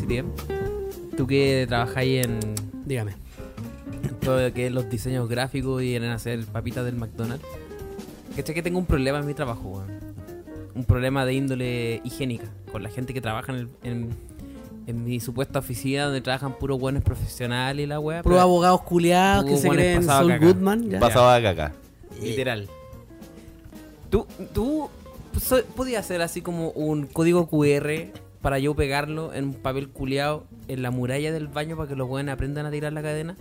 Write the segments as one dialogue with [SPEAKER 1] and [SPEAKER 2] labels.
[SPEAKER 1] Javier, tú que trabajáis en
[SPEAKER 2] Dígame.
[SPEAKER 1] todo lo que es los diseños gráficos y en hacer papitas del McDonald's, ¿cachai que tengo un problema en mi trabajo, weón? Un problema de índole higiénica con la gente que trabaja en, el- en- en mi supuesta oficina donde trabajan puros buenos profesionales y la weá.
[SPEAKER 2] Puros
[SPEAKER 1] pero-
[SPEAKER 2] abogados culiados que
[SPEAKER 1] Hubo
[SPEAKER 2] se
[SPEAKER 1] buenos
[SPEAKER 2] creen
[SPEAKER 1] pasados
[SPEAKER 2] Saul
[SPEAKER 1] caca.
[SPEAKER 2] Goodman. ya.
[SPEAKER 1] Pasa-
[SPEAKER 3] Pasaba acá acá.
[SPEAKER 1] Eh, Literal. Tú, tú so- podías hacer así como un código QR para yo pegarlo en un papel culeado en la muralla del baño para que los buenos aprendan a tirar la cadena.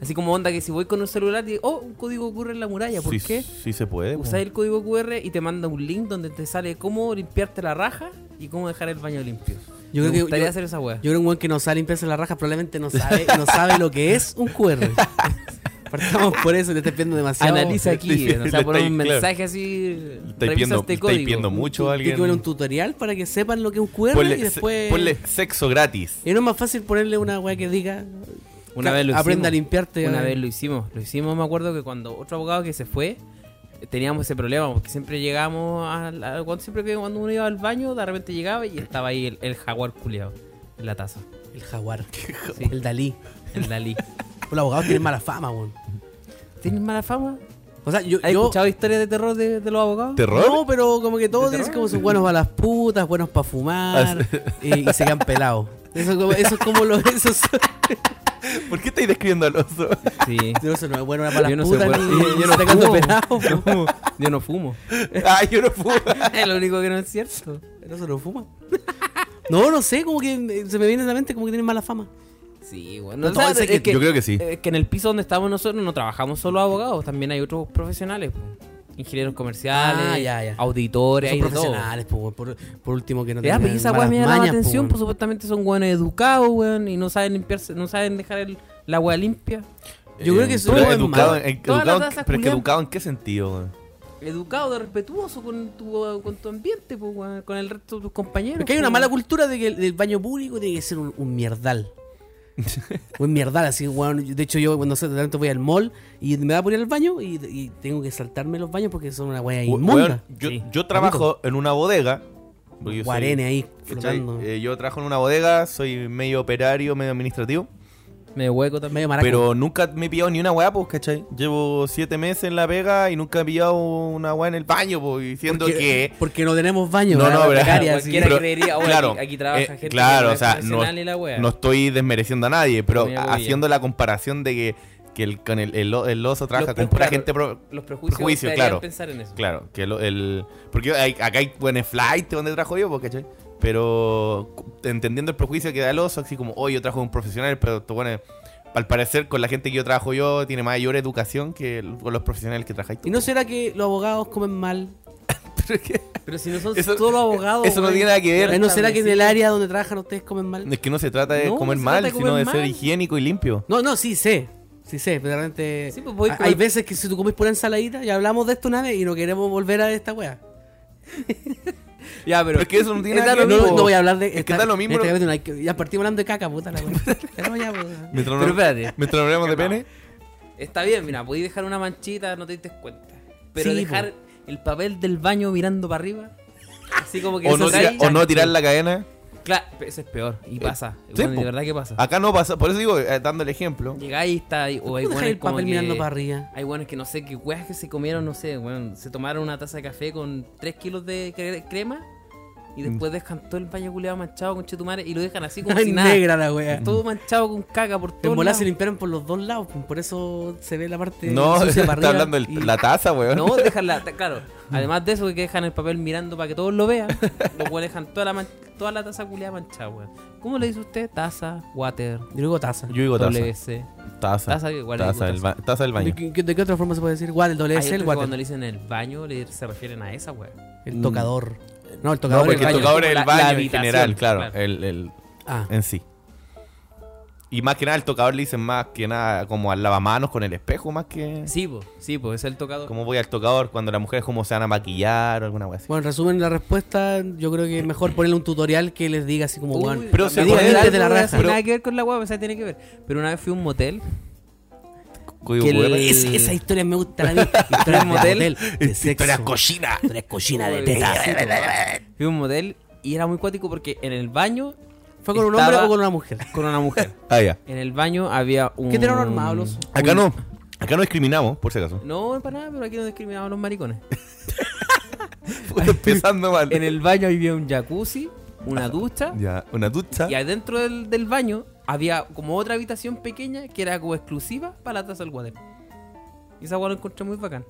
[SPEAKER 1] Así como onda que si voy con un celular digo, oh, un código QR en la muralla, ¿por
[SPEAKER 3] sí,
[SPEAKER 1] qué?
[SPEAKER 3] Sí se puede. pues.
[SPEAKER 1] Usas el código QR y te manda un link donde te sale cómo limpiarte la raja y cómo dejar el baño limpio.
[SPEAKER 2] Yo
[SPEAKER 1] Yo
[SPEAKER 2] creo
[SPEAKER 1] Me
[SPEAKER 2] que-
[SPEAKER 1] gustaría
[SPEAKER 2] yo-
[SPEAKER 1] hacer esa wea.
[SPEAKER 2] Yo creo que un weón que no sabe limpiarse la raja probablemente no sabe, no sabe lo que es un QR. Partamos por eso, te estás viendo demasiado.
[SPEAKER 1] Analiza
[SPEAKER 3] le-
[SPEAKER 1] aquí,
[SPEAKER 3] le-
[SPEAKER 1] o sea,
[SPEAKER 3] le
[SPEAKER 1] por un
[SPEAKER 3] estáis- claro.
[SPEAKER 1] mensaje así,
[SPEAKER 3] Estáis
[SPEAKER 1] revisa
[SPEAKER 3] viendo-
[SPEAKER 1] este
[SPEAKER 3] estáis
[SPEAKER 1] código.
[SPEAKER 3] viendo mucho.
[SPEAKER 2] Tú-
[SPEAKER 3] a
[SPEAKER 2] Tiene
[SPEAKER 3] alguien-
[SPEAKER 2] que haber un tutorial para que sepan lo que es un QR
[SPEAKER 3] Ponle,
[SPEAKER 2] y
[SPEAKER 3] se-
[SPEAKER 2] después. Eh,
[SPEAKER 3] ponle sexo gratis.
[SPEAKER 2] Y no es más fácil ponerle una weá que diga.
[SPEAKER 1] Una
[SPEAKER 2] "Ca-
[SPEAKER 1] vez lo hicimos.
[SPEAKER 2] Aprenda a limpiarte.
[SPEAKER 1] Una
[SPEAKER 2] eh".
[SPEAKER 1] vez lo hicimos, lo hicimos, me acuerdo que cuando otro abogado que se fue, eh, teníamos ese problema, porque siempre llegamos al, al- cuando siempre que cuando uno iba al baño, de repente llegaba y estaba ahí el, el jaguar culeado en la taza,
[SPEAKER 2] El jaguar.
[SPEAKER 1] Sí.
[SPEAKER 2] El Dalí.
[SPEAKER 1] el Dalí.
[SPEAKER 2] Los abogados tienen mala fama, weón.
[SPEAKER 1] ¿Tienes mala fama?
[SPEAKER 2] O sea, yo.
[SPEAKER 1] ¿Has
[SPEAKER 2] yo
[SPEAKER 1] escuchado historias de terror de, de los abogados?
[SPEAKER 3] ¿Terror?
[SPEAKER 2] No, pero como que todos
[SPEAKER 1] ¿De
[SPEAKER 2] dicen
[SPEAKER 1] terror?
[SPEAKER 2] como son buenos para las putas, buenos para fumar
[SPEAKER 3] Ah,
[SPEAKER 2] y, y se quedan pelados. Eso, es como- eso es como los. Eso es-
[SPEAKER 3] ¿Por qué estáis describiendo al oso?
[SPEAKER 1] Sí.
[SPEAKER 2] yo no soy bueno para las
[SPEAKER 1] Yo no soy
[SPEAKER 2] putas
[SPEAKER 1] bueno-
[SPEAKER 2] ni-
[SPEAKER 1] yo-
[SPEAKER 2] ni
[SPEAKER 1] yo no
[SPEAKER 2] se quedan
[SPEAKER 1] fumo.
[SPEAKER 2] pelados, weón.
[SPEAKER 1] No, yo no fumo.
[SPEAKER 3] Ay, Ah, yo no puedo.
[SPEAKER 1] Es lo único que no es cierto.
[SPEAKER 2] ¿No se lo fuma? No, no sé, como que eh, se me viene a la mente como que tienen mala fama.
[SPEAKER 1] Sí, bueno.
[SPEAKER 2] No, todo ese que-
[SPEAKER 3] yo creo que sí.
[SPEAKER 1] Es Eh, que en el piso donde estamos nosotros no trabajamos solo abogados, también hay otros profesionales. po. Ingenieros comerciales,
[SPEAKER 2] Ah, ya, ya.
[SPEAKER 1] auditores,
[SPEAKER 2] Son
[SPEAKER 1] hay de todo.
[SPEAKER 2] profesionales, po, weón, por, por último que no
[SPEAKER 1] Ya, pero
[SPEAKER 2] tengan
[SPEAKER 1] esa weá
[SPEAKER 2] malas
[SPEAKER 1] me llama la
[SPEAKER 2] mañas, po,
[SPEAKER 1] atención,
[SPEAKER 2] weón.
[SPEAKER 1] pues supuestamente son weones educados, weón, y no saben limpiarse, no saben dejar el- la weá limpia.
[SPEAKER 2] Yo creo que
[SPEAKER 3] Eh,
[SPEAKER 2] eso
[SPEAKER 3] pero
[SPEAKER 2] es
[SPEAKER 3] educado,
[SPEAKER 2] malo.
[SPEAKER 3] en,
[SPEAKER 1] Todas las
[SPEAKER 3] educado, en-
[SPEAKER 1] razas
[SPEAKER 3] pero es que
[SPEAKER 1] culiadas.
[SPEAKER 3] educado en qué sentido, weón?
[SPEAKER 1] Educado, de respetuoso con tu, con tu ambiente, po, weón, con el resto de tus compañeros. pues.
[SPEAKER 2] Porque hay
[SPEAKER 1] po,
[SPEAKER 2] una mala
[SPEAKER 1] weón.
[SPEAKER 2] cultura de que el, el baño público tiene que ser un, un mierdal. un mierdal, así, weón. Yo- De hecho, yo cuando sé, de repente voy al mall y me voy a poner al baño y, y tengo que saltarme los baños porque son una weá
[SPEAKER 3] We-
[SPEAKER 2] inmunda.
[SPEAKER 3] weón, yo,
[SPEAKER 1] Sí.
[SPEAKER 3] yo trabajo en una bodega. porque yo soy-
[SPEAKER 2] Guarene ahí,
[SPEAKER 3] ¿cachai?
[SPEAKER 2] flotando.
[SPEAKER 3] Eh, yo trabajo en una bodega, soy medio operario, medio administrativo.
[SPEAKER 1] Medio hueco también.
[SPEAKER 2] medio maraco.
[SPEAKER 3] Pero nunca me he pillado ni una weá, pues, ¿cachai? Llevo siete meses en la pega y nunca he pillado una weá en el baño, pues, diciendo
[SPEAKER 2] porque,
[SPEAKER 3] que.
[SPEAKER 2] porque no tenemos baño.
[SPEAKER 3] No,
[SPEAKER 2] ¿verdad?
[SPEAKER 3] no,
[SPEAKER 2] La
[SPEAKER 3] pero-
[SPEAKER 2] precaria, así.
[SPEAKER 1] Cualquiera
[SPEAKER 3] Pero,
[SPEAKER 1] creería, oh,
[SPEAKER 3] claro,
[SPEAKER 1] aquí, aquí trabaja
[SPEAKER 3] eh,
[SPEAKER 1] gente
[SPEAKER 3] claro,
[SPEAKER 1] que
[SPEAKER 3] o sea,
[SPEAKER 1] es profesional y la weá.
[SPEAKER 3] No estoy desmereciendo a nadie, pero
[SPEAKER 1] Comida
[SPEAKER 3] haciendo la comparación de que, que el, con el, el o- el oso trabaja
[SPEAKER 1] Los
[SPEAKER 3] con pura
[SPEAKER 1] prejuicios-
[SPEAKER 3] gente. pro-
[SPEAKER 1] los prejuicios,
[SPEAKER 3] prejuicios,
[SPEAKER 1] te harían
[SPEAKER 3] claro.
[SPEAKER 1] pensar en eso.
[SPEAKER 3] Claro, que lo- el. Porque hay- acá hay buen flight donde trajo yo, pues, ¿cachai? Pero cu- entendiendo el prejuicio que da el oso, así como, oh, yo trabajo con un profesional, pero tú, bueno, al parecer con la gente que yo trabajo yo tiene mayor educación que el- con los profesionales que trabajáis tú.
[SPEAKER 2] ¿Y no será que los abogados comen mal?
[SPEAKER 3] Pero es que-
[SPEAKER 1] Pero si no son
[SPEAKER 3] Eso-
[SPEAKER 1] solo abogados.
[SPEAKER 3] eso no
[SPEAKER 1] weón.
[SPEAKER 3] tiene nada que ver.
[SPEAKER 2] ¿Eh, ¿No será que en el
[SPEAKER 1] Establecido.
[SPEAKER 2] área donde trabajan ustedes comen mal?
[SPEAKER 3] es que no se trata de
[SPEAKER 1] No,
[SPEAKER 3] comer
[SPEAKER 1] no se
[SPEAKER 3] mal,
[SPEAKER 1] trata de comer
[SPEAKER 3] sino de ser
[SPEAKER 1] mal.
[SPEAKER 3] higiénico y limpio.
[SPEAKER 2] No, no, sí sé. Sí sé, pero realmente.
[SPEAKER 1] Sí, pues, voy
[SPEAKER 2] hay
[SPEAKER 1] por-
[SPEAKER 2] hay veces que si tú comes pura ensaladita, ya hablamos de esto una vez y no queremos volver a esta wea.
[SPEAKER 1] Ya, pero.
[SPEAKER 3] Pero es que eso no tiene
[SPEAKER 2] Da
[SPEAKER 3] nada
[SPEAKER 2] lo
[SPEAKER 3] que ver.
[SPEAKER 2] mismo,
[SPEAKER 3] po.
[SPEAKER 2] no voy a hablar de.
[SPEAKER 3] Es que
[SPEAKER 2] esta-
[SPEAKER 3] da lo mismo.
[SPEAKER 2] en este capítulo no hay que- ya partimos hablando de caca, puta la wea. Ya no, ya, pues.
[SPEAKER 3] Mientras
[SPEAKER 1] Pero
[SPEAKER 3] no,
[SPEAKER 1] espérate.
[SPEAKER 3] mientras no hablemos de
[SPEAKER 1] Calmado.
[SPEAKER 3] pene.
[SPEAKER 1] Está bien, mira, podéis dejar una manchita, no te diste cuenta. Pero
[SPEAKER 2] Sí,
[SPEAKER 1] dejar el papel del baño mirando para arriba, así como que
[SPEAKER 3] O
[SPEAKER 1] eso
[SPEAKER 3] no,
[SPEAKER 1] cae-
[SPEAKER 3] tira- o no tirar la cadena.
[SPEAKER 1] Claro, eso es peor, y pasa.
[SPEAKER 3] sí,
[SPEAKER 1] Bueno,
[SPEAKER 3] po. Ah.
[SPEAKER 1] de verdad que pasa.
[SPEAKER 3] Acá no pasa. Por eso digo, eh, dando el ejemplo.
[SPEAKER 1] Llegáis y está ahí, o hay
[SPEAKER 2] ¿Cómo dejáis
[SPEAKER 1] buenos
[SPEAKER 2] el papel mirando para arriba?
[SPEAKER 1] Hay buenos que no sé qué weas que se comieron, no sé, weón. Se tomaron una taza de café con 3 kilos de cre- crema y
[SPEAKER 3] Mm.
[SPEAKER 1] después dejan todo el baño culeado manchado con chetumare y lo dejan así como
[SPEAKER 2] Ay,
[SPEAKER 1] si nada.
[SPEAKER 2] negra la wea.
[SPEAKER 1] Todo manchado con caca por
[SPEAKER 2] En
[SPEAKER 1] todo.
[SPEAKER 2] bola se limpiaron por los dos lados, pues, por eso se ve la parte.
[SPEAKER 3] No,
[SPEAKER 2] sucia
[SPEAKER 3] está
[SPEAKER 2] para arriba
[SPEAKER 3] hablando
[SPEAKER 2] y-
[SPEAKER 3] el- la taza, weón.
[SPEAKER 1] No, dejarla, ta- claro. Además de eso, que dejan el papel mirando para que todos lo vean. Los cuales dejan toda la, man- toda la taza culiada manchada, weón. ¿Cómo le dice usted? Taza, water,
[SPEAKER 2] Yo digo taza.
[SPEAKER 3] Yo digo taza.
[SPEAKER 1] WC.
[SPEAKER 3] Taza.
[SPEAKER 1] Taza, igual
[SPEAKER 3] Taza,
[SPEAKER 1] digo
[SPEAKER 3] el ba- taza del baño.
[SPEAKER 2] ¿De, qué- de qué otra forma se puede decir? Igual, el
[SPEAKER 1] Hay
[SPEAKER 2] WC,
[SPEAKER 1] otros
[SPEAKER 2] el
[SPEAKER 1] que
[SPEAKER 2] water.
[SPEAKER 1] cuando le dicen el baño, le- se refieren a esa, weón.
[SPEAKER 2] El tocador. No, el tocador.
[SPEAKER 3] no, porque
[SPEAKER 2] el
[SPEAKER 3] el
[SPEAKER 2] baño.
[SPEAKER 3] tocador es
[SPEAKER 1] La- la
[SPEAKER 3] el baño en
[SPEAKER 1] habitación,
[SPEAKER 3] general, claro.
[SPEAKER 1] claro.
[SPEAKER 3] El, el-
[SPEAKER 2] Ah.
[SPEAKER 3] en sí. Y más que nada, el tocador le dicen más que nada como al lavamanos con el espejo, más que.
[SPEAKER 1] Sí, po, sí, po, es el tocador.
[SPEAKER 3] Como voy al tocador cuando las mujeres como se van a maquillar o alguna cosa así.
[SPEAKER 2] Bueno, en resumen la respuesta, yo creo que es mejor ponerle un tutorial que les diga así como,
[SPEAKER 1] Uy,
[SPEAKER 2] weón,
[SPEAKER 3] pero
[SPEAKER 1] me
[SPEAKER 3] se
[SPEAKER 1] acordé
[SPEAKER 3] puede-
[SPEAKER 1] de algo,
[SPEAKER 2] de la
[SPEAKER 1] weón,
[SPEAKER 2] raja.
[SPEAKER 1] sin
[SPEAKER 3] Pero-
[SPEAKER 1] nada que ver con la weá, o sea, tiene que ver. Pero una vez fui a un motel.
[SPEAKER 3] Código
[SPEAKER 1] que el-
[SPEAKER 3] QR.
[SPEAKER 2] Es- esas historias me gustan a mí. Historias de
[SPEAKER 1] Motel.
[SPEAKER 2] motel, de sexo.
[SPEAKER 3] Historias cochina.
[SPEAKER 2] Historias cochinas de
[SPEAKER 1] Uy,
[SPEAKER 2] teta.
[SPEAKER 1] sí, po, weón. Fui a un motel y era muy cuático porque en el baño
[SPEAKER 2] ¿Fue con un
[SPEAKER 1] Estaba-
[SPEAKER 2] hombre o con una mujer?
[SPEAKER 1] con una mujer.
[SPEAKER 3] Ah, ya.
[SPEAKER 1] En el baño había un.
[SPEAKER 2] ¿Qué heteronormado los-
[SPEAKER 3] Acá no, acá no discriminamos, por si acaso.
[SPEAKER 1] No, para nada, pero aquí no discriminamos a los maricones.
[SPEAKER 3] Empezando mal.
[SPEAKER 1] En el baño había un jacuzzi, una ducha,
[SPEAKER 3] Ya, una ducha.
[SPEAKER 1] y adentro del, del baño había como otra habitación pequeña que era como exclusiva para la taza del water. Y esa hueá la encontré muy bacán.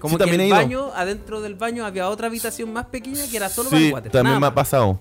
[SPEAKER 1] Como
[SPEAKER 3] Sí,
[SPEAKER 1] que en
[SPEAKER 3] también he
[SPEAKER 1] el
[SPEAKER 3] ido.
[SPEAKER 1] baño, adentro del baño había otra habitación más pequeña que era solo para
[SPEAKER 3] Sí,
[SPEAKER 1] el water.
[SPEAKER 3] también
[SPEAKER 1] nada
[SPEAKER 3] me ha
[SPEAKER 1] más.
[SPEAKER 3] pasado.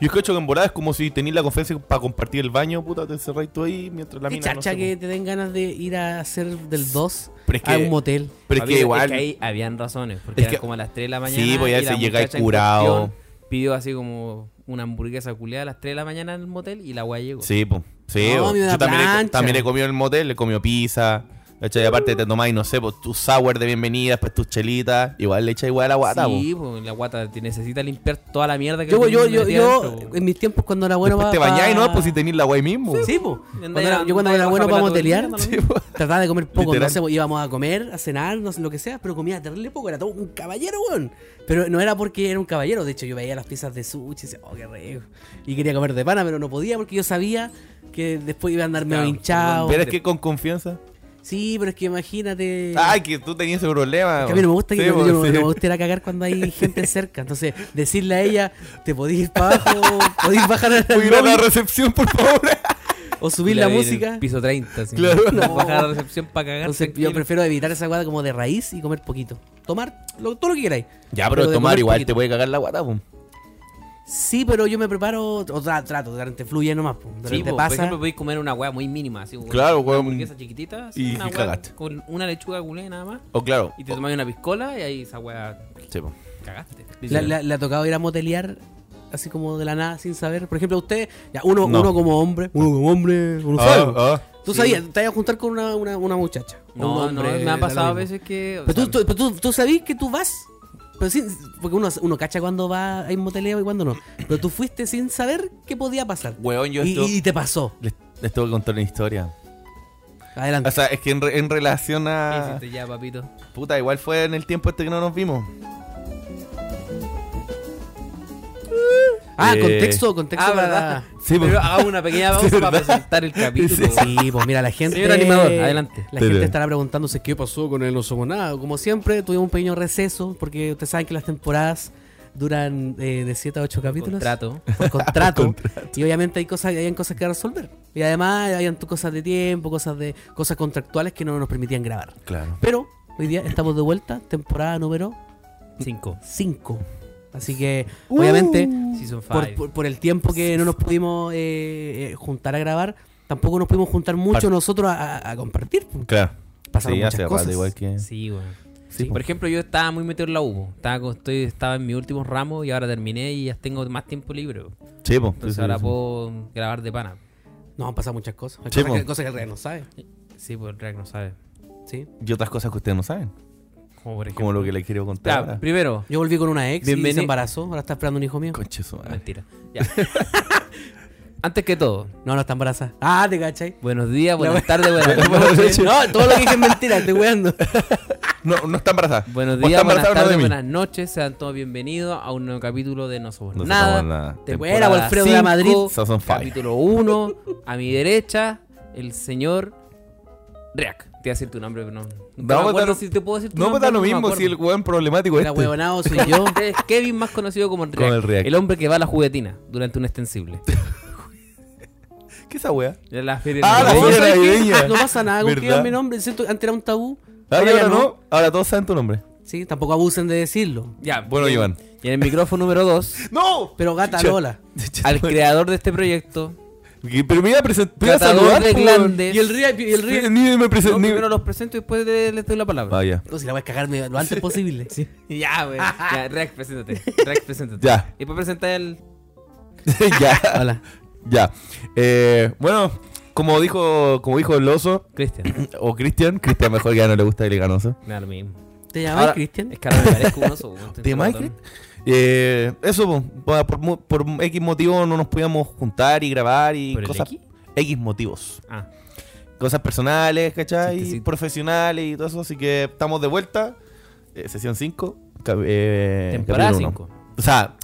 [SPEAKER 3] Yo escucho que en volada es como si tenías la conferencia para compartir el baño, puta, te encerráis tú ahí mientras la
[SPEAKER 2] Qué
[SPEAKER 3] mina. no
[SPEAKER 2] chacha
[SPEAKER 3] sé,
[SPEAKER 2] que te den ganas de ir a hacer del 2
[SPEAKER 3] Pero es
[SPEAKER 2] a
[SPEAKER 3] que-
[SPEAKER 2] un motel.
[SPEAKER 3] Pero es
[SPEAKER 1] Había-
[SPEAKER 3] que igual.
[SPEAKER 1] ahí habían razones, porque
[SPEAKER 3] Es
[SPEAKER 1] eran
[SPEAKER 3] que-
[SPEAKER 1] como a las 3 de la
[SPEAKER 3] Sí,
[SPEAKER 1] mañana.
[SPEAKER 3] pues ya
[SPEAKER 1] y la
[SPEAKER 3] se llega ahí
[SPEAKER 1] muchacha en
[SPEAKER 3] curado.
[SPEAKER 1] cuestión Pidió así como una hamburguesa culiada a las 3 de la mañana en el motel y la weá llegó.
[SPEAKER 3] Sí, po. Sí,
[SPEAKER 2] No,
[SPEAKER 3] po.
[SPEAKER 2] a mí me
[SPEAKER 3] Yo
[SPEAKER 2] da
[SPEAKER 3] también he,
[SPEAKER 2] plancha.
[SPEAKER 3] también he comido en el motel, he comido pizza. ¿cachai? Y aparte te tomáis, no sé, pues tus sour de bienvenida, pues tus chelitas. Igual le echáis igual a la guata, po.
[SPEAKER 1] Sí, pues, la guata te necesita limpiar toda la mierda que
[SPEAKER 2] Yo,
[SPEAKER 1] le
[SPEAKER 2] yo, yo,
[SPEAKER 1] metí
[SPEAKER 2] yo,
[SPEAKER 1] adentro, po.
[SPEAKER 2] en mis tiempos cuando era bueno
[SPEAKER 3] Después
[SPEAKER 2] pa-
[SPEAKER 3] te bañáis,
[SPEAKER 2] pa-
[SPEAKER 3] ¿no? Pues si tenéis la guay mismo.
[SPEAKER 2] Sí, po. Cuando
[SPEAKER 1] Andai-
[SPEAKER 2] era- yo cuando
[SPEAKER 1] andai
[SPEAKER 2] era
[SPEAKER 1] bajo
[SPEAKER 2] bueno
[SPEAKER 1] pela
[SPEAKER 2] para
[SPEAKER 1] todo el día,
[SPEAKER 2] motelear,
[SPEAKER 1] no lo
[SPEAKER 2] sí,
[SPEAKER 1] mismo.
[SPEAKER 2] po, trataba de comer poco.
[SPEAKER 3] Literal.
[SPEAKER 2] No sé, po, íbamos a comer, a cenar, no sé, lo que sea, pero comía terrible poco. Era todo un caballero, weón. Pero no era porque era un caballero. De hecho, yo veía las piezas de sushi y decía, oh, qué rico. Y quería comer de pana, pero no podía porque yo sabía que después iba a andar medio
[SPEAKER 1] Claro,
[SPEAKER 2] hinchado.
[SPEAKER 3] Pero es que con confianza.
[SPEAKER 2] Sí, pero es que imagínate.
[SPEAKER 3] Ay, que tú tenías ese problema.
[SPEAKER 2] Que a mí no me gusta que
[SPEAKER 3] Sí,
[SPEAKER 2] yo-
[SPEAKER 3] po,
[SPEAKER 2] yo no-
[SPEAKER 3] sí.
[SPEAKER 2] no me gusta ir a cagar cuando hay gente cerca. Entonces, decirle a ella, te podís ir para abajo, podís bajar al
[SPEAKER 3] Voy a ir a la
[SPEAKER 2] lobby
[SPEAKER 3] recepción, por favor.
[SPEAKER 2] o subir
[SPEAKER 1] Y
[SPEAKER 2] la
[SPEAKER 1] vi en
[SPEAKER 2] música.
[SPEAKER 1] el Piso 30, así.
[SPEAKER 3] Claro.
[SPEAKER 1] No. Bajar a la recepción para cagar.
[SPEAKER 2] Entonces, yo
[SPEAKER 1] tranquilo.
[SPEAKER 2] prefiero evitar esa guada como de raíz y comer poquito. Tomar lo- todo lo que queráis.
[SPEAKER 3] Ya, pero,
[SPEAKER 2] de
[SPEAKER 3] tomar
[SPEAKER 2] comer
[SPEAKER 3] igual
[SPEAKER 2] poquito.
[SPEAKER 3] te puede cagar la guata, po.
[SPEAKER 2] Sí, pero yo me preparo, o tra- trato, de repente fluye nomás. po. De
[SPEAKER 1] Sí,
[SPEAKER 2] repente
[SPEAKER 1] po, por
[SPEAKER 2] pasa.
[SPEAKER 1] ejemplo, podéis comer una hueá muy mínima, así. una-
[SPEAKER 3] Claro,
[SPEAKER 1] una
[SPEAKER 3] weón.
[SPEAKER 1] hamburguesa chiquitita, así,
[SPEAKER 3] Y
[SPEAKER 1] una hueá
[SPEAKER 3] cagaste.
[SPEAKER 1] con una lechuga culé nada más.
[SPEAKER 3] O Oh, claro.
[SPEAKER 1] Y te tomáis una piscola y ahí esa hueá
[SPEAKER 3] Sí, po.
[SPEAKER 1] cagaste.
[SPEAKER 2] La- la- ¿Le ha tocado ir a motelear así como de la nada sin saber? Por ejemplo, usted, ya, uno,
[SPEAKER 3] No.
[SPEAKER 2] uno como hombre, uno como hombre, uno
[SPEAKER 3] Ah,
[SPEAKER 2] sabe.
[SPEAKER 3] ah.
[SPEAKER 2] Tú
[SPEAKER 1] Sí.
[SPEAKER 2] sabías, te ibas a juntar con una, una, una muchacha. o
[SPEAKER 1] No,
[SPEAKER 2] un hombre,
[SPEAKER 1] no, me ha
[SPEAKER 2] da lo
[SPEAKER 1] pasado a
[SPEAKER 2] mismo.
[SPEAKER 1] veces que. o
[SPEAKER 2] Pero,
[SPEAKER 1] sea,
[SPEAKER 2] tú, tú, pero tú, tú sabís que tú vas. Pero sin- porque uno, uno cacha cuando va a ir moteleo y cuando no. Pero tú fuiste sin saber qué podía pasar.
[SPEAKER 3] Weón, yo
[SPEAKER 2] y,
[SPEAKER 3] esto-
[SPEAKER 2] y te pasó.
[SPEAKER 3] Les, les tengo que contar una historia.
[SPEAKER 2] Adelante.
[SPEAKER 3] O sea, es que en, re- en relación
[SPEAKER 1] ¿qué
[SPEAKER 3] a.
[SPEAKER 1] hiciste ya, papito?
[SPEAKER 3] Puta, igual fue en el tiempo este que no nos vimos.
[SPEAKER 2] ah,
[SPEAKER 3] eh,
[SPEAKER 2] contexto, contexto.
[SPEAKER 1] Ah,
[SPEAKER 2] para-
[SPEAKER 1] ¿verdad?
[SPEAKER 3] Sí,
[SPEAKER 1] Pero
[SPEAKER 3] po.
[SPEAKER 1] haga una pequeña pausa para presentar el capítulo.
[SPEAKER 2] Sí, pues mira, la gente.
[SPEAKER 1] Señor animador, adelante.
[SPEAKER 2] La
[SPEAKER 3] Te
[SPEAKER 2] gente
[SPEAKER 3] leo.
[SPEAKER 2] estará preguntándose qué pasó con el No Somos Nada. Como siempre, tuvimos un pequeño receso, porque ustedes saben que las temporadas duran eh, de 7 a 8 capítulos.
[SPEAKER 1] Contrato.
[SPEAKER 2] por contrato. Y obviamente hay cosas, hayan cosas que resolver. Y además hayan tu- cosas de tiempo, cosas de cosas contractuales que no nos permitían grabar.
[SPEAKER 3] Claro.
[SPEAKER 2] Pero hoy día estamos de vuelta, temporada número
[SPEAKER 1] Cinco.
[SPEAKER 2] 5. Así que, obviamente,
[SPEAKER 1] Season
[SPEAKER 2] por,
[SPEAKER 1] 5.
[SPEAKER 2] por- por el tiempo que no nos pudimos eh, eh, juntar a grabar, tampoco nos pudimos juntar mucho
[SPEAKER 3] Par-
[SPEAKER 2] nosotros a, a- a compartir. pues.
[SPEAKER 3] Claro.
[SPEAKER 2] Pasaron
[SPEAKER 3] sí,
[SPEAKER 2] muchas
[SPEAKER 3] hace rato
[SPEAKER 2] cosas.
[SPEAKER 3] igual que.
[SPEAKER 1] Sí, weón.
[SPEAKER 3] Sí, po.
[SPEAKER 1] Por ejemplo, yo estaba muy metido en la U. Estaba, con- estoy, estaba en mi último ramo y ahora terminé y ya tengo más tiempo libre. po.
[SPEAKER 3] Sí, po.
[SPEAKER 1] Entonces
[SPEAKER 3] Sí, sí,
[SPEAKER 1] ahora
[SPEAKER 3] sí.
[SPEAKER 1] puedo grabar de pana.
[SPEAKER 2] Nos han pasado muchas cosas. Hay
[SPEAKER 3] Sí, pues.
[SPEAKER 2] cosas,
[SPEAKER 3] po.
[SPEAKER 2] que, cosas que el rey no sabe.
[SPEAKER 1] Sí, pues el React no sabe.
[SPEAKER 2] ¿sí?
[SPEAKER 3] Y otras cosas que ustedes no saben.
[SPEAKER 1] Como por ejemplo.
[SPEAKER 3] Como lo que les quiero
[SPEAKER 1] Ya,
[SPEAKER 3] contar. ahora.
[SPEAKER 1] primero.
[SPEAKER 2] Yo volví con una ex y
[SPEAKER 1] Bienveni-
[SPEAKER 2] se embarazó. Ahora está esperando un hijo mío.
[SPEAKER 3] Conche su madre.
[SPEAKER 1] Mentira. Ya. Antes que todo,
[SPEAKER 2] No, no está embarazada. Ah, te cachai.
[SPEAKER 1] buenos días, buenas tardes, buenas noches.
[SPEAKER 2] No, todo lo que dije es mentira, estoy weando.
[SPEAKER 3] No, no está embarazada.
[SPEAKER 1] Buenos
[SPEAKER 3] O
[SPEAKER 1] días,
[SPEAKER 3] está
[SPEAKER 1] buenas
[SPEAKER 3] embarazada
[SPEAKER 1] tardes,
[SPEAKER 3] o no de mí.
[SPEAKER 1] buenas noches. Sean todos bienvenidos a un nuevo capítulo de No Somos
[SPEAKER 3] No
[SPEAKER 1] Nada.
[SPEAKER 3] somos nada.
[SPEAKER 1] Temporada
[SPEAKER 2] Buena, Walfredo de la
[SPEAKER 1] cinco,
[SPEAKER 2] Madrid.
[SPEAKER 3] Season five.
[SPEAKER 1] Capítulo 1. A mi derecha, el señor Reac. Te voy a decir tu nombre, pero no.
[SPEAKER 3] No,
[SPEAKER 1] No, me
[SPEAKER 3] pues, da
[SPEAKER 1] acuerdo
[SPEAKER 3] lo-
[SPEAKER 1] si te puedo decir tu
[SPEAKER 3] No me
[SPEAKER 1] nombre.
[SPEAKER 3] da lo
[SPEAKER 1] me
[SPEAKER 3] mismo
[SPEAKER 1] acuerdo.
[SPEAKER 3] si el weón problemático
[SPEAKER 2] Era
[SPEAKER 3] este.
[SPEAKER 2] huevonado, soy yo.
[SPEAKER 1] Es Kevin, más conocido como el
[SPEAKER 3] Como
[SPEAKER 1] Reac.
[SPEAKER 3] el Reac.
[SPEAKER 1] hombre que va a la juguetina durante un extensible.
[SPEAKER 3] ¿Qué esa wea?
[SPEAKER 1] De la feria
[SPEAKER 3] Ah,
[SPEAKER 1] de
[SPEAKER 3] la
[SPEAKER 2] No,
[SPEAKER 1] Navidad.
[SPEAKER 3] señora
[SPEAKER 2] ¿sabes qué? Ah,
[SPEAKER 3] navideña.
[SPEAKER 2] No pasa nada con que
[SPEAKER 3] ¿Verdad?
[SPEAKER 2] digan mi nombre. Siento, antes era un tabú.
[SPEAKER 3] Ah, y ahora no. Ahora todos saben tu nombre.
[SPEAKER 2] Sí, tampoco abusen de decirlo.
[SPEAKER 1] Ya,
[SPEAKER 3] Bueno,
[SPEAKER 1] y-
[SPEAKER 3] Iván.
[SPEAKER 1] Y en el micrófono número 2,
[SPEAKER 3] ¡No!
[SPEAKER 2] Pero gata
[SPEAKER 3] Chucha.
[SPEAKER 2] Lola.
[SPEAKER 1] al creador de este proyecto.
[SPEAKER 3] Que- Pero me iba a presentar. me iba a
[SPEAKER 1] Catador
[SPEAKER 3] saludar,
[SPEAKER 1] de
[SPEAKER 3] po,
[SPEAKER 1] glandes.
[SPEAKER 2] Y el río, y el río.
[SPEAKER 3] weón. Ni me
[SPEAKER 1] No,
[SPEAKER 3] presenté. ni-
[SPEAKER 1] primero los presento y después de- les doy la palabra.
[SPEAKER 3] Ah, ya.
[SPEAKER 2] No, si la voy a cagarme lo antes posible. Sí.
[SPEAKER 1] Ya, güey. Ya, Rex, preséntate. Rex, preséntate.
[SPEAKER 3] Ya.
[SPEAKER 1] Y después presenta el.
[SPEAKER 3] ya.
[SPEAKER 2] Hola.
[SPEAKER 3] Ya. Eh, bueno, como dijo, como dijo el oso,
[SPEAKER 1] Cristian.
[SPEAKER 3] o Cristian, Cristian mejor que ya no le gusta el leganoso.
[SPEAKER 1] Me da lo mismo.
[SPEAKER 2] ¿Te
[SPEAKER 1] Ahora-
[SPEAKER 2] llamas Cristian?
[SPEAKER 1] Es que ahora me parezco un oso. güey.
[SPEAKER 3] ¿Te llamas Cristian? Eh, eso, po, pa- por, mu- por X motivos no nos podíamos juntar y grabar y
[SPEAKER 1] ¿Por el
[SPEAKER 3] cosas.
[SPEAKER 1] X?
[SPEAKER 3] X motivos.
[SPEAKER 1] Ah,
[SPEAKER 3] Cosas personales, ¿cachai?
[SPEAKER 1] Sí, sí.
[SPEAKER 3] Profesionales y todo eso. Así que estamos de vuelta. Eh, sesión 5.
[SPEAKER 1] temporada 5.
[SPEAKER 3] O sea,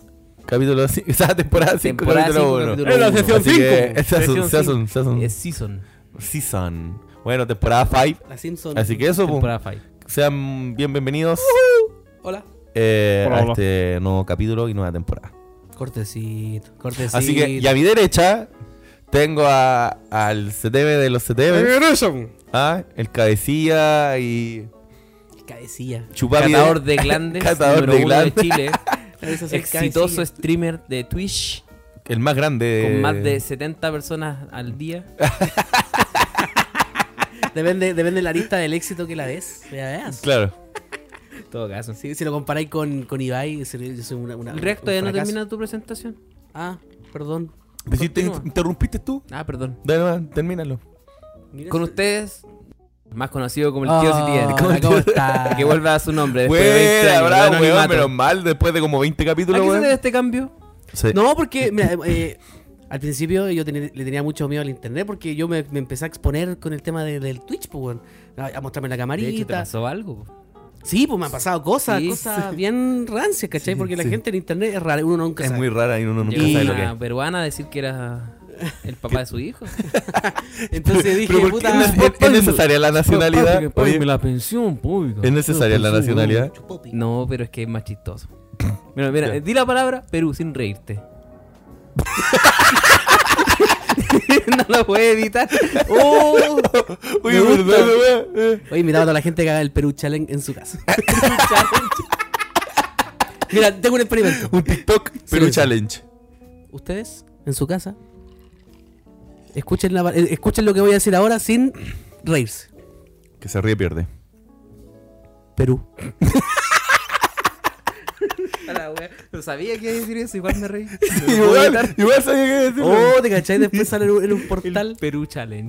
[SPEAKER 3] Capítulo 5. Esa temporada 5,
[SPEAKER 1] Temporada cinco,
[SPEAKER 3] capítulo 1.
[SPEAKER 1] capítulo uno.
[SPEAKER 3] Así que.
[SPEAKER 1] cinco. Sesión
[SPEAKER 3] Season, season, season.
[SPEAKER 1] Es season.
[SPEAKER 3] Season. Bueno, temporada 5.
[SPEAKER 2] La Simpson.
[SPEAKER 3] Así que eso, pues,
[SPEAKER 1] Temporada 5.
[SPEAKER 3] sean bien bienvenidos
[SPEAKER 2] Hola.
[SPEAKER 3] eh,
[SPEAKER 4] Hola,
[SPEAKER 3] a
[SPEAKER 4] hola.
[SPEAKER 3] este nuevo capítulo y nueva temporada.
[SPEAKER 2] Cortecito, cortecito.
[SPEAKER 3] Así que, y a mi derecha tengo a, al CTV de los CTV, ¿ah? el cabecilla y
[SPEAKER 2] Cabecilla.
[SPEAKER 3] chupapi.
[SPEAKER 1] Catador de glandes.
[SPEAKER 3] Catador
[SPEAKER 1] número
[SPEAKER 3] de
[SPEAKER 1] uno
[SPEAKER 3] glandes.
[SPEAKER 1] de Chile.
[SPEAKER 2] Eso es el
[SPEAKER 1] exitoso
[SPEAKER 2] cabecilla.
[SPEAKER 1] streamer de Twitch.
[SPEAKER 3] El más grande.
[SPEAKER 1] Con más de 70 personas al día.
[SPEAKER 2] Depende, depende de la lista del éxito que la des. Ya veas.
[SPEAKER 3] Claro.
[SPEAKER 1] todo caso.
[SPEAKER 2] Si, si lo comparáis con, con Ibai, sería- yo soy una. una
[SPEAKER 1] React,
[SPEAKER 2] un
[SPEAKER 1] todavía no
[SPEAKER 2] fracaso.
[SPEAKER 1] termina tu presentación.
[SPEAKER 2] Ah, perdón.
[SPEAKER 3] Pero si te
[SPEAKER 1] Continúa.
[SPEAKER 3] interrumpiste tú,
[SPEAKER 1] Ah, perdón.
[SPEAKER 3] dale, man, termínalo.
[SPEAKER 2] Mira este.
[SPEAKER 1] Con
[SPEAKER 2] ese-
[SPEAKER 1] ustedes, más conocido como el tío
[SPEAKER 2] Ah,
[SPEAKER 1] City.
[SPEAKER 2] ¿Cómo, está?
[SPEAKER 1] Que vuelva a su nombre. Después de 20
[SPEAKER 3] Bueno,
[SPEAKER 1] años, de
[SPEAKER 3] bravo, weón,
[SPEAKER 1] anonimato.
[SPEAKER 3] pero mal después de como 20
[SPEAKER 1] ¿A
[SPEAKER 3] capítulos,
[SPEAKER 1] qué se debe
[SPEAKER 3] weón.
[SPEAKER 1] este cambio?
[SPEAKER 3] Sí.
[SPEAKER 2] No, porque mira, eh, al principio yo tenía- le tenía mucho miedo al internet porque yo me, me empecé a exponer con el tema de- del Twitch, pues, weón. a, a mostrarme la
[SPEAKER 1] De hecho, te
[SPEAKER 2] camarita.
[SPEAKER 1] pasó algo.
[SPEAKER 2] Sí, pues me han pasado cosas,
[SPEAKER 1] Sí,
[SPEAKER 2] cosas bien rancias, ¿cachai? porque la gente en internet es rara, uno nunca
[SPEAKER 3] Es
[SPEAKER 2] sabe.
[SPEAKER 3] muy rara y uno nunca
[SPEAKER 1] Llegó
[SPEAKER 3] sabe lo que
[SPEAKER 1] una
[SPEAKER 3] es.
[SPEAKER 1] peruana a decir que era el papá de su hijo.
[SPEAKER 2] Entonces dije,
[SPEAKER 3] Pero ¿por qué
[SPEAKER 2] puta,
[SPEAKER 3] es, es- es necesaria la nacionalidad? Oye,
[SPEAKER 1] la pensión pública.
[SPEAKER 3] ¿Es necesaria la nacionalidad?
[SPEAKER 2] chupopi.
[SPEAKER 1] No, pero es que es más chistoso. Mira, mira,
[SPEAKER 3] Ya.
[SPEAKER 1] eh, di la palabra Perú sin reírte. no lo puede evitar.
[SPEAKER 2] ¡Oh!
[SPEAKER 3] Oye,
[SPEAKER 2] Me gusta.
[SPEAKER 3] verdad, weón. Eh.
[SPEAKER 2] Oye, miraba a toda la gente que haga el Perú Challenge en su casa. Mira, tengo un experimento.
[SPEAKER 3] Un TikTok Perú
[SPEAKER 2] sí.
[SPEAKER 3] Challenge.
[SPEAKER 2] Ustedes, en su casa, escuchen, la- eh, escuchen lo que voy a decir ahora sin reírse.
[SPEAKER 3] Que se ríe pierde.
[SPEAKER 2] Perú.
[SPEAKER 1] Pero sabía que iba a decir eso, igual me reí.
[SPEAKER 3] Igual, igual sabía que decirlo.
[SPEAKER 2] Oh, te cachai, después sale en un, en un portal.
[SPEAKER 1] Perú Challenge.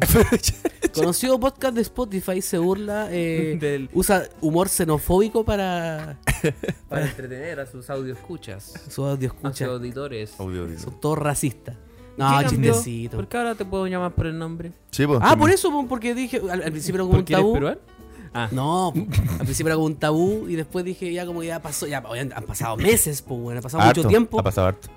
[SPEAKER 2] Conocido podcast de Spotify se burla, eh,
[SPEAKER 1] Del-
[SPEAKER 2] usa humor xenofóbico para
[SPEAKER 1] Para entretener a sus audio escuchas,
[SPEAKER 2] su audio
[SPEAKER 1] a sus
[SPEAKER 2] escucha.
[SPEAKER 1] auditores.
[SPEAKER 3] Audio, audio.
[SPEAKER 2] Son todos racistas.
[SPEAKER 1] ¿Qué
[SPEAKER 2] No,
[SPEAKER 1] cambió?
[SPEAKER 2] chistecito.
[SPEAKER 1] ¿Por qué ahora te puedo llamar por el nombre?
[SPEAKER 3] Sí, pues, po,
[SPEAKER 2] Ah,
[SPEAKER 3] también.
[SPEAKER 2] por eso, po, porque dije, al, al principio era como un
[SPEAKER 1] ¿Porque eres
[SPEAKER 2] tabú.
[SPEAKER 1] peruano? Ah,
[SPEAKER 2] No, po. al principio era como un tabú y después dije, ya como ya pasó, ya oye, han, han pasado meses, pues bueno, ha pasado
[SPEAKER 3] Harto.
[SPEAKER 2] mucho tiempo.
[SPEAKER 3] Ha pasado harto.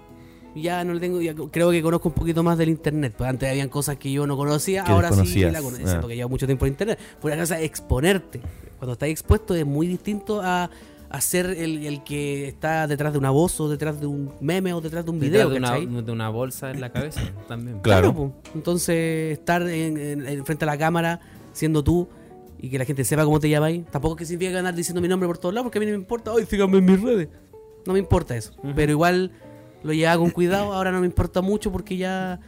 [SPEAKER 2] y Ya no le tengo, ya creo que conozco un poquito más del internet. Pues antes habían cosas que yo no conocía,
[SPEAKER 3] Que
[SPEAKER 2] ahora sí
[SPEAKER 3] desconocías.
[SPEAKER 2] la conocía,
[SPEAKER 3] Ah.
[SPEAKER 2] porque llevo mucho tiempo en internet. Por una cosa, exponerte. Cuando estás expuesto es muy distinto a, a ser el, el que está detrás de una voz o detrás de un meme o detrás de un video.
[SPEAKER 1] detrás de
[SPEAKER 2] ¿cachai?
[SPEAKER 1] una, de una bolsa en la cabeza también.
[SPEAKER 3] Claro.
[SPEAKER 2] po. Entonces, estar en, en- en frente a la cámara, siendo tú, y que la gente sepa cómo te llamáis, tampoco es que significa ganar diciendo mi nombre por todos lados, porque a mí no me importa, ay, síganme en mis redes. No me importa eso. Pero igual lo llevaba con cuidado, ahora no me importa mucho porque ya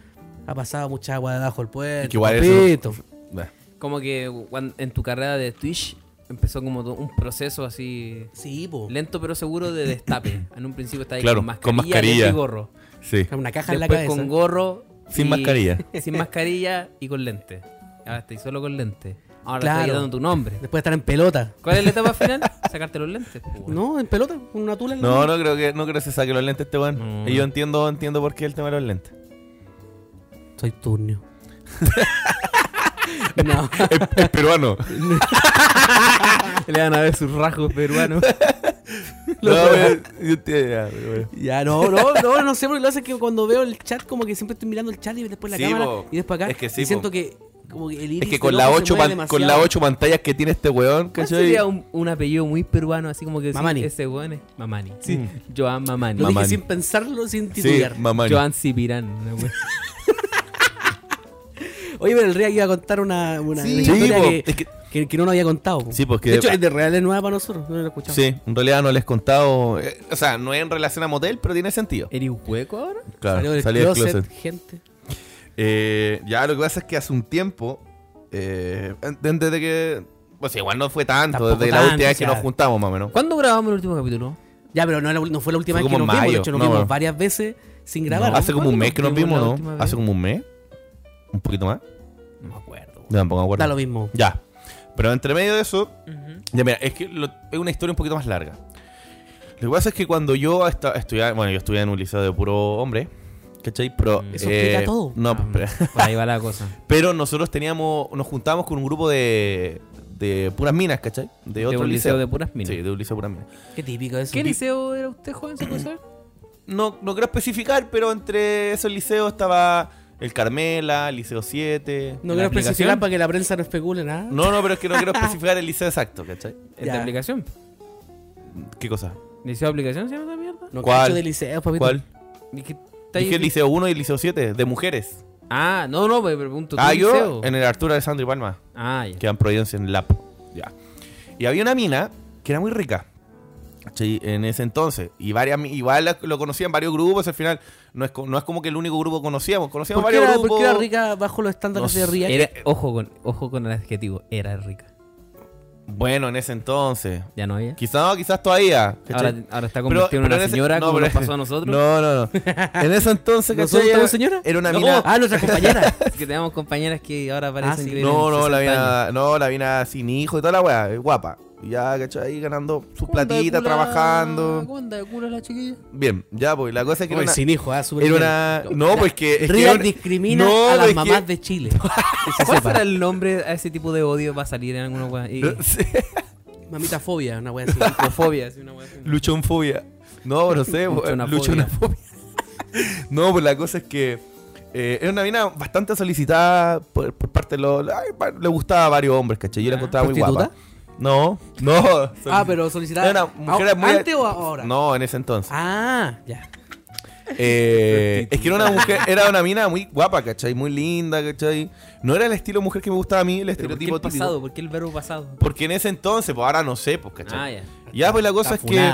[SPEAKER 2] ha pasado mucha agua debajo del puerto.
[SPEAKER 3] Y que igual eso-
[SPEAKER 2] papito.
[SPEAKER 3] Bah.
[SPEAKER 1] Como que cuan- en tu carrera de Twitch empezó como to- un proceso así
[SPEAKER 2] Sí, po.
[SPEAKER 1] lento pero seguro de destape. En un principio estaba ahí
[SPEAKER 3] Claro,
[SPEAKER 1] con
[SPEAKER 3] con
[SPEAKER 1] mascarilla,
[SPEAKER 3] mascarilla.
[SPEAKER 1] y gorro.
[SPEAKER 3] Sí.
[SPEAKER 2] Una caja en la
[SPEAKER 1] Después
[SPEAKER 2] cabeza.
[SPEAKER 1] con gorro.
[SPEAKER 3] Sin
[SPEAKER 1] y-
[SPEAKER 3] mascarilla.
[SPEAKER 1] Sin mascarilla y con lente. Ahora estoy solo con lente. Ahora
[SPEAKER 2] Claro.
[SPEAKER 1] estoy dando tu nombre.
[SPEAKER 2] Después de estar en pelota.
[SPEAKER 1] ¿Cuál es la etapa final? Sacarte los lentes. pues, bueno.
[SPEAKER 2] No, en pelota, con una tula. en la
[SPEAKER 3] No,
[SPEAKER 2] mano.
[SPEAKER 3] no creo que no creo que se saque los lentes este weón.
[SPEAKER 1] No.
[SPEAKER 3] Y yo entiendo, entiendo por qué el tema de los lentes.
[SPEAKER 2] Soy turnio. no.
[SPEAKER 3] Es, es peruano.
[SPEAKER 1] Le van a ver sus rasgos peruanos.
[SPEAKER 3] no, weón, yo te- ya, weón.
[SPEAKER 2] Ya, no, no, no, no sé por qué lo hace que cuando veo el chat, como que siempre estoy mirando el chat y después la
[SPEAKER 3] Sí,
[SPEAKER 2] cámara
[SPEAKER 3] bo.
[SPEAKER 2] y después acá.
[SPEAKER 3] Es que sí,
[SPEAKER 2] y siento
[SPEAKER 3] bo.
[SPEAKER 2] que como que el iris
[SPEAKER 3] Es que
[SPEAKER 2] del
[SPEAKER 3] con
[SPEAKER 2] ojo
[SPEAKER 3] las
[SPEAKER 2] se
[SPEAKER 3] ocho
[SPEAKER 2] mueve
[SPEAKER 3] pan- con las
[SPEAKER 2] demasiado.
[SPEAKER 3] ocho pantallas que tiene este weón,
[SPEAKER 1] ¿Cuál
[SPEAKER 3] ¿cachai?
[SPEAKER 1] sería un, un apellido muy peruano, así como que decir,
[SPEAKER 2] Mamani.
[SPEAKER 1] ese weón es Mamani. Sí,
[SPEAKER 3] Mm.
[SPEAKER 1] Joan Mamani.
[SPEAKER 2] Lo
[SPEAKER 3] Mamá.
[SPEAKER 2] dije sin pensarlo, sin
[SPEAKER 3] Sí,
[SPEAKER 2] titubear.
[SPEAKER 3] mamá.
[SPEAKER 1] Joan Cipirán. una wea.
[SPEAKER 2] Oye, pero el Real iba a contar una, una,
[SPEAKER 3] Sí,
[SPEAKER 2] una historia
[SPEAKER 3] bo.
[SPEAKER 2] que,
[SPEAKER 3] Es que-
[SPEAKER 2] que- que no nos había contado. bo.
[SPEAKER 3] Sí, porque-
[SPEAKER 2] de hecho, es de Real es nueva para nosotros, no lo escuchamos.
[SPEAKER 3] Sí, en realidad no les he contado. eh, o sea, no es en relación a motel, pero tiene sentido.
[SPEAKER 1] ¿Eres hueco ahora?
[SPEAKER 2] Eh, Salió
[SPEAKER 3] Claro,
[SPEAKER 2] del
[SPEAKER 3] salí del
[SPEAKER 2] closet,
[SPEAKER 3] closet.
[SPEAKER 2] gente.
[SPEAKER 3] Eh, ya lo que pasa es que hace un tiempo, eh, an- antes de que. Pues igual no fue tanto,
[SPEAKER 1] Tampoco
[SPEAKER 3] desde la
[SPEAKER 1] tanto,
[SPEAKER 3] última
[SPEAKER 1] o
[SPEAKER 3] vez que
[SPEAKER 1] sea.
[SPEAKER 3] nos juntamos más o menos.
[SPEAKER 1] ¿Cuándo grabamos el último capítulo?
[SPEAKER 2] Ya, pero no, era la- no fue la última
[SPEAKER 3] Fue
[SPEAKER 2] vez que
[SPEAKER 3] como
[SPEAKER 2] nos
[SPEAKER 3] en
[SPEAKER 2] vimos, de
[SPEAKER 3] mayo,
[SPEAKER 2] hecho nos
[SPEAKER 3] no,
[SPEAKER 2] vimos
[SPEAKER 3] bo.
[SPEAKER 2] varias veces sin grabar.
[SPEAKER 1] No.
[SPEAKER 3] Hace como un
[SPEAKER 1] ¿Cuándo
[SPEAKER 3] mes que nos
[SPEAKER 1] nos vimos
[SPEAKER 3] vimos,
[SPEAKER 1] la
[SPEAKER 3] ¿no?
[SPEAKER 1] última vez?
[SPEAKER 3] Hace como un mes. Un poquito más.
[SPEAKER 1] No me acuerdo.
[SPEAKER 3] No, tampoco me acuerdo.
[SPEAKER 2] Da lo mismo.
[SPEAKER 3] Ya. Pero entre medio de eso, ya mira, es que lo- es una historia un poquito más larga. Lo que pasa es que cuando yo esta- estudiaba, bueno, yo estudiaba en un liceo de puro hombre, ¿cachai? Pero, eh,
[SPEAKER 1] Mm.
[SPEAKER 2] Eso explica todo.
[SPEAKER 3] No,
[SPEAKER 1] Ah,
[SPEAKER 3] pero,
[SPEAKER 1] Por ahí va la cosa.
[SPEAKER 3] pero nosotros teníamos, nos juntábamos con un grupo de, de puras minas, ¿cachai? De
[SPEAKER 1] De
[SPEAKER 3] otro
[SPEAKER 1] un liceo
[SPEAKER 3] liceo.
[SPEAKER 1] de puras minas.
[SPEAKER 3] Sí, de un liceo de puras minas.
[SPEAKER 2] Qué típico eso.
[SPEAKER 1] ¿Qué liceo era usted, joven, se puede saber?
[SPEAKER 3] no, no quiero especificar, pero entre esos liceos estaba el Carmela, Liceo 7.
[SPEAKER 2] No quiero especificar
[SPEAKER 3] ¿La aplicación?
[SPEAKER 2] para que la prensa no especule nada.
[SPEAKER 3] No, no, pero es que no quiero especificar el liceo exacto, ¿cachai?
[SPEAKER 1] ¿Esta
[SPEAKER 2] Ya.
[SPEAKER 1] aplicación?
[SPEAKER 3] ¿Qué cosa?
[SPEAKER 1] ¿Liceo de aplicación se llama esa mierda?
[SPEAKER 2] No
[SPEAKER 3] ¿Cuál?
[SPEAKER 2] cacho de liceos, papito.
[SPEAKER 3] ¿Cuál?
[SPEAKER 1] Dije, está ahí-
[SPEAKER 3] Dije liceo 1 y liceo 7, de mujeres.
[SPEAKER 1] Ah, no, no, me pregunto. ¿tú
[SPEAKER 3] Ah,
[SPEAKER 1] liceo?
[SPEAKER 3] yo en el Arturo Alessandro y Palma,
[SPEAKER 1] Ah, ya.
[SPEAKER 3] que en Providencia, en LAP. Ya. Y había una mina que era muy rica. ¿cachai? En ese entonces. Y varias, mi- igual la- lo conocían varios grupos. Al final, no es, co- no es como que el único grupo que conocíamos. Conocíamos
[SPEAKER 2] ¿Por qué,
[SPEAKER 3] varios
[SPEAKER 2] era, por
[SPEAKER 3] grupos.
[SPEAKER 2] qué era rica bajo los estándares
[SPEAKER 3] No
[SPEAKER 2] de
[SPEAKER 3] sé,
[SPEAKER 2] Rihanna?
[SPEAKER 1] Era, ojo, con, ojo con el adjetivo, era rica.
[SPEAKER 3] Bueno, en ese entonces.
[SPEAKER 1] Ya no había.
[SPEAKER 3] Quizás no, quizás todavía. ¿cachai?
[SPEAKER 1] Ahora, ahora está convirtiendo en una
[SPEAKER 3] ese-
[SPEAKER 1] señora
[SPEAKER 3] no,
[SPEAKER 1] como
[SPEAKER 3] pero-
[SPEAKER 1] nos pasó a nosotros.
[SPEAKER 3] No, no, no. En ese entonces,
[SPEAKER 2] ¿Nosotros
[SPEAKER 3] ¿cachai?
[SPEAKER 2] estamos señora?
[SPEAKER 3] Era una
[SPEAKER 2] No,
[SPEAKER 3] mina.
[SPEAKER 2] Ah, nuestra compañera.
[SPEAKER 1] Es que tenemos compañeras que ahora parecen
[SPEAKER 2] Ah, sí.
[SPEAKER 1] que tienen
[SPEAKER 3] No, no, la
[SPEAKER 1] 60 años.
[SPEAKER 3] mina, no, la mina sin hijo y toda la weá, es guapa. Y Ya, ¿cachai? Ahí ganando sus
[SPEAKER 1] ¿Cómo anda de
[SPEAKER 3] platitas,
[SPEAKER 1] culo la-
[SPEAKER 3] trabajando.
[SPEAKER 1] ¿Cómo anda de culo la chiquilla?
[SPEAKER 3] Bien, ya, pues la cosa es que
[SPEAKER 2] Oye,
[SPEAKER 3] era una.
[SPEAKER 2] sin hijo, ah, súper
[SPEAKER 3] era
[SPEAKER 2] bien.
[SPEAKER 3] una- No, pues que. es que
[SPEAKER 2] Rihanna
[SPEAKER 3] ahora-
[SPEAKER 2] discrimina
[SPEAKER 3] No, pues
[SPEAKER 2] a
[SPEAKER 3] es
[SPEAKER 2] las
[SPEAKER 3] que-
[SPEAKER 2] mamás de Chile. Que se
[SPEAKER 1] ¿Cuál
[SPEAKER 2] sepa.
[SPEAKER 1] será el nombre a ese tipo de odio? Va a salir en alguna wea. Y...
[SPEAKER 2] Mamita fobia, una wea así.
[SPEAKER 1] Microfobia, así una wea así.
[SPEAKER 3] Luchonfobia. No, no sé,
[SPEAKER 1] Luchonafobia.
[SPEAKER 3] weón, luchonafobia. no, pues la cosa es que eh, era una mina bastante solicitada por, por parte de los. ay, pa- le gustaba a varios hombres, ¿cachai? Yo la
[SPEAKER 1] Ya.
[SPEAKER 3] encontraba muy
[SPEAKER 2] Ah, ¿Prostituta?
[SPEAKER 3] guapa. No, no.
[SPEAKER 2] Ah,
[SPEAKER 3] solici-
[SPEAKER 2] pero solicitada.
[SPEAKER 3] Era una mujer
[SPEAKER 2] ¿Ah,
[SPEAKER 3] muy-
[SPEAKER 2] ¿Antes o ahora?
[SPEAKER 3] No, en ese entonces.
[SPEAKER 2] Ah, ya.
[SPEAKER 3] Eh, es que era una mujer, era una mina muy guapa, ¿cachai? Muy linda, ¿cachai? No era el estilo mujer que me gustaba a mí,
[SPEAKER 1] ¿Pero
[SPEAKER 3] el
[SPEAKER 1] ¿Por qué
[SPEAKER 3] estereotipo
[SPEAKER 1] el
[SPEAKER 3] típico.
[SPEAKER 1] pasado? ¿Por qué el verbo pasado?
[SPEAKER 3] Porque en ese entonces, pues ahora no sé, pues,
[SPEAKER 1] Ah,
[SPEAKER 3] ¿cachai?
[SPEAKER 1] ya.
[SPEAKER 3] ya, pues la cosa es que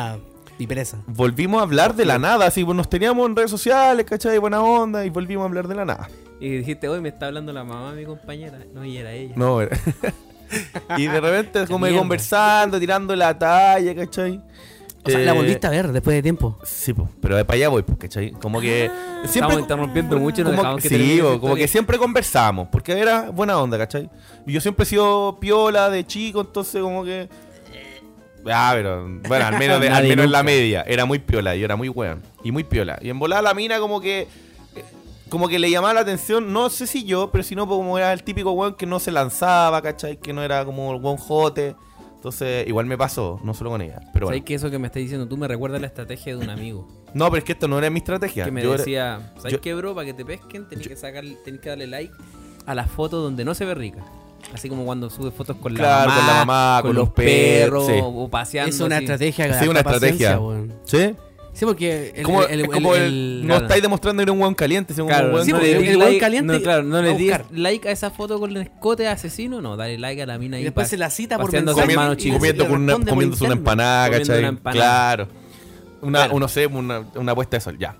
[SPEAKER 2] Y pereza.
[SPEAKER 3] volvimos a hablar de la nada, así, pues nos teníamos en redes sociales, ¿cachai? Buena onda, y volvimos a hablar de la nada.
[SPEAKER 1] Y dijiste, hoy me está hablando la mamá de mi compañera. No, y era ella.
[SPEAKER 3] No, era- Y de repente, como
[SPEAKER 2] mierda.
[SPEAKER 3] conversando, tirando la talla, ¿cachai?
[SPEAKER 2] O sea,
[SPEAKER 3] Eh,
[SPEAKER 2] la volviste a ver después de tiempo.
[SPEAKER 3] Sí, pues, pero para allá voy, pues, ¿cachai? Como que
[SPEAKER 1] Ah.
[SPEAKER 3] siempre
[SPEAKER 1] Estamos interrumpiendo mucho y nos
[SPEAKER 3] como
[SPEAKER 1] dejamos
[SPEAKER 3] que,
[SPEAKER 1] que
[SPEAKER 3] sí,
[SPEAKER 1] termine
[SPEAKER 3] bo,
[SPEAKER 1] esta
[SPEAKER 3] como que
[SPEAKER 1] historia.
[SPEAKER 3] siempre conversamos, porque era buena onda, ¿cachai? Y yo siempre he sido piola de chico, entonces como que... Ah, pero bueno, al menos, de- al
[SPEAKER 1] Nadie
[SPEAKER 3] menos en la
[SPEAKER 1] nunca.
[SPEAKER 3] media, era muy piola, yo era muy weón, y muy piola. Y en volada la mina como que... eh, Como que le llamaba la atención, no sé si yo, pero si no, pues como era el típico weón que no se lanzaba, ¿cachai? Que no era como el weón jote. Entonces, igual me pasó, no solo con ella. Pero
[SPEAKER 1] ¿Sabes
[SPEAKER 3] bueno.
[SPEAKER 1] que eso que me estás diciendo tú me recuerda a la estrategia de un amigo?
[SPEAKER 3] No, pero es que esto no era mi estrategia.
[SPEAKER 1] que me
[SPEAKER 3] Yo era-
[SPEAKER 1] decía, ¿sabes
[SPEAKER 3] yo-
[SPEAKER 1] qué, bro? Para que te pesquen, tenés que sacar, tenés que darle like a las fotos donde no se ve rica. Así como cuando sube fotos con la
[SPEAKER 3] Claro,
[SPEAKER 1] mamá,
[SPEAKER 3] con la mamá, con los
[SPEAKER 1] perros,
[SPEAKER 3] sí.
[SPEAKER 1] o paseando.
[SPEAKER 2] Es una
[SPEAKER 1] así.
[SPEAKER 2] estrategia.
[SPEAKER 3] Sí,
[SPEAKER 2] de
[SPEAKER 3] una
[SPEAKER 2] harta paciencia,
[SPEAKER 3] estrategia.
[SPEAKER 2] weón.
[SPEAKER 3] ¿Sí?
[SPEAKER 2] Sí, porque. el-
[SPEAKER 3] como,
[SPEAKER 2] el-
[SPEAKER 3] es
[SPEAKER 2] el-
[SPEAKER 3] como
[SPEAKER 2] el-
[SPEAKER 3] el-
[SPEAKER 2] el-
[SPEAKER 3] no
[SPEAKER 1] claro.
[SPEAKER 3] estáis demostrando que era un hueón caliente, sino
[SPEAKER 1] Claro,
[SPEAKER 3] un hueón
[SPEAKER 2] sí,
[SPEAKER 1] no
[SPEAKER 2] porque
[SPEAKER 1] le
[SPEAKER 2] el
[SPEAKER 1] di
[SPEAKER 2] hueón
[SPEAKER 1] like,
[SPEAKER 2] caliente
[SPEAKER 1] no, claro, no
[SPEAKER 2] va
[SPEAKER 1] le
[SPEAKER 2] a
[SPEAKER 1] di
[SPEAKER 2] buscar.
[SPEAKER 1] like a esa foto con el escote asesino, no, dale like a la mina
[SPEAKER 2] Y
[SPEAKER 1] ahí.
[SPEAKER 2] después
[SPEAKER 1] pa-
[SPEAKER 2] se la cita por
[SPEAKER 1] paseando
[SPEAKER 2] mensaje
[SPEAKER 1] con
[SPEAKER 2] y-
[SPEAKER 1] mano
[SPEAKER 2] y-
[SPEAKER 1] chica.
[SPEAKER 2] y-
[SPEAKER 3] comiendo con una,
[SPEAKER 2] responde por
[SPEAKER 3] comiéndose una
[SPEAKER 2] interno.
[SPEAKER 3] empanada,
[SPEAKER 1] Comiendo
[SPEAKER 3] ¿cachai?
[SPEAKER 1] una empanada.
[SPEAKER 3] Claro. Una,
[SPEAKER 1] Claro.
[SPEAKER 3] uno sé, una, una puesta de sol, ya.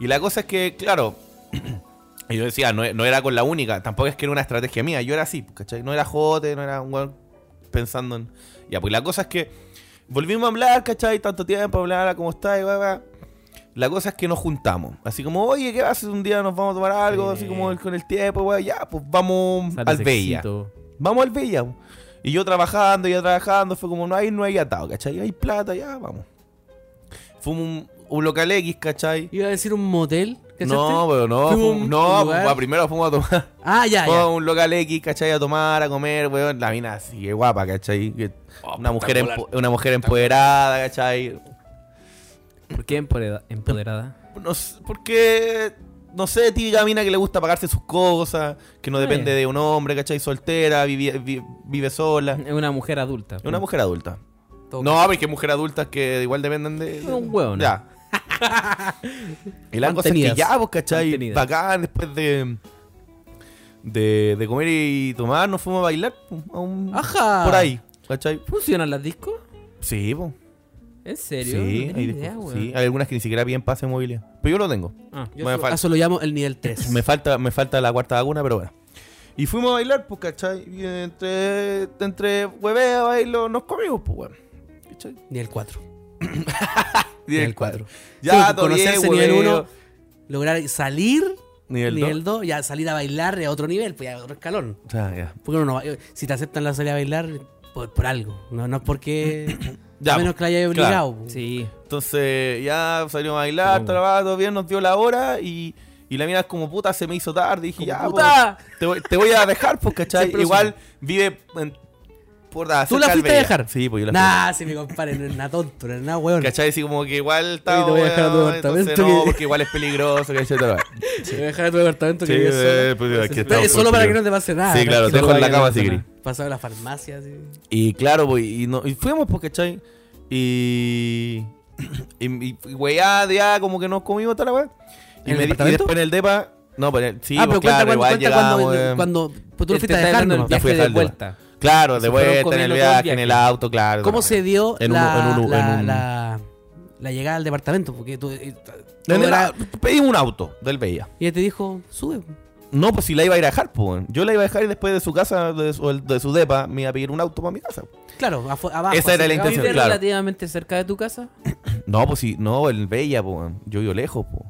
[SPEAKER 3] Y la cosa es que, claro, y yo decía, no, no era con la única, tampoco es que era una estrategia mía, yo era así, ¿cachai? No era jote, no era un hueón pensando en... Ya, pues la cosa es que volvimos a hablar, ¿cachai? Tanto tiempo, hablar, ¿cómo estás? Y va, va. La cosa es que nos juntamos. Así como, oye, ¿qué haces? Un día nos vamos a tomar algo,
[SPEAKER 1] Sí.
[SPEAKER 3] así como el- con el tiempo, weá, ya, pues vamos
[SPEAKER 1] Sale
[SPEAKER 3] al
[SPEAKER 1] sexito.
[SPEAKER 3] Bella. Vamos al Bella. po. Y yo trabajando, yo trabajando, fue como, no hay, no hay atado, ¿cachai? Hay plata, ya, vamos. Fuimos un, un local X, ¿cachai?
[SPEAKER 2] Iba a decir un motel. ¿cachaste?
[SPEAKER 3] No, pero no,
[SPEAKER 2] Fuimos a
[SPEAKER 3] fuimos-
[SPEAKER 2] un
[SPEAKER 3] no,
[SPEAKER 2] lugar.
[SPEAKER 3] pues, primero fuimos a tomar.
[SPEAKER 2] Ah, ya,
[SPEAKER 3] Fuimos a
[SPEAKER 2] ya.
[SPEAKER 3] un local X, ¿cachai? A tomar, a comer, weón. La mina sigue guapa, ¿cachai? Que- una, mujer empo- una mujer empoderada, ¿cachai?
[SPEAKER 1] ¿Por qué empoderada? empoderada?
[SPEAKER 3] No sé, porque, no sé, típica mina que le gusta pagarse sus cosas, que no
[SPEAKER 1] Ah,
[SPEAKER 3] depende
[SPEAKER 1] ya.
[SPEAKER 3] de un hombre, ¿cachai? Soltera, vivi- vi- vive, sola.
[SPEAKER 1] Es una mujer adulta.
[SPEAKER 3] Una mujer adulta.
[SPEAKER 2] Toca.
[SPEAKER 3] Mm. No, pero es que mujeres adultas que igual dependen de...
[SPEAKER 1] Es un hueón. ¿eh?
[SPEAKER 3] Ya. y la cosa es que
[SPEAKER 2] Contenidas.
[SPEAKER 3] ya, pues, ¿cachai?
[SPEAKER 1] Contenidas.
[SPEAKER 3] Bacán, después de... De, de comer y tomar, nos fuimos a bailar a un-
[SPEAKER 2] Ajá.
[SPEAKER 3] por ahí, ¿cachai?
[SPEAKER 1] ¿Funcionan las discos?
[SPEAKER 3] Sí, pues.
[SPEAKER 1] ¿En serio?
[SPEAKER 3] Sí,
[SPEAKER 1] no
[SPEAKER 3] hay
[SPEAKER 1] tenía idea,
[SPEAKER 3] discos-
[SPEAKER 1] weón.
[SPEAKER 3] sí, hay algunas que ni siquiera piden pase de movilidad. Pero yo lo tengo.
[SPEAKER 1] Ah.
[SPEAKER 2] Yo
[SPEAKER 3] Me
[SPEAKER 2] eso-
[SPEAKER 3] falta.
[SPEAKER 2] eso lo llamo el nivel 3.
[SPEAKER 3] Me falta, me falta la cuarta vacuna, pero bueno. Y fuimos a bailar, pues, ¿cachai? Y entre, entre huevea, bailo, nos comimos, pues, weón. ¿Cachai?
[SPEAKER 2] Nivel 4.
[SPEAKER 3] Y
[SPEAKER 2] Nivel 4.
[SPEAKER 3] Ya, todo bien,
[SPEAKER 2] conocerse nivel
[SPEAKER 3] hueveo.
[SPEAKER 2] 1, lograr salir,
[SPEAKER 3] Nivel
[SPEAKER 2] nivel
[SPEAKER 3] 2.
[SPEAKER 2] 2, ya salir a bailar a otro nivel, pues ya a otro escalón.
[SPEAKER 3] Ya, ya.
[SPEAKER 2] Porque uno no va- eh, si te aceptan la salida a bailar, por, por algo. No, no es porque.
[SPEAKER 3] Ya,
[SPEAKER 2] a menos
[SPEAKER 3] po,
[SPEAKER 2] que la hayas
[SPEAKER 3] claro.
[SPEAKER 2] obligado. pues. po.
[SPEAKER 1] Sí.
[SPEAKER 3] Entonces, ya salimos a bailar,
[SPEAKER 1] Supongo.
[SPEAKER 3] trabajando todo bien, nos dio la hora y, y la mina es como puta, se me hizo tarde. Y dije,
[SPEAKER 1] Como
[SPEAKER 3] ya,
[SPEAKER 1] puta.
[SPEAKER 3] pues, te, voy, te voy a dejar, pues, ¿cachai?
[SPEAKER 1] Siempre lo
[SPEAKER 3] Igual vive en- puta,
[SPEAKER 2] ¿Tú la
[SPEAKER 3] cerca del
[SPEAKER 2] fuiste a
[SPEAKER 3] Bella.
[SPEAKER 2] dejar?
[SPEAKER 3] Sí, pues yo la
[SPEAKER 2] Nah, si mi compadre no es nada tonto, no es nada weón.
[SPEAKER 3] fui. ¿Cachai? Así como que igual
[SPEAKER 2] Oye,
[SPEAKER 3] estaba.
[SPEAKER 2] te voy a dejar a tu
[SPEAKER 3] bueno,
[SPEAKER 2] apartamento
[SPEAKER 3] entonces No,
[SPEAKER 2] que-
[SPEAKER 3] porque igual es peligroso, ¿cachai? Te lo-
[SPEAKER 2] Te voy a dejar a tu departamento que
[SPEAKER 3] Sí,
[SPEAKER 2] vives
[SPEAKER 3] eh,
[SPEAKER 2] sola.
[SPEAKER 3] pues, aquí
[SPEAKER 2] Pero
[SPEAKER 3] estamos,
[SPEAKER 2] es solo
[SPEAKER 3] pues,
[SPEAKER 2] para que
[SPEAKER 3] tío.
[SPEAKER 2] no te pase nada.
[SPEAKER 3] Sí, claro,
[SPEAKER 2] Solo
[SPEAKER 3] te dejo
[SPEAKER 2] para
[SPEAKER 3] en la
[SPEAKER 2] que
[SPEAKER 3] cama,
[SPEAKER 2] no te
[SPEAKER 3] sí,
[SPEAKER 2] pase
[SPEAKER 3] Gris.
[SPEAKER 2] nada. Pasado a la farmacia, así.
[SPEAKER 3] Y claro, pues, y, no, y fuimos, pues, ¿cachai? Y. Y, y, y weá, de ya, como que nos comimos toda la weá.
[SPEAKER 2] ¿En
[SPEAKER 3] Y,
[SPEAKER 2] el
[SPEAKER 3] me di- y
[SPEAKER 2] departamento?
[SPEAKER 3] después en el depa. No, pero sí,
[SPEAKER 2] ah,
[SPEAKER 3] pues,
[SPEAKER 2] pero cuenta
[SPEAKER 3] claro,
[SPEAKER 2] cuando,
[SPEAKER 3] igual
[SPEAKER 2] cuenta
[SPEAKER 3] llegábamos,
[SPEAKER 2] cuando,
[SPEAKER 3] eh,
[SPEAKER 2] cuando pues tú lo
[SPEAKER 1] Él te
[SPEAKER 2] fuiste a
[SPEAKER 1] está
[SPEAKER 2] dejar,
[SPEAKER 1] hablando del
[SPEAKER 2] nomás.
[SPEAKER 3] La fui a
[SPEAKER 1] viaje de
[SPEAKER 3] dejar,
[SPEAKER 1] vuelta.
[SPEAKER 3] Claro,
[SPEAKER 1] Se
[SPEAKER 3] de
[SPEAKER 1] fueron
[SPEAKER 3] vuelta, en el
[SPEAKER 1] comiendo todo el
[SPEAKER 3] viaje, en el
[SPEAKER 1] viaje.
[SPEAKER 3] auto, claro.
[SPEAKER 2] ¿Cómo
[SPEAKER 3] no.
[SPEAKER 2] se dio
[SPEAKER 3] En un-
[SPEAKER 2] la,
[SPEAKER 3] en un-
[SPEAKER 2] la,
[SPEAKER 3] en un-
[SPEAKER 2] la- la llegada al departamento? Porque tú, eh, todo
[SPEAKER 3] En el
[SPEAKER 2] era-
[SPEAKER 3] au- Pedimos un auto del Bella.
[SPEAKER 2] y ella te dijo, sube.
[SPEAKER 3] No, pues si la iba a ir a dejar, pues. Yo la iba a dejar y después de su casa, de su, de su depa, me iba a pedir un auto para mi casa.
[SPEAKER 2] Claro, afo- abajo.
[SPEAKER 3] Esa era
[SPEAKER 2] así,
[SPEAKER 3] la
[SPEAKER 2] abajo.
[SPEAKER 3] intención.
[SPEAKER 1] ¿Vives
[SPEAKER 3] claro.
[SPEAKER 1] relativamente cerca de tu casa?
[SPEAKER 3] No, pues si, no, el Bella, pues. Yo vivo lejos, pues.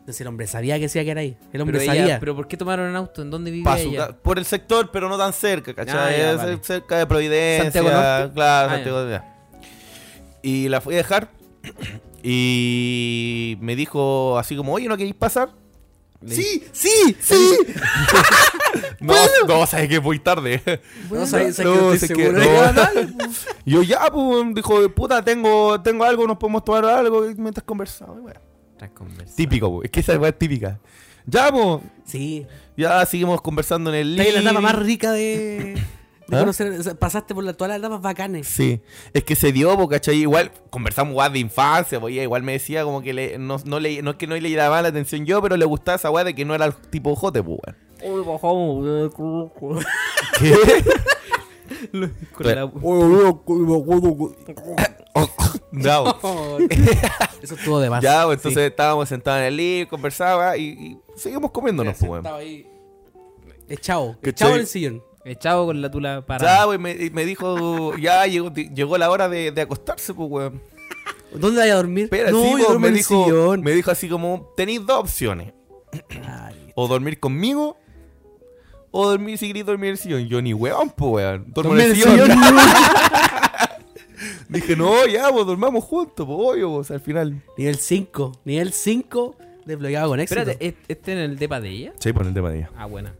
[SPEAKER 2] Entonces el hombre sabía que decía que era ahí. El hombre
[SPEAKER 1] Pero,
[SPEAKER 2] sabía.
[SPEAKER 1] ella, pero ¿por qué tomaron un auto? ¿En dónde vive
[SPEAKER 3] Pa' su
[SPEAKER 1] ella?
[SPEAKER 3] ca- por el sector, pero no tan cerca,
[SPEAKER 1] Ah,
[SPEAKER 3] ¿cachai?
[SPEAKER 1] ya,
[SPEAKER 3] Es
[SPEAKER 1] vale.
[SPEAKER 3] cerca de Providencia,
[SPEAKER 1] Santiago Norte.
[SPEAKER 3] claro,
[SPEAKER 1] Ah,
[SPEAKER 3] Santiago ya. Y la fui a dejar y me dijo así como, oye, ¿no queréis pasar? Sí, sí, sí. no, no, sabes que voy tarde.
[SPEAKER 2] No, sabía- sabía
[SPEAKER 3] No,
[SPEAKER 2] que
[SPEAKER 3] sé
[SPEAKER 2] estoy
[SPEAKER 3] que-
[SPEAKER 2] seguro.
[SPEAKER 3] no.
[SPEAKER 2] Ya, dale, po.
[SPEAKER 3] Y yo ya, pues, dijo, puta, tengo, tengo algo, nos podemos tomar algo mientras conversamos. Y bueno,
[SPEAKER 1] Estás conversando.
[SPEAKER 3] Típico, pues, es que esa weá es típica. Ya, pues,
[SPEAKER 2] Sí.
[SPEAKER 3] ya seguimos conversando en el
[SPEAKER 2] Está ahí la etapa
[SPEAKER 3] living.
[SPEAKER 2] más rica de, de
[SPEAKER 3] ¿Ah?
[SPEAKER 2] conocer. o sea, pasaste por la, todas las etapas bacanes.
[SPEAKER 3] Sí, es que se dio, po, ¿cachai? Igual conversamos weas de infancia, po, y ella igual me decía como que le- no, no, le, no es que no le llamaba la atención yo, pero le gustaba esa wea de que no era el tipo jote, pues, weón.
[SPEAKER 1] Uy, bajamos. eh, cu- cu- Con la...
[SPEAKER 3] Ya, po.
[SPEAKER 2] Eso estuvo de más.
[SPEAKER 3] Ya, po, entonces estábamos sentados en el living, conversaba y, y seguimos comiéndonos, pues, weón.
[SPEAKER 1] Estaba ahí
[SPEAKER 2] Echado.
[SPEAKER 3] ¿Cachai?
[SPEAKER 2] Echado en el sillón.
[SPEAKER 1] Echado con la tula
[SPEAKER 3] Ya,
[SPEAKER 1] parada.
[SPEAKER 3] po, y me, y me dijo, ya llegó, llegó la hora de, de acostarse, pues, weón.
[SPEAKER 2] ¿Dónde vaya a dormir?
[SPEAKER 3] Pero
[SPEAKER 2] no,
[SPEAKER 3] sí, po,
[SPEAKER 2] duermo
[SPEAKER 3] me,
[SPEAKER 2] en el
[SPEAKER 3] dijo,
[SPEAKER 2] sillón.
[SPEAKER 3] me dijo así como, tenéis dos opciones.
[SPEAKER 2] Ay,
[SPEAKER 3] O dormir conmigo. O dormir, si querés dormir en el sillón. Yo ni weón, pues weón. Dormo en el
[SPEAKER 2] dormí en el
[SPEAKER 3] sillón.
[SPEAKER 2] sillón.
[SPEAKER 3] Dije, no, ya, pues dormamos juntos, pues obvio, pues al final.
[SPEAKER 2] Nivel 5. Nivel 5 desbloqueado con éxito.
[SPEAKER 3] eh.
[SPEAKER 1] Espérate, ¿est- ¿este en el depa de ella?
[SPEAKER 3] Sí, por el tema de ella.
[SPEAKER 1] Ah, buena.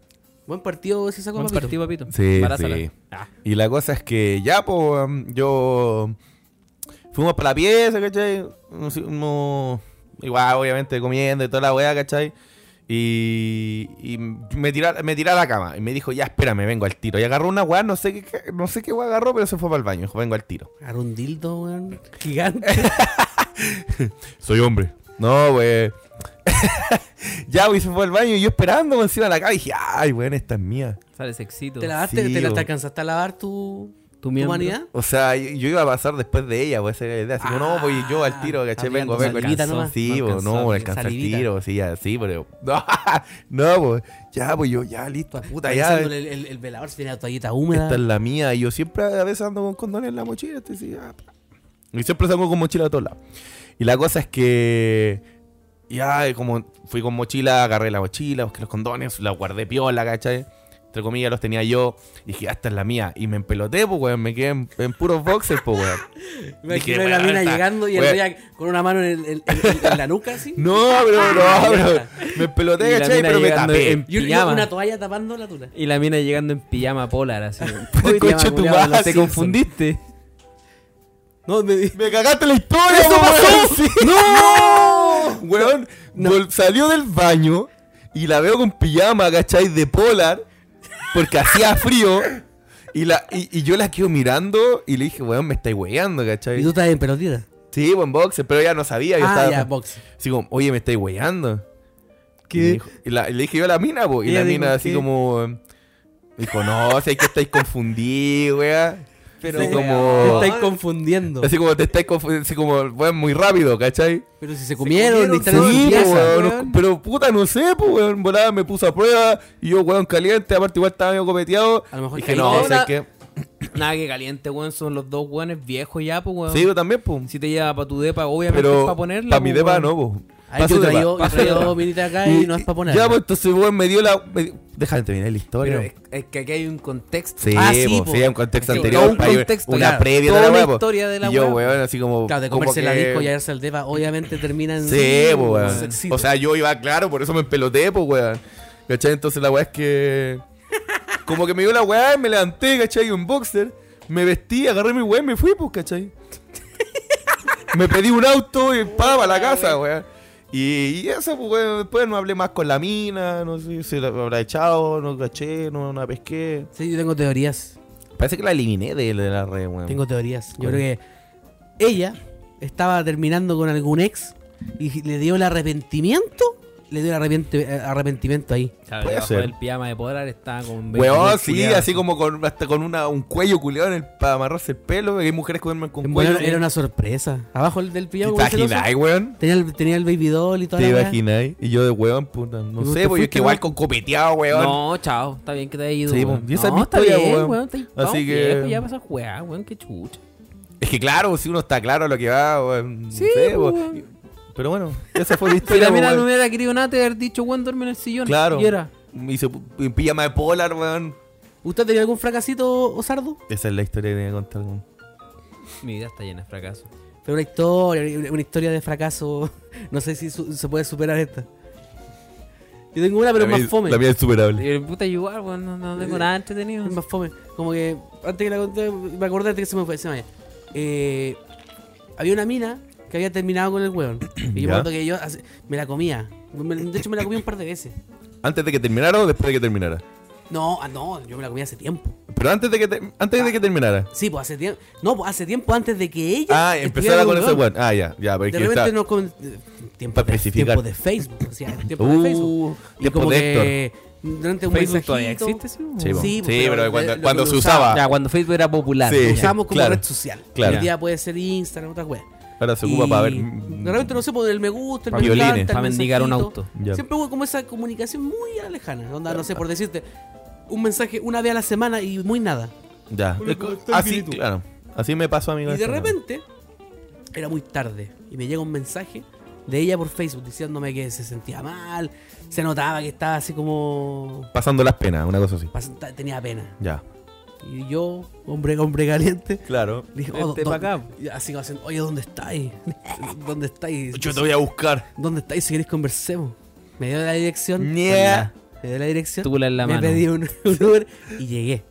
[SPEAKER 2] Buen partido se sacó
[SPEAKER 1] Buen
[SPEAKER 2] papito.
[SPEAKER 1] partido, papito.
[SPEAKER 3] Sí,
[SPEAKER 1] Embarázala.
[SPEAKER 3] sí.
[SPEAKER 1] Ah,
[SPEAKER 3] Y la cosa es que ya, pues weón, yo. Fuimos para la pieza, ¿cachai? Nos- no- Igual, obviamente, comiendo y toda la weá, ¿cachai? Y, y me tiró me tiré a la cama. Y me dijo, ya, espérame, vengo al tiro. Y agarró una weá, no sé qué- qué, no sé qué weá agarró, pero se fue para el baño. Dijo, vengo al tiro.
[SPEAKER 2] Agarró un dildo, weón. Gigante.
[SPEAKER 3] Soy hombre. No, güey. ya, güey, se fue al baño y yo esperando weón, encima de la cama. Y dije, ay, weón, esta es mía.
[SPEAKER 1] sale sexito.
[SPEAKER 2] ¿Te lavaste?
[SPEAKER 3] Sí,
[SPEAKER 2] ¿Te, la-
[SPEAKER 3] weón.
[SPEAKER 2] te alcanzaste a lavar tu,
[SPEAKER 1] Tu
[SPEAKER 2] tu
[SPEAKER 1] miembro.
[SPEAKER 2] humanidad?
[SPEAKER 3] O sea, yo, yo iba a pasar después de ella, güey, esa era la idea. Así como, no, voy yo al tiro,
[SPEAKER 2] Ah,
[SPEAKER 3] ¿cachai? Vengo,
[SPEAKER 2] también,
[SPEAKER 3] vengo.
[SPEAKER 2] salivita
[SPEAKER 3] alcanzó.
[SPEAKER 2] nomás.
[SPEAKER 3] Sí,
[SPEAKER 1] No
[SPEAKER 3] güey,
[SPEAKER 1] alcanzó,
[SPEAKER 3] no,
[SPEAKER 1] ni
[SPEAKER 3] güey, alcanzó el
[SPEAKER 2] salivita.
[SPEAKER 3] tiro, sí, así, pero. No, no, güey. Ya, pues yo, ya, listo, puta, ya. eh.
[SPEAKER 2] Revisándole El, el- el velador si tiene la toallita húmeda.
[SPEAKER 3] Esta es la mía. Y yo siempre a veces ando con condones en la mochila. Este, sí, ah, pa. y siempre salgo con mochila a todos lados. Y la cosa es que. Ya, y como fui con mochila, agarré la mochila, busqué los condones, la guardé piola, ¿cachai? Entre comillas, los tenía yo. Y dije, ah, esta es la mía. Y me empeloté, pues, weón. Me quedé en, en puros boxers, pues, weón.
[SPEAKER 2] Me
[SPEAKER 3] Dije,
[SPEAKER 2] imagino la
[SPEAKER 3] "Weón,
[SPEAKER 2] mina
[SPEAKER 3] esta-
[SPEAKER 2] llegando y el
[SPEAKER 3] weón".
[SPEAKER 2] veía con una mano en, el- en- en- en la nuca así.
[SPEAKER 3] No, bro, no, bro.
[SPEAKER 1] Y
[SPEAKER 3] Me empeloté,
[SPEAKER 1] la
[SPEAKER 3] ¿cachai?
[SPEAKER 1] mina
[SPEAKER 3] Pero me
[SPEAKER 1] llegando
[SPEAKER 3] tapé.
[SPEAKER 1] en-
[SPEAKER 2] Y un- y
[SPEAKER 1] Pijama.
[SPEAKER 2] una toalla tapando la tula.
[SPEAKER 1] Y la mina llegando en pijama polar, así.
[SPEAKER 3] Uy, Concha tu
[SPEAKER 1] culiao,
[SPEAKER 3] madre,
[SPEAKER 1] te
[SPEAKER 3] Simpson.
[SPEAKER 1] confundiste.
[SPEAKER 2] No, me di-
[SPEAKER 3] Me cagaste la historia,
[SPEAKER 2] ¡Eso
[SPEAKER 3] po, weón!
[SPEAKER 2] pasó!
[SPEAKER 3] Sí. ¡No! Weón, vol- salió del baño y la veo con pijama, ¿cachai? De polar, porque hacía frío. Y, la, y, y yo la quedo mirando y le dije, weón, me estáis weando,
[SPEAKER 2] Y tú
[SPEAKER 3] ¿cachai?
[SPEAKER 2] estás en pelotita.
[SPEAKER 3] Sí, buen boxer, pero ella no sabía. Yo
[SPEAKER 2] Ah,
[SPEAKER 3] estaba
[SPEAKER 2] ya, box.
[SPEAKER 3] así como, oye, me estáis weando.
[SPEAKER 1] ¿Qué?
[SPEAKER 3] Y, me dijo- y la- y le dije yo a la mina, po, y
[SPEAKER 1] Ella
[SPEAKER 3] la
[SPEAKER 1] dijo,
[SPEAKER 3] mina así
[SPEAKER 1] ¿qué?
[SPEAKER 3] como... em, Dijo, no, si es que estáis confundidos, weón.
[SPEAKER 1] Pero,
[SPEAKER 3] Sí,
[SPEAKER 1] weón.
[SPEAKER 3] como-
[SPEAKER 2] Te
[SPEAKER 3] Oh.
[SPEAKER 2] estáis confundiendo.
[SPEAKER 3] Así como te estáis confundiendo, así como, weón, muy rápido, ¿cachai?
[SPEAKER 2] Pero si se comieron,
[SPEAKER 1] comieron,
[SPEAKER 2] dictaron
[SPEAKER 1] Pero
[SPEAKER 3] Sí,
[SPEAKER 2] su
[SPEAKER 3] po,
[SPEAKER 2] pieza.
[SPEAKER 3] weón,
[SPEAKER 1] weón.
[SPEAKER 3] no- pero puta, no sé, pues, weón. Volada me puso a prueba y yo, weón, caliente. Aparte, igual estaba medio copeteado.
[SPEAKER 2] A lo mejor
[SPEAKER 3] dije,
[SPEAKER 1] caliente.
[SPEAKER 3] no, ¿sabes qué?
[SPEAKER 1] Nada que caliente, weón. Son los dos weones viejos ya, pues, weón.
[SPEAKER 3] Sí, yo también, pues.
[SPEAKER 1] Si te lleva para tu depa, obviamente
[SPEAKER 3] Pero
[SPEAKER 1] es para ponerla.
[SPEAKER 3] pa' mi
[SPEAKER 1] pues,
[SPEAKER 3] depa
[SPEAKER 1] weón.
[SPEAKER 3] no, pues.
[SPEAKER 2] Ahí yo traigo, yo traigo minita acá y, no es para poner.
[SPEAKER 3] Ya, pues, entonces, weón, me dio la. me dio- Déjame terminar la historia.
[SPEAKER 1] Pero es, es que aquí hay un contexto.
[SPEAKER 3] pues, Sí,
[SPEAKER 2] Ah, sí,
[SPEAKER 3] po,
[SPEAKER 2] po.
[SPEAKER 3] sí, hay un contexto
[SPEAKER 1] Es que
[SPEAKER 3] anterior,
[SPEAKER 1] todo un
[SPEAKER 3] pa' ir-
[SPEAKER 1] contexto,
[SPEAKER 3] una
[SPEAKER 1] claro.
[SPEAKER 3] previa
[SPEAKER 1] Toda
[SPEAKER 3] de la
[SPEAKER 1] una
[SPEAKER 3] weá, po.
[SPEAKER 1] historia de la
[SPEAKER 3] Y yo,
[SPEAKER 1] weá.
[SPEAKER 3] weón, así como.
[SPEAKER 2] Claro, de
[SPEAKER 3] como
[SPEAKER 2] comerse la
[SPEAKER 3] que-
[SPEAKER 2] disco y hallarse al depa, obviamente termina en.
[SPEAKER 3] Sí, pues, weón.
[SPEAKER 2] sexito.
[SPEAKER 3] O sea, yo iba claro, por eso me empeloté, pues, weón. ¿Cachai? Entonces la weá es que. Como que me dio la weá y me levanté, ¿cachai? Un boxer. me vestí, agarré mi weón y me fui, pues, ¿cachai? me pedí un auto y pa, para la casa, weón. Y, y eso, pues, weón, después no hablé más con la mina, no sé si la habrá echado, no caché, no, no la pesqué.
[SPEAKER 2] Sí, yo tengo teorías.
[SPEAKER 3] Parece que la eliminé de, de la red, weón.
[SPEAKER 2] Tengo teorías. Yo
[SPEAKER 3] ¿Cuál?
[SPEAKER 2] creo que ella estaba terminando con algún ex y le dio el arrepentimiento. Le dio el arrepenti- eh, arrepentimiento ahí.
[SPEAKER 1] Claro,
[SPEAKER 3] Puede
[SPEAKER 1] debajo
[SPEAKER 3] ser.
[SPEAKER 1] del pijama de Podrar estaba con
[SPEAKER 3] Weón,
[SPEAKER 1] 20.000
[SPEAKER 3] sí,
[SPEAKER 1] culiados.
[SPEAKER 3] así como con, hasta con una, un cuello culiado en el, para amarrarse el pelo. que Hay mujeres que duermen con
[SPEAKER 2] En
[SPEAKER 3] cuello.
[SPEAKER 2] verdad era una sorpresa. Abajo el del
[SPEAKER 3] ¿Te
[SPEAKER 2] pillado. como el celoso,
[SPEAKER 3] imagináis, weón?
[SPEAKER 2] Tenía el, tenía el baby doll y toda
[SPEAKER 3] ¿Te
[SPEAKER 2] la weá.
[SPEAKER 3] imagináis? Y yo de weón, puta. No
[SPEAKER 2] Y vos
[SPEAKER 3] sé,
[SPEAKER 2] te
[SPEAKER 3] pues yo
[SPEAKER 2] fuiste,
[SPEAKER 3] que igual
[SPEAKER 2] weón.
[SPEAKER 3] con copeteado, weón.
[SPEAKER 1] No, chao, está bien que te haya ido.
[SPEAKER 3] Sí,
[SPEAKER 1] weón.
[SPEAKER 3] pues, y esa es
[SPEAKER 1] no,
[SPEAKER 3] mi
[SPEAKER 1] está
[SPEAKER 3] historia,
[SPEAKER 1] bien,
[SPEAKER 3] weón.
[SPEAKER 1] weón. Así
[SPEAKER 3] Así que-
[SPEAKER 1] que. ya pasa weá, weón, qué chucha.
[SPEAKER 3] Es que claro, si uno está claro a lo que va, weón. no sé,
[SPEAKER 1] pues,
[SPEAKER 3] weón.
[SPEAKER 1] weón.
[SPEAKER 3] Pero bueno, esa fue mi
[SPEAKER 1] Si
[SPEAKER 3] historia. pues,
[SPEAKER 1] la mina
[SPEAKER 3] weón.
[SPEAKER 1] no hubiera querido nada, te hubiera dicho, weón, duerme en el sillón.
[SPEAKER 3] Claro.
[SPEAKER 1] Y era.
[SPEAKER 3] Y se pu- en pijama de polar, weón.
[SPEAKER 2] ¿Usted tenía algún fracasito, Osardo?
[SPEAKER 3] Esa es la historia que tenía que contar. weón.
[SPEAKER 1] Mi vida está llena de fracaso.
[SPEAKER 2] Pero una historia, una- una historia de fracaso. No sé si su- se puede superar esta. Yo tengo una, pero es
[SPEAKER 3] La mía
[SPEAKER 2] más
[SPEAKER 3] es-
[SPEAKER 2] fome.
[SPEAKER 3] La mía es superable.
[SPEAKER 1] Y el puta igual, weón, no, no tengo nada entretenido.
[SPEAKER 2] Es más fome. Como que antes que la conté, me acordé antes que se me fue. Se me vaya. Eh, había una mina que había terminado con el weón. Y yo
[SPEAKER 3] Ya.
[SPEAKER 2] me acuerdo que yo hace- me la comía. Me- De hecho, me la comía un par de veces.
[SPEAKER 3] ¿Antes de que terminara o después de que terminara?
[SPEAKER 2] No, ah, no, yo me la comía hace tiempo.
[SPEAKER 3] Pero antes de que, te- antes de que terminara.
[SPEAKER 2] Sí, pues hace tiempo. No, pues hace tiempo antes de que ella.
[SPEAKER 3] Ah,
[SPEAKER 2] estuviera
[SPEAKER 3] empezara con
[SPEAKER 2] el
[SPEAKER 3] ese weón. Ah, ya, ya,
[SPEAKER 2] De
[SPEAKER 3] porque
[SPEAKER 2] repente
[SPEAKER 3] está.
[SPEAKER 2] nos comen- tiempo,
[SPEAKER 3] Para
[SPEAKER 2] de,
[SPEAKER 3] especificar.
[SPEAKER 2] tiempo de Facebook. O sea, tiempo
[SPEAKER 3] Uh,
[SPEAKER 2] de Facebook. Y
[SPEAKER 3] tiempo
[SPEAKER 2] como
[SPEAKER 3] de
[SPEAKER 2] que durante un
[SPEAKER 1] Facebook
[SPEAKER 2] mensajito,
[SPEAKER 1] todavía existe, sí. weón?
[SPEAKER 3] Sí, po.
[SPEAKER 2] Sí,
[SPEAKER 3] sí,
[SPEAKER 2] pues, pero
[SPEAKER 3] pero
[SPEAKER 2] de-
[SPEAKER 3] cuando,
[SPEAKER 2] lo
[SPEAKER 3] cuando
[SPEAKER 2] que
[SPEAKER 3] se
[SPEAKER 2] usaba.
[SPEAKER 3] usaba.
[SPEAKER 1] Ya, cuando Facebook era popular.
[SPEAKER 3] Sí.
[SPEAKER 2] lo usamos como
[SPEAKER 3] claro,
[SPEAKER 2] red social.
[SPEAKER 3] claro.
[SPEAKER 2] Hoy día puede ser Instagram, otras weas.
[SPEAKER 3] Ahora se ocupa
[SPEAKER 2] Y
[SPEAKER 3] para ver. mm,
[SPEAKER 2] De repente no sé, por el me gusta, el
[SPEAKER 3] Para
[SPEAKER 2] me encanta,
[SPEAKER 3] violines.
[SPEAKER 2] el
[SPEAKER 1] Para mendigar un
[SPEAKER 2] mensajito.
[SPEAKER 1] auto. Ah.
[SPEAKER 3] Ya.
[SPEAKER 2] Siempre hubo como esa comunicación muy a la lejana. Onda, no sé, por decirte, un mensaje una vez a la semana y muy nada.
[SPEAKER 3] Ya.
[SPEAKER 2] Por lo que está
[SPEAKER 3] Así,
[SPEAKER 2] infinito.
[SPEAKER 3] claro. Así me pasó a mí. con este
[SPEAKER 2] Y de
[SPEAKER 3] esta weá.
[SPEAKER 2] repente, era muy tarde, y me llega un mensaje de ella por Facebook diciéndome que se sentía mal, se notaba que estaba así como...
[SPEAKER 3] Pasando las penas, una cosa así.
[SPEAKER 2] pas- ta- tenía pena.
[SPEAKER 3] Ya.
[SPEAKER 2] Y yo, hombre, hombre caliente,
[SPEAKER 3] Claro.
[SPEAKER 2] le dije,
[SPEAKER 1] Vente
[SPEAKER 2] do-
[SPEAKER 1] pa' acá.
[SPEAKER 2] y así como haciendo, oye, ¿dónde estáis? ¿Dónde estáis?
[SPEAKER 3] Yo te voy a buscar.
[SPEAKER 2] ¿Dónde estáis si queréis conversemos? Me dio la dirección.
[SPEAKER 3] Yeah.
[SPEAKER 2] Me dio la dirección.
[SPEAKER 1] Tula en la
[SPEAKER 2] me
[SPEAKER 1] mano.
[SPEAKER 2] pedí un, un Uber y llegué.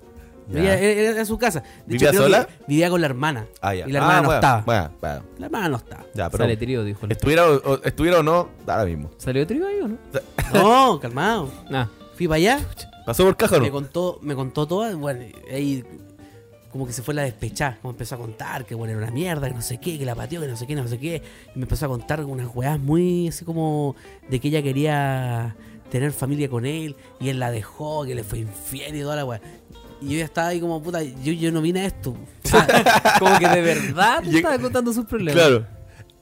[SPEAKER 3] Ya.
[SPEAKER 2] Ella- Era, era su casa. De
[SPEAKER 3] ¿Vivía
[SPEAKER 2] creo
[SPEAKER 3] sola?
[SPEAKER 2] que Vivía con la hermana.
[SPEAKER 3] Ah, ya.
[SPEAKER 2] Y la hermana
[SPEAKER 3] Ah,
[SPEAKER 2] no
[SPEAKER 3] bueno,
[SPEAKER 2] estaba.
[SPEAKER 3] Bueno, bueno.
[SPEAKER 2] La hermana no estaba.
[SPEAKER 3] Ya, pero.
[SPEAKER 1] Sale trío, dijo. el-
[SPEAKER 3] Estuviera o, o- estuviera o no, da lo mismo.
[SPEAKER 1] ¿Salió trío ahí o no? Ah,
[SPEAKER 2] No, calmado.
[SPEAKER 1] Nada.
[SPEAKER 2] Fui para allá,
[SPEAKER 3] ¿Pasó por caja o
[SPEAKER 2] me
[SPEAKER 3] no?
[SPEAKER 2] contó, me contó todo, bueno, ahí como que se fue la despechada, como empezó a contar que bueno era una mierda, que no sé qué, que la pateó, que no sé qué, no sé qué, y me empezó a contar unas weás muy así como de que ella quería tener familia con él, y él la dejó, que le fue infiel y toda la weá. Y yo ya estaba ahí como puta, yo, yo no vine a esto. O sea,
[SPEAKER 1] Como que de verdad te
[SPEAKER 3] Llega-
[SPEAKER 1] estaba contando sus problemas.
[SPEAKER 3] Claro.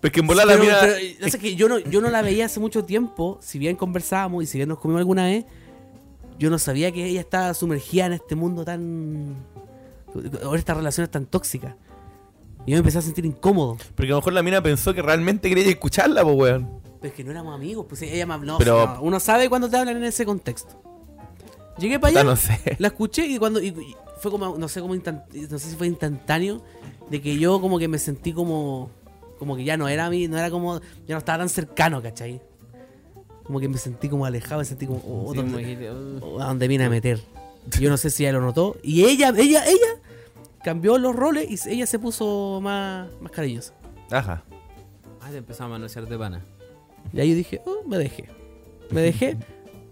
[SPEAKER 3] Pues que en volar la
[SPEAKER 2] pero-
[SPEAKER 3] mina.
[SPEAKER 2] pero, eh, o sea, que yo no, yo no la veía hace mucho tiempo, si bien conversábamos y si bien nos comimos alguna vez, yo no sabía que ella estaba sumergida en este mundo tan... o en estas relaciones tan tóxicas. Y yo me empecé a sentir incómodo.
[SPEAKER 3] Porque a lo mejor la mina pensó que realmente quería escucharla, pues, weón.
[SPEAKER 2] Pero es que no éramos amigos, pues ella me habló.
[SPEAKER 3] Pero-
[SPEAKER 2] no, uno sabe cuando te hablan en ese contexto. Llegué para
[SPEAKER 3] Puta,
[SPEAKER 2] allá,
[SPEAKER 3] no sé.
[SPEAKER 2] la escuché y cuando... y- y fue como, no sé, como instan- no sé si fue instantáneo, de que yo como que me sentí como... Como que ya no era mí, no era como... Ya no estaba tan cercano, ¿cachai? Como que me sentí como alejado, me sentí como... oh,
[SPEAKER 1] Sí,
[SPEAKER 2] ¿dónde-
[SPEAKER 1] me dijiste, "Oh".
[SPEAKER 2] o a donde vine a meter. Yo no sé si ella lo notó. Y ella, ella, ella cambió los roles y se- ella se puso más, más cariñosa.
[SPEAKER 3] Ajá.
[SPEAKER 1] Ah, te empezó a manosear de pana.
[SPEAKER 2] Y ahí yo dije, oh, me dejé. Me dejé.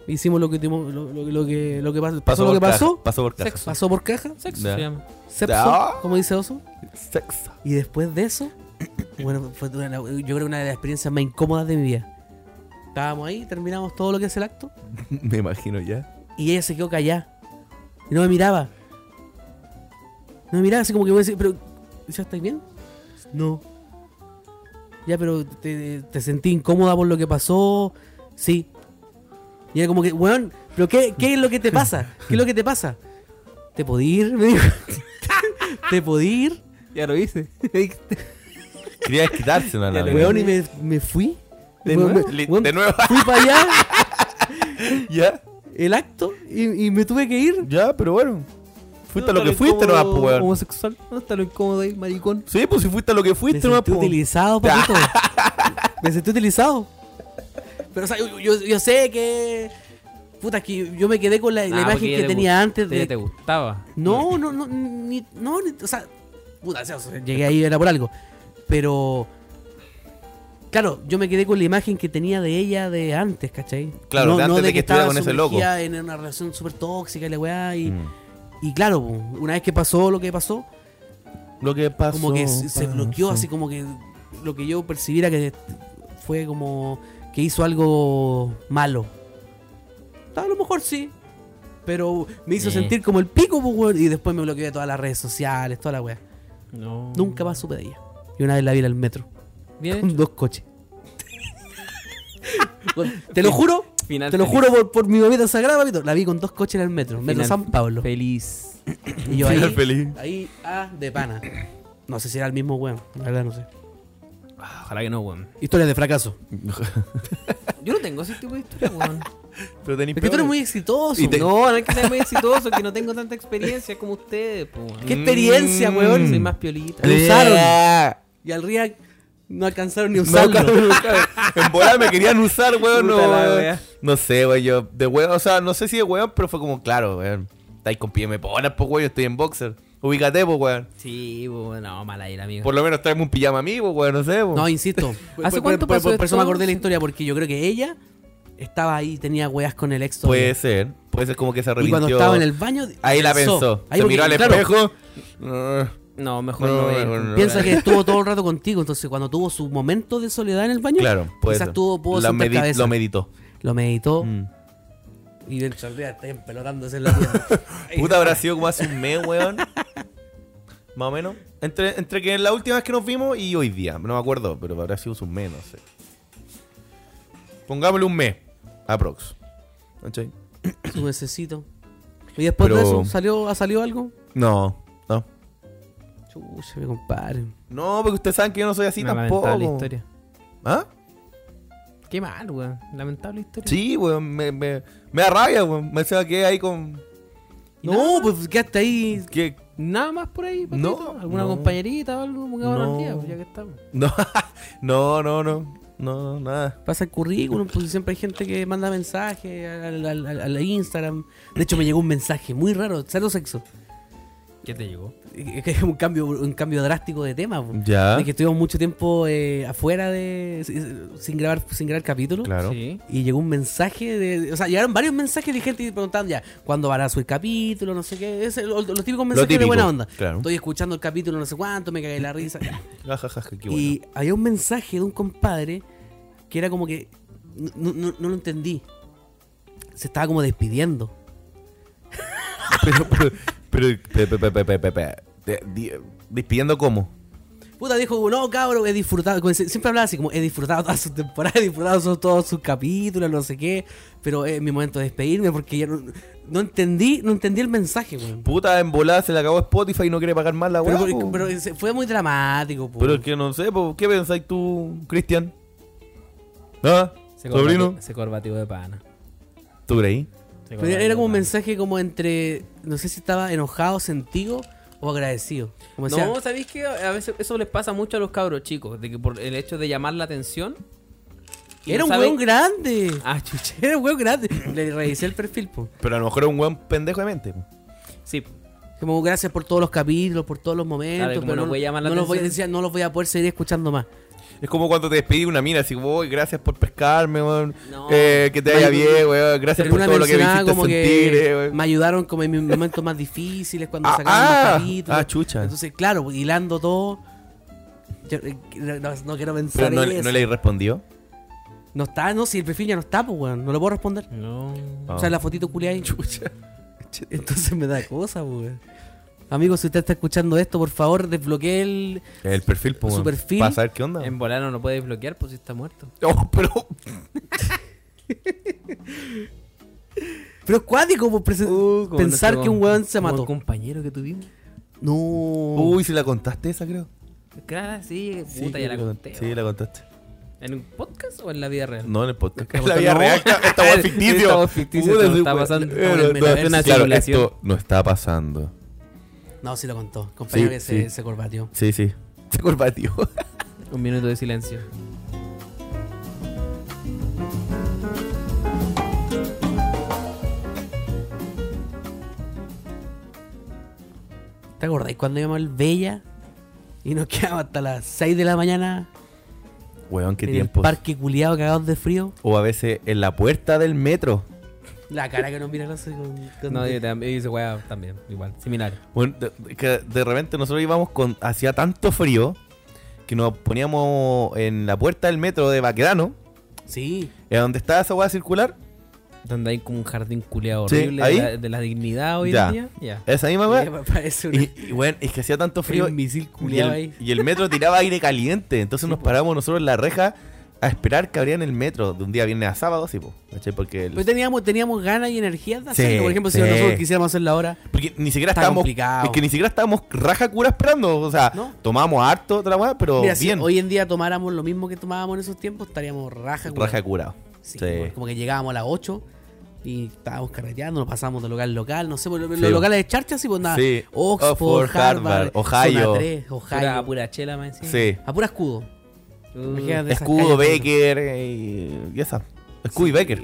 [SPEAKER 2] Hicimos lo que tuvimos- lo, lo- lo que lo que pasó. Pasó
[SPEAKER 3] por
[SPEAKER 2] lo que
[SPEAKER 3] caja,
[SPEAKER 2] pasó.
[SPEAKER 3] Pasó por caja.
[SPEAKER 1] Sexo.
[SPEAKER 2] Pasó por caja.
[SPEAKER 1] Sexo
[SPEAKER 3] Ya.
[SPEAKER 1] se llama.
[SPEAKER 2] Sepso,
[SPEAKER 3] Ah.
[SPEAKER 2] como dice Oso.
[SPEAKER 3] Sexo.
[SPEAKER 2] Y después de eso, bueno, fue una- yo creo que una de las experiencias más incómodas de mi vida. Estábamos ahí, terminamos todo lo que es el acto.
[SPEAKER 3] Me imagino ya.
[SPEAKER 2] Y ella se quedó callada. Y no me miraba. No me miraba, así como que me decía, pero ¿ya estáis bien? No. Ya, pero te, te sentí incómoda por lo que pasó. Sí. Y era como que, weón, pero qué, ¿qué es lo que te pasa? ¿Qué es lo que te pasa? ¿Te podí ir? Me dijo. ¿Te podí ir?
[SPEAKER 1] Ya lo hice.
[SPEAKER 3] Quería quitarse una la mina.
[SPEAKER 2] Weón, y me, me fui.
[SPEAKER 1] ¿De
[SPEAKER 2] Weón,
[SPEAKER 1] nuevo?
[SPEAKER 2] me-
[SPEAKER 3] Li-
[SPEAKER 2] weón,
[SPEAKER 3] De nuevo.
[SPEAKER 2] Fui para allá,
[SPEAKER 3] ya.
[SPEAKER 2] el acto, y, y me tuve que ir.
[SPEAKER 3] Ya, pero bueno. Fuiste a lo
[SPEAKER 1] ¿Dónde
[SPEAKER 3] que
[SPEAKER 1] está
[SPEAKER 3] fuiste, no
[SPEAKER 1] incómodo
[SPEAKER 3] más, weón.
[SPEAKER 1] Homosexual. ¿Dónde está lo incómodo ahí, maricón?
[SPEAKER 3] Sí, pues si fuiste a lo que
[SPEAKER 2] Me
[SPEAKER 3] fuiste, no más,
[SPEAKER 2] sentí
[SPEAKER 3] po.
[SPEAKER 2] utilizado, papito. Me sentí utilizado. Pero, o sea, yo, yo- yo sé que. Puta, es que yo me quedé con Eh, la, la
[SPEAKER 1] Ah,
[SPEAKER 2] imagen
[SPEAKER 1] porque ya
[SPEAKER 2] que
[SPEAKER 1] te
[SPEAKER 2] tenía
[SPEAKER 1] gust-
[SPEAKER 2] antes
[SPEAKER 1] te-
[SPEAKER 2] de.
[SPEAKER 1] te gustaba.
[SPEAKER 2] No, no, no, ni, no, ni- o sea, puta, o sea, llegué ahí era por algo. Pero, claro, yo me quedé con la imagen que tenía de ella de antes, ¿cachai?
[SPEAKER 3] Claro,
[SPEAKER 2] no,
[SPEAKER 3] de
[SPEAKER 2] no
[SPEAKER 3] antes de que estuviera con ese loco.
[SPEAKER 2] sumergida en una relación súper tóxica y la weá. Y,
[SPEAKER 3] Mm.
[SPEAKER 2] y claro, po, una vez que pasó lo que pasó,
[SPEAKER 3] Lo que pasó.
[SPEAKER 2] como que se, se
[SPEAKER 3] pasó.
[SPEAKER 2] bloqueó, así como que lo que yo percibiera que fue como que hizo algo malo. A lo mejor sí. Pero me hizo
[SPEAKER 1] Eh.
[SPEAKER 2] sentir como el pico, pues, weón, y después me bloqueó de todas las redes sociales, toda la weá.
[SPEAKER 1] Mm. No.
[SPEAKER 2] Nunca más supe de ella. Y una vez la vi en el metro.
[SPEAKER 1] Bien.
[SPEAKER 2] Con dos coches. te lo juro,
[SPEAKER 1] Final
[SPEAKER 2] te lo
[SPEAKER 1] feliz.
[SPEAKER 2] juro por, por mi mamita sagrada, papito. La vi con dos coches en el metro, metro
[SPEAKER 1] Final
[SPEAKER 2] San Pablo.
[SPEAKER 1] Feliz.
[SPEAKER 2] Y yo ahí,
[SPEAKER 3] Final feliz.
[SPEAKER 2] ahí, ah, de pana. No sé si era el mismo weón, la verdad no sé.
[SPEAKER 1] Ah, Ojalá que no, weón.
[SPEAKER 2] Historias de fracaso.
[SPEAKER 1] Yo no tengo ese tipo de historia, weón.
[SPEAKER 3] Pero tenéis
[SPEAKER 2] Es que tú eres
[SPEAKER 3] peores.
[SPEAKER 2] muy exitoso.
[SPEAKER 3] Y te-
[SPEAKER 2] ¿no?
[SPEAKER 1] No, no hay que ser muy exitoso, que no tengo tanta experiencia como ustedes, po, weón.
[SPEAKER 2] ¡Qué experiencia,
[SPEAKER 3] Mm.
[SPEAKER 2] weón!
[SPEAKER 1] Soy más piolita.
[SPEAKER 2] Lo usaron.
[SPEAKER 3] Yeah.
[SPEAKER 2] Y al RIA no alcanzaron ni a
[SPEAKER 3] No,
[SPEAKER 2] usarlo.
[SPEAKER 3] cabrón, cabrón. en volada me querían usar, weón. No,
[SPEAKER 1] Puta la
[SPEAKER 3] weón.
[SPEAKER 1] wea.
[SPEAKER 3] no sé, weón. Yo, de weón, o sea, no sé si de weón, pero fue como, claro, weón. Estáis con pie, me pones, pues, weón. Yo estoy en boxer. Ubícate, pues, weón.
[SPEAKER 1] Sí, po, no, mala ir, amigo.
[SPEAKER 3] Por lo menos tráeme un pijama a mí, pues, weón. No sé, weón.
[SPEAKER 2] No, insisto. Por- por-
[SPEAKER 1] cuánto
[SPEAKER 2] por-
[SPEAKER 1] pasó
[SPEAKER 2] Por por eso me
[SPEAKER 1] esto?
[SPEAKER 2] acordé de la historia, porque yo creo que ella estaba ahí, tenía weas con el ex. todavía.
[SPEAKER 3] puede ser. Puede ser como que se
[SPEAKER 2] y
[SPEAKER 3] arrepintió.
[SPEAKER 2] cuando estaba en el baño.
[SPEAKER 3] Pues, Ahí la pensó.
[SPEAKER 2] Ahí
[SPEAKER 3] se
[SPEAKER 2] porque,
[SPEAKER 3] miró al
[SPEAKER 2] claro,
[SPEAKER 3] espejo. Ah,
[SPEAKER 1] No, mejor
[SPEAKER 3] No,
[SPEAKER 1] no, eh.
[SPEAKER 3] mejor no.
[SPEAKER 2] Piensa que estuvo todo el rato contigo. Entonces, cuando tuvo su momento de soledad en el baño,
[SPEAKER 3] Claro, puede
[SPEAKER 2] quizás
[SPEAKER 3] ser.
[SPEAKER 2] tuvo pudo
[SPEAKER 3] lo,
[SPEAKER 2] sentar
[SPEAKER 3] medi-
[SPEAKER 2] cabeza.
[SPEAKER 3] lo meditó.
[SPEAKER 2] Lo meditó.
[SPEAKER 3] Mm.
[SPEAKER 2] Y dentro del día está empelotándose en la tierra.
[SPEAKER 3] Puta, habrá sido como hace un mes, weón. Más o menos. Entre, entre que la última vez que nos vimos y hoy día. No me acuerdo, pero habrá sido un mes, no sé. Pongámosle un mes. Aprox. ¿Cachai?
[SPEAKER 2] su necesito. Y después de
[SPEAKER 3] Pero-
[SPEAKER 2] eso, ¿salió, ¿ha salido algo?
[SPEAKER 3] No, no.
[SPEAKER 2] Chucha, me comparen.
[SPEAKER 3] No, porque ustedes saben que yo no soy así
[SPEAKER 1] Una
[SPEAKER 3] tampoco.
[SPEAKER 1] lamentable historia.
[SPEAKER 3] ¿Ah?
[SPEAKER 1] Qué mal, weón. Lamentable historia.
[SPEAKER 3] Sí, weón. Me, me, me da rabia, weón. Me se que ahí con.
[SPEAKER 2] No,
[SPEAKER 1] nada?
[SPEAKER 2] pues quedaste ahí.
[SPEAKER 3] Que...
[SPEAKER 1] Nada más por ahí,
[SPEAKER 3] No,
[SPEAKER 1] Paquito? ¿Alguna
[SPEAKER 3] no.
[SPEAKER 1] compañerita o algo? Pongamos
[SPEAKER 3] No.
[SPEAKER 1] al día, pues, ya que estamos.
[SPEAKER 3] No, no, no, no. No, no, nada.
[SPEAKER 2] Pasa el currículum, pues siempre hay gente que manda mensajes al, al- al- al Instagram. De hecho, me llegó un mensaje muy raro, cero sexo.
[SPEAKER 1] ¿Qué te llegó?
[SPEAKER 2] Es que es un cambio, un cambio drástico de tema. po.
[SPEAKER 3] Ya.
[SPEAKER 2] De que estuvimos mucho tiempo eh, afuera de. sin grabar, sin grabar capítulo.
[SPEAKER 3] Claro.
[SPEAKER 1] Sí.
[SPEAKER 2] Y llegó un mensaje de. O sea, llegaron varios mensajes de gente preguntando ya, ¿cuándo van a subir capítulo? No sé qué. Ese, lo- los típicos mensajes de
[SPEAKER 3] típico,
[SPEAKER 2] buena onda.
[SPEAKER 3] claro.
[SPEAKER 2] Estoy escuchando el capítulo no sé cuánto, me cagué la risa. ya.
[SPEAKER 3] Ah, Ja, ja, ja, ja, qué
[SPEAKER 2] Y había un mensaje de un compadre que era como que. No, no- no lo entendí. Se estaba como despidiendo.
[SPEAKER 3] Pero, pero, pero, pe- pe- pe- pe- pe- pe- pe- de- di- despidiendo cómo.
[SPEAKER 2] Puta, dijo, no, cabrón, he disfrutado. como se- Siempre hablaba así, como he disfrutado todas sus temporadas, he disfrutado su- todos sus capítulos, no sé qué. Pero es mi momento de despedirme porque ya no, no entendí no entendí el mensaje, weón.
[SPEAKER 3] Puta, en volada se le acabó Spotify y no quiere pagar más la weá.
[SPEAKER 2] Pero,
[SPEAKER 3] po.
[SPEAKER 2] pero- pero ese- fue muy dramático, po.
[SPEAKER 3] Pero es que no sé, po, ¿qué pensáis tú, Cristian? ¿Ah? ¿Sobrino?
[SPEAKER 1] corbate- Se corbatió de pana.
[SPEAKER 3] ¿Tú creí?
[SPEAKER 1] Se
[SPEAKER 2] Pero
[SPEAKER 1] corbatió
[SPEAKER 2] era como un
[SPEAKER 1] de pana.
[SPEAKER 2] mensaje como entre, no sé si estaba enojado, sentido o agradecido. Como decía,
[SPEAKER 1] No, ¿sabéis que a veces eso les pasa mucho a los cabros chicos? De que por el hecho de llamar la atención. y
[SPEAKER 2] era
[SPEAKER 1] no
[SPEAKER 2] un
[SPEAKER 1] saben-
[SPEAKER 2] weón grande.
[SPEAKER 1] Ah, chuche.
[SPEAKER 2] Era un weón grande. Le revisé el perfil, po.
[SPEAKER 3] Pero a lo mejor es un buen pendejo de mente. po.
[SPEAKER 1] Sí.
[SPEAKER 2] Como gracias por todos los capítulos, por todos los momentos.
[SPEAKER 1] Claro, como
[SPEAKER 2] pero
[SPEAKER 1] no voy a llamar la
[SPEAKER 2] no los voy,
[SPEAKER 1] atención.
[SPEAKER 2] decía, no los voy a poder seguir escuchando más.
[SPEAKER 3] Es como cuando te despedí una mina, así como, "Uy, gracias por pescarme, weón.
[SPEAKER 1] No.
[SPEAKER 3] Eh, que te vaya
[SPEAKER 2] Ay,
[SPEAKER 3] bien, weón. Gracias
[SPEAKER 2] Pero
[SPEAKER 3] por
[SPEAKER 2] una
[SPEAKER 3] todo lo que me
[SPEAKER 2] mencionaba
[SPEAKER 3] hiciste
[SPEAKER 2] como
[SPEAKER 3] sentir,
[SPEAKER 2] que
[SPEAKER 3] eh, weón.
[SPEAKER 2] me ayudaron como en mis momentos más difíciles, cuando
[SPEAKER 3] Ah,
[SPEAKER 2] sacaban
[SPEAKER 3] ah,
[SPEAKER 2] los capítulos.
[SPEAKER 3] ah, chucha.
[SPEAKER 2] Entonces, claro, hilando todo. yo, eh, no, no quiero
[SPEAKER 3] Pero
[SPEAKER 2] pensar
[SPEAKER 3] no,
[SPEAKER 2] en eso.
[SPEAKER 3] no le respondió.
[SPEAKER 2] No está, no, si el perfil ya no está, pues, weón. No lo puedo responder.
[SPEAKER 1] No.
[SPEAKER 3] Ah.
[SPEAKER 2] O sea, la fotito culia ahí.
[SPEAKER 3] Chucha.
[SPEAKER 2] Entonces me da cosa, pues, weón. Amigo, si usted está escuchando esto, por favor, desbloquee el.
[SPEAKER 3] El perfil, po,
[SPEAKER 2] Su
[SPEAKER 3] weón,
[SPEAKER 2] perfil.
[SPEAKER 3] Para saber qué onda.
[SPEAKER 1] En volar no lo puede desbloquear, pues si está muerto.
[SPEAKER 3] Oh, pero
[SPEAKER 2] Pero es cuático, pues, presen-
[SPEAKER 1] Como
[SPEAKER 2] pensar
[SPEAKER 1] nuestro-
[SPEAKER 2] que un weón se
[SPEAKER 1] como
[SPEAKER 2] mató.
[SPEAKER 1] El compañero que tuvimos.
[SPEAKER 2] No.
[SPEAKER 3] Uy, si la contaste esa, creo.
[SPEAKER 1] Claro, sí, puta,
[SPEAKER 3] Sí,
[SPEAKER 1] ya la
[SPEAKER 3] creo que
[SPEAKER 1] conté.
[SPEAKER 3] Sí, la contaste.
[SPEAKER 1] ¿En un podcast o en la vida real?
[SPEAKER 3] No en el podcast.
[SPEAKER 1] La
[SPEAKER 3] En la
[SPEAKER 1] contaste-
[SPEAKER 3] vida
[SPEAKER 1] no.
[SPEAKER 3] real, esta- esta hueá es ficticio.
[SPEAKER 1] Esta hueá es ficticia,
[SPEAKER 3] Puta,
[SPEAKER 1] esto no
[SPEAKER 3] sí,
[SPEAKER 1] está
[SPEAKER 3] weón.
[SPEAKER 1] pasando,
[SPEAKER 3] Eh,
[SPEAKER 1] estamos en el
[SPEAKER 3] no,
[SPEAKER 1] metaverso.
[SPEAKER 3] claro,
[SPEAKER 1] Simulación.
[SPEAKER 3] esto no está pasando.
[SPEAKER 2] No, sí lo contó. Compañero
[SPEAKER 3] Sí,
[SPEAKER 2] que se,
[SPEAKER 3] sí.
[SPEAKER 2] se corbatió.
[SPEAKER 3] Sí, sí. Se corbatió.
[SPEAKER 1] Un minuto de silencio.
[SPEAKER 2] ¿Te acordáis cuando íbamos al Bella? Y nos quedamos hasta las 6 de la mañana
[SPEAKER 3] Weón, qué
[SPEAKER 2] en
[SPEAKER 3] tiempos.
[SPEAKER 2] el parque culiado cagados de frío.
[SPEAKER 3] O a veces en la puerta del metro.
[SPEAKER 2] La cara que nos mira los con, con-
[SPEAKER 1] No, yo también, yo hice weá también, igual, similar.
[SPEAKER 3] Bueno, de, de- que de repente nosotros íbamos con. Hacía tanto frío que nos poníamos en la puerta del metro de Baquedano,
[SPEAKER 2] Sí.
[SPEAKER 3] eh, donde estaba esa hueá circular.
[SPEAKER 1] Donde hay como un jardín culiado
[SPEAKER 3] Sí,
[SPEAKER 1] horrible
[SPEAKER 3] ahí.
[SPEAKER 1] de, la, de la dignidad hoy
[SPEAKER 3] Ya.
[SPEAKER 1] en día. Ya.
[SPEAKER 3] Esa misma
[SPEAKER 2] Ya
[SPEAKER 3] hueá.
[SPEAKER 2] eh, pa- Parece un,
[SPEAKER 3] Y, y bueno, es que hacía tanto frío.
[SPEAKER 2] un misil
[SPEAKER 3] Y
[SPEAKER 2] culiado ahí.
[SPEAKER 3] el, y el metro tiraba aire caliente. Entonces nos parábamos nosotros en la reja a esperar que abrieran el metro de un día viernes a sábado, sí, po, ¿cachai? Porque, el-
[SPEAKER 2] Pero teníamos, teníamos ganas y energía de
[SPEAKER 3] Sí,
[SPEAKER 2] hacerlo. Por ejemplo,
[SPEAKER 3] sí.
[SPEAKER 2] si nosotros quisiéramos hacer la hora.
[SPEAKER 3] porque ni siquiera
[SPEAKER 2] Está
[SPEAKER 3] estábamos.
[SPEAKER 2] complicado.
[SPEAKER 3] Es que ni siquiera estábamos raja cura esperando. O sea,
[SPEAKER 2] No.
[SPEAKER 3] tomamos harto otra hueá, pero
[SPEAKER 2] Mira, si
[SPEAKER 3] bien.
[SPEAKER 2] hoy en día tomáramos lo mismo que tomábamos en esos tiempos, estaríamos raja. culiao.
[SPEAKER 3] raja curado.
[SPEAKER 2] Sí,
[SPEAKER 3] Sí.
[SPEAKER 2] bueno, Como que llegábamos a las 8 y estábamos carreteando, nos pasamos de local a local, no sé, por- los
[SPEAKER 3] bueno.
[SPEAKER 2] locales de charcha, sí, pues nada.
[SPEAKER 3] Sí.
[SPEAKER 2] Oxford,
[SPEAKER 3] Oxford,
[SPEAKER 2] Harvard,
[SPEAKER 3] Harvard,
[SPEAKER 2] Ohio.
[SPEAKER 3] Ohio.
[SPEAKER 2] 3, Ohio.
[SPEAKER 1] Pura, pura chela más encima.
[SPEAKER 3] Sí.
[SPEAKER 2] A pura escudo.
[SPEAKER 1] Uh,
[SPEAKER 2] Imagínate esas
[SPEAKER 3] Escudo,
[SPEAKER 2] calles,
[SPEAKER 3] Baker eh, y esa. Escudo y Baker.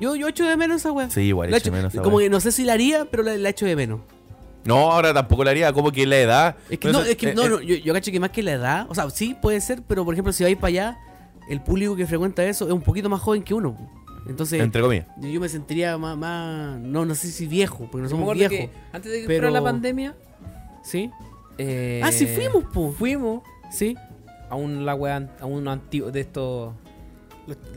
[SPEAKER 2] Yo, yo echo de menos esa wea.
[SPEAKER 3] Sí, igual,
[SPEAKER 2] La
[SPEAKER 3] echo de menos esa
[SPEAKER 2] Como
[SPEAKER 3] wea.
[SPEAKER 2] que no sé si la haría, pero la, la echo de menos.
[SPEAKER 3] No, ahora tampoco la haría, como que la edad.
[SPEAKER 2] Es que no,
[SPEAKER 3] eso-
[SPEAKER 2] es que
[SPEAKER 3] eh,
[SPEAKER 2] no,
[SPEAKER 3] eh,
[SPEAKER 2] no, yo, yo cacho que más que la edad, o sea, sí puede ser, pero por ejemplo, si vais para allá, el público que frecuenta eso es un poquito más joven que uno. Entonces,
[SPEAKER 3] Entre comillas.
[SPEAKER 2] yo, yo me sentiría más, más no, no sé si viejo, porque no
[SPEAKER 1] Yo me
[SPEAKER 2] somos
[SPEAKER 1] acuerdo
[SPEAKER 2] viejos.
[SPEAKER 1] que antes de que
[SPEAKER 2] pero-
[SPEAKER 1] fuera la pandemia.
[SPEAKER 2] ¿Sí?
[SPEAKER 1] eh,
[SPEAKER 2] Ah, sí fuimos, po.
[SPEAKER 1] Fuimos
[SPEAKER 2] Sí.
[SPEAKER 1] a un la wea, a un antiguo de estos.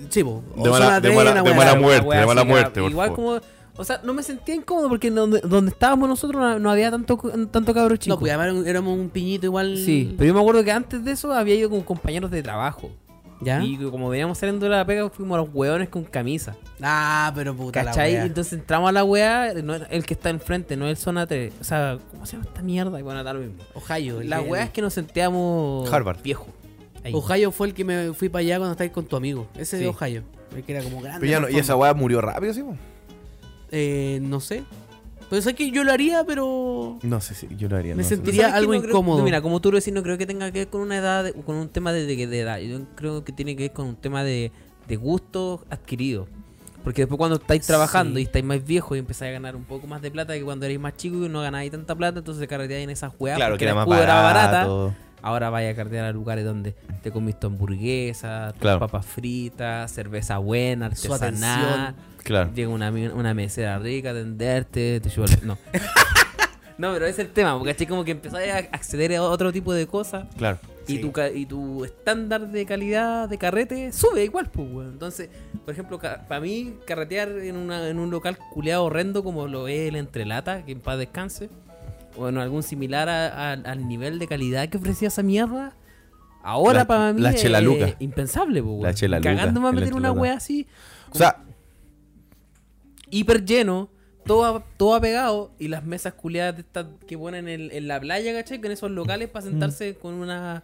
[SPEAKER 2] Sí, po. O
[SPEAKER 3] De mala-
[SPEAKER 2] zona
[SPEAKER 3] de
[SPEAKER 2] tres,
[SPEAKER 3] mala-
[SPEAKER 2] una
[SPEAKER 3] de
[SPEAKER 2] wea.
[SPEAKER 3] mala
[SPEAKER 1] Claro,
[SPEAKER 3] muerte,
[SPEAKER 1] una wea
[SPEAKER 3] de mala
[SPEAKER 1] así que
[SPEAKER 3] muerte, por
[SPEAKER 1] Igual como. O sea, no me sentía incómodo porque donde, donde estábamos nosotros no, no había tanto, tanto cabro chico.
[SPEAKER 2] No, pues además éramos- éramos un piñito igual.
[SPEAKER 1] Sí, pero yo me acuerdo que antes de eso había ido con compañeros de trabajo.
[SPEAKER 2] ¿Ya?
[SPEAKER 1] Y como veníamos saliendo de la pega, fuimos a los hueones con camisa.
[SPEAKER 2] Ah, pero puta
[SPEAKER 1] ¿Cachai?
[SPEAKER 2] la wea.
[SPEAKER 1] Entonces entramos a la wea, no era el que está enfrente, no el zona 3. O sea, ¿cómo se llama esta mierda? Y bueno, da lo mismo.
[SPEAKER 2] Ohio. el-
[SPEAKER 1] La
[SPEAKER 2] el-
[SPEAKER 1] wea es que nos sentíamos
[SPEAKER 3] Harvard.
[SPEAKER 1] viejo. Ahí.
[SPEAKER 2] Ohio fue el que me fui para allá cuando estáis con tu amigo. Ese
[SPEAKER 1] Sí.
[SPEAKER 2] de Ohio. El que era como grande.
[SPEAKER 3] Pero ya no-
[SPEAKER 2] la
[SPEAKER 3] y esa
[SPEAKER 2] forma.
[SPEAKER 3] weá murió rápido, ¿sí? po?
[SPEAKER 2] Eh, no sé. Pero sé que yo lo haría, pero.
[SPEAKER 3] No sé si yo lo haría.
[SPEAKER 2] Me
[SPEAKER 3] no sé.
[SPEAKER 2] sentí- Diría
[SPEAKER 1] ¿Sabes qué?
[SPEAKER 2] algo
[SPEAKER 1] No creo-
[SPEAKER 2] incómodo.
[SPEAKER 1] mira, como tú lo decís, no creo que tenga que ver con una edad, de- con un tema de, de- de edad. Yo creo que tiene que ver con un tema de, de gustos adquiridos. Porque después cuando estáis trabajando
[SPEAKER 2] Sí.
[SPEAKER 1] y estáis más viejos y empezáis a ganar un poco más de plata que cuando erais más chico y no ganáis tanta plata, entonces carreteáis en esas weas
[SPEAKER 3] Claro,
[SPEAKER 1] porque
[SPEAKER 3] que era
[SPEAKER 1] la
[SPEAKER 3] más
[SPEAKER 1] escudo era barata.
[SPEAKER 3] barato.
[SPEAKER 1] Ahora vaya a cartear a lugares donde te comiste hamburguesa, tus
[SPEAKER 3] Claro.
[SPEAKER 1] papas fritas, cerveza buena,
[SPEAKER 2] Su
[SPEAKER 1] artesanal.
[SPEAKER 3] Claro.
[SPEAKER 1] Llega una, mi- una mesera rica a atenderte, te lleva al- No. no, pero ese es el tema, porque así como que empezás a acceder a otro tipo de cosas
[SPEAKER 3] Claro.
[SPEAKER 1] y, tu, ca- y tu estándar de calidad de carrete sube igual, pues, weón. Entonces, por ejemplo, para mí, carretear en, una, en un local culeado horrendo como lo es el Entrelata, que en paz descanse, o en algún similar a- a- al nivel de calidad que ofrecía esa mierda, ahora
[SPEAKER 3] La-
[SPEAKER 1] para mí
[SPEAKER 3] la
[SPEAKER 1] es
[SPEAKER 3] chelaluca.
[SPEAKER 1] impensable, pues, weón.
[SPEAKER 3] La chelaluca,
[SPEAKER 1] Cagando me va a
[SPEAKER 3] el
[SPEAKER 1] meter una
[SPEAKER 3] Entrelata.
[SPEAKER 1] wea así,
[SPEAKER 3] O sea,
[SPEAKER 1] hiper lleno, todo, a- todo apegado, y las mesas culiadas de estas que ponen en, en la playa, ¿cachai? Con esos locales para sentarse con una.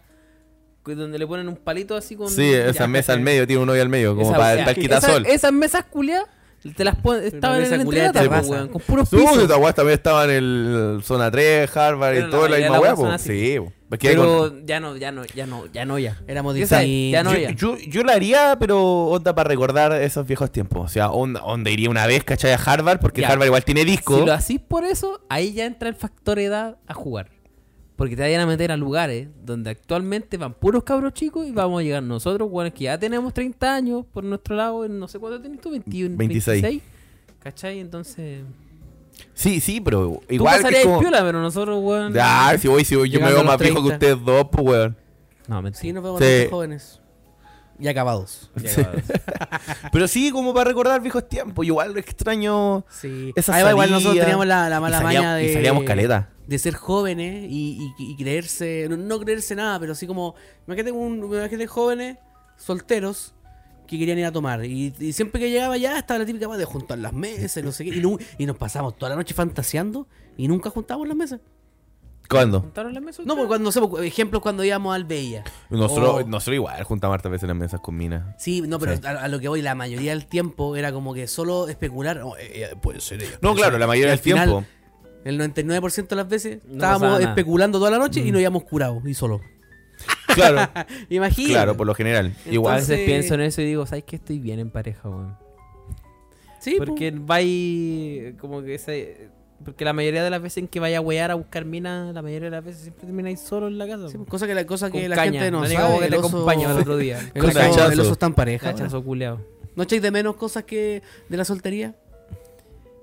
[SPEAKER 1] con- donde le ponen un palito así con.
[SPEAKER 3] sí, esa
[SPEAKER 1] ya,
[SPEAKER 3] mesa al
[SPEAKER 1] ¿cachai?
[SPEAKER 3] medio tiene un hoyo al medio, como
[SPEAKER 1] Esa-
[SPEAKER 3] para,
[SPEAKER 1] ya,
[SPEAKER 3] para el quitasol.
[SPEAKER 1] esa- esas mesas culiadas te las pon- estaban en
[SPEAKER 2] mesa
[SPEAKER 1] el
[SPEAKER 2] culiada de
[SPEAKER 1] entrelata, po,
[SPEAKER 2] terraza.
[SPEAKER 1] weón, con puros
[SPEAKER 3] Supongo que
[SPEAKER 1] pisos.
[SPEAKER 3] esta weá también estaba en el zona 3, Harvard
[SPEAKER 1] Pero
[SPEAKER 3] y
[SPEAKER 1] la
[SPEAKER 3] todo, la
[SPEAKER 1] mayoría
[SPEAKER 3] misma
[SPEAKER 1] de las
[SPEAKER 3] weá,
[SPEAKER 1] weas son
[SPEAKER 3] po.
[SPEAKER 1] así.
[SPEAKER 3] Sí, po. Es que con-
[SPEAKER 1] Pero ya no, ya no, ya no, ya no, ya.
[SPEAKER 2] Éramos
[SPEAKER 1] Ya sabes,
[SPEAKER 2] distintos.
[SPEAKER 1] ya no
[SPEAKER 3] yo,
[SPEAKER 1] ya.
[SPEAKER 3] yo, yo la haría, pero onda para recordar esos viejos tiempos. O sea, onda, onda iría una vez, ¿cachai? A Harvard, porque
[SPEAKER 1] Ya.
[SPEAKER 3] Harvard igual tiene disco.
[SPEAKER 1] Si lo hacís por eso, ahí ya entra el factor edad a jugar. Porque te vayan a meter a lugares donde actualmente van puros cabros chicos y vamos a llegar nosotros, bueno, que ya tenemos 30 años por nuestro lado, en no sé cuánto tenés tú, 21,
[SPEAKER 3] 26.
[SPEAKER 1] 26. ¿Cachai? Entonces.
[SPEAKER 3] Sí, sí, pero
[SPEAKER 1] Igual
[SPEAKER 3] igual.
[SPEAKER 1] tú
[SPEAKER 3] que es
[SPEAKER 1] pasarías
[SPEAKER 3] como-
[SPEAKER 1] piola, pero nosotros, weón.
[SPEAKER 3] Ah, si voy, si voy, yo
[SPEAKER 2] Llegando
[SPEAKER 3] me veo
[SPEAKER 2] a los
[SPEAKER 3] más viejo que
[SPEAKER 2] 30.
[SPEAKER 3] ustedes dos, pues, weón.
[SPEAKER 1] No, mentira.
[SPEAKER 2] Sí, nos vemos
[SPEAKER 3] Sí.
[SPEAKER 2] nosotros jóvenes. Y acabados.
[SPEAKER 3] Pero sí, como para recordar viejos tiempos. Igual extraño.
[SPEAKER 2] Sí.
[SPEAKER 3] Esa
[SPEAKER 2] Ahí va, igual
[SPEAKER 3] salida.
[SPEAKER 2] nosotros teníamos la, la mala
[SPEAKER 3] y salíamos,
[SPEAKER 2] maña de.
[SPEAKER 3] y salíamos caleta.
[SPEAKER 2] De ser jóvenes y, y- y creerse. No, no creerse nada, pero así como. Imagínate, un, imagínate jóvenes, solteros, que querían ir a tomar. Y, y siempre que llegaba ya estaba la típica weá de juntar las mesas, no sé qué. Y, nu- y nos pasábamos toda la noche fantaseando y nunca juntábamos las mesas.
[SPEAKER 3] ¿Cuándo?
[SPEAKER 1] ¿Juntaron la mesa?
[SPEAKER 2] No, porque cuando, no sé, por ejemplo, cuando íbamos al Bella.
[SPEAKER 3] Nosotros,
[SPEAKER 2] O-
[SPEAKER 3] nosotros igual juntamos hartas veces las mesas con minas.
[SPEAKER 2] Sí, no, pero
[SPEAKER 3] Sí.
[SPEAKER 2] A, a lo que voy, la mayoría del tiempo era como que solo especular. "Oh, eh, eh, puede ser ella,
[SPEAKER 3] No,
[SPEAKER 2] puede
[SPEAKER 3] claro,
[SPEAKER 2] ser".
[SPEAKER 3] la mayoría
[SPEAKER 2] Y al
[SPEAKER 3] del tiempo.
[SPEAKER 2] final, El 99% de las veces
[SPEAKER 1] No pasaba nada.
[SPEAKER 2] estábamos
[SPEAKER 1] Mm.
[SPEAKER 2] especulando toda la noche y nos íbamos curados y solo.
[SPEAKER 3] Claro,
[SPEAKER 2] Imagínate.
[SPEAKER 3] claro, por lo general. Igual.
[SPEAKER 1] A veces
[SPEAKER 2] Entonces-
[SPEAKER 1] pienso en eso y digo, ¿sabes qué? Estoy bien en pareja, weón.
[SPEAKER 2] Sí, po.
[SPEAKER 1] Porque va y como que se Porque la mayoría de las veces en que vaya a wear a buscar minas, la mayoría de las veces siempre termináis solo en la casa.
[SPEAKER 2] Sí,
[SPEAKER 1] po.
[SPEAKER 2] cosa que la, cosa que
[SPEAKER 1] Con
[SPEAKER 2] la
[SPEAKER 1] caña.
[SPEAKER 2] gente no
[SPEAKER 1] La única
[SPEAKER 2] sabe.
[SPEAKER 1] hueá que
[SPEAKER 2] el
[SPEAKER 1] te
[SPEAKER 2] oso-
[SPEAKER 1] acompaña al otro día.
[SPEAKER 2] el, oso,
[SPEAKER 3] Cachazo.
[SPEAKER 2] el oso está en pareja. weón.
[SPEAKER 1] Cachazo culeado.
[SPEAKER 2] ¿No echáis de menos cosas que de la soltería?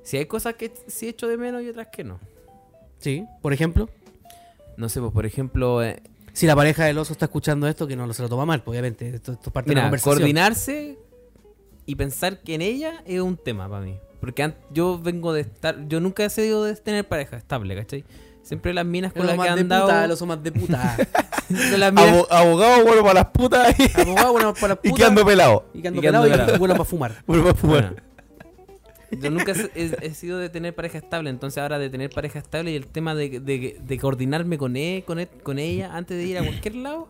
[SPEAKER 1] Si hay cosas que sí echo de menos y otras que no.
[SPEAKER 2] Sí, por ejemplo.
[SPEAKER 1] No sé, pues por ejemplo, eh,
[SPEAKER 2] Si la pareja del oso está escuchando esto, que no lo- se lo toma mal, pues, obviamente. Esto, esto es parte de la
[SPEAKER 1] mira,
[SPEAKER 2] conversación.
[SPEAKER 1] coordinarse y pensar que en ella es un tema para mí. Porque an- yo vengo de estar, yo nunca he sido de tener pareja estable, ¿cachai? Siempre las minas
[SPEAKER 2] El
[SPEAKER 1] con
[SPEAKER 2] oso
[SPEAKER 1] las
[SPEAKER 2] más
[SPEAKER 1] que
[SPEAKER 2] de
[SPEAKER 1] he
[SPEAKER 2] puta, el
[SPEAKER 1] andado,
[SPEAKER 2] oso más de puta.
[SPEAKER 1] son las minas-
[SPEAKER 3] Abo- abogado bueno para las putas y,
[SPEAKER 2] Abogado, bueno, para
[SPEAKER 3] y
[SPEAKER 2] puta.
[SPEAKER 3] quedando pelado.
[SPEAKER 2] y que ando
[SPEAKER 1] y que ando
[SPEAKER 2] pelado y
[SPEAKER 1] pelado.
[SPEAKER 2] bueno para fumar.
[SPEAKER 3] Bueno, para fumar.
[SPEAKER 1] Bueno. Yo nunca he, he- he sido de tener pareja estable, entonces ahora de tener pareja estable y el tema de, de- de coordinarme con, él, con, él- con ella antes de ir a cualquier lado,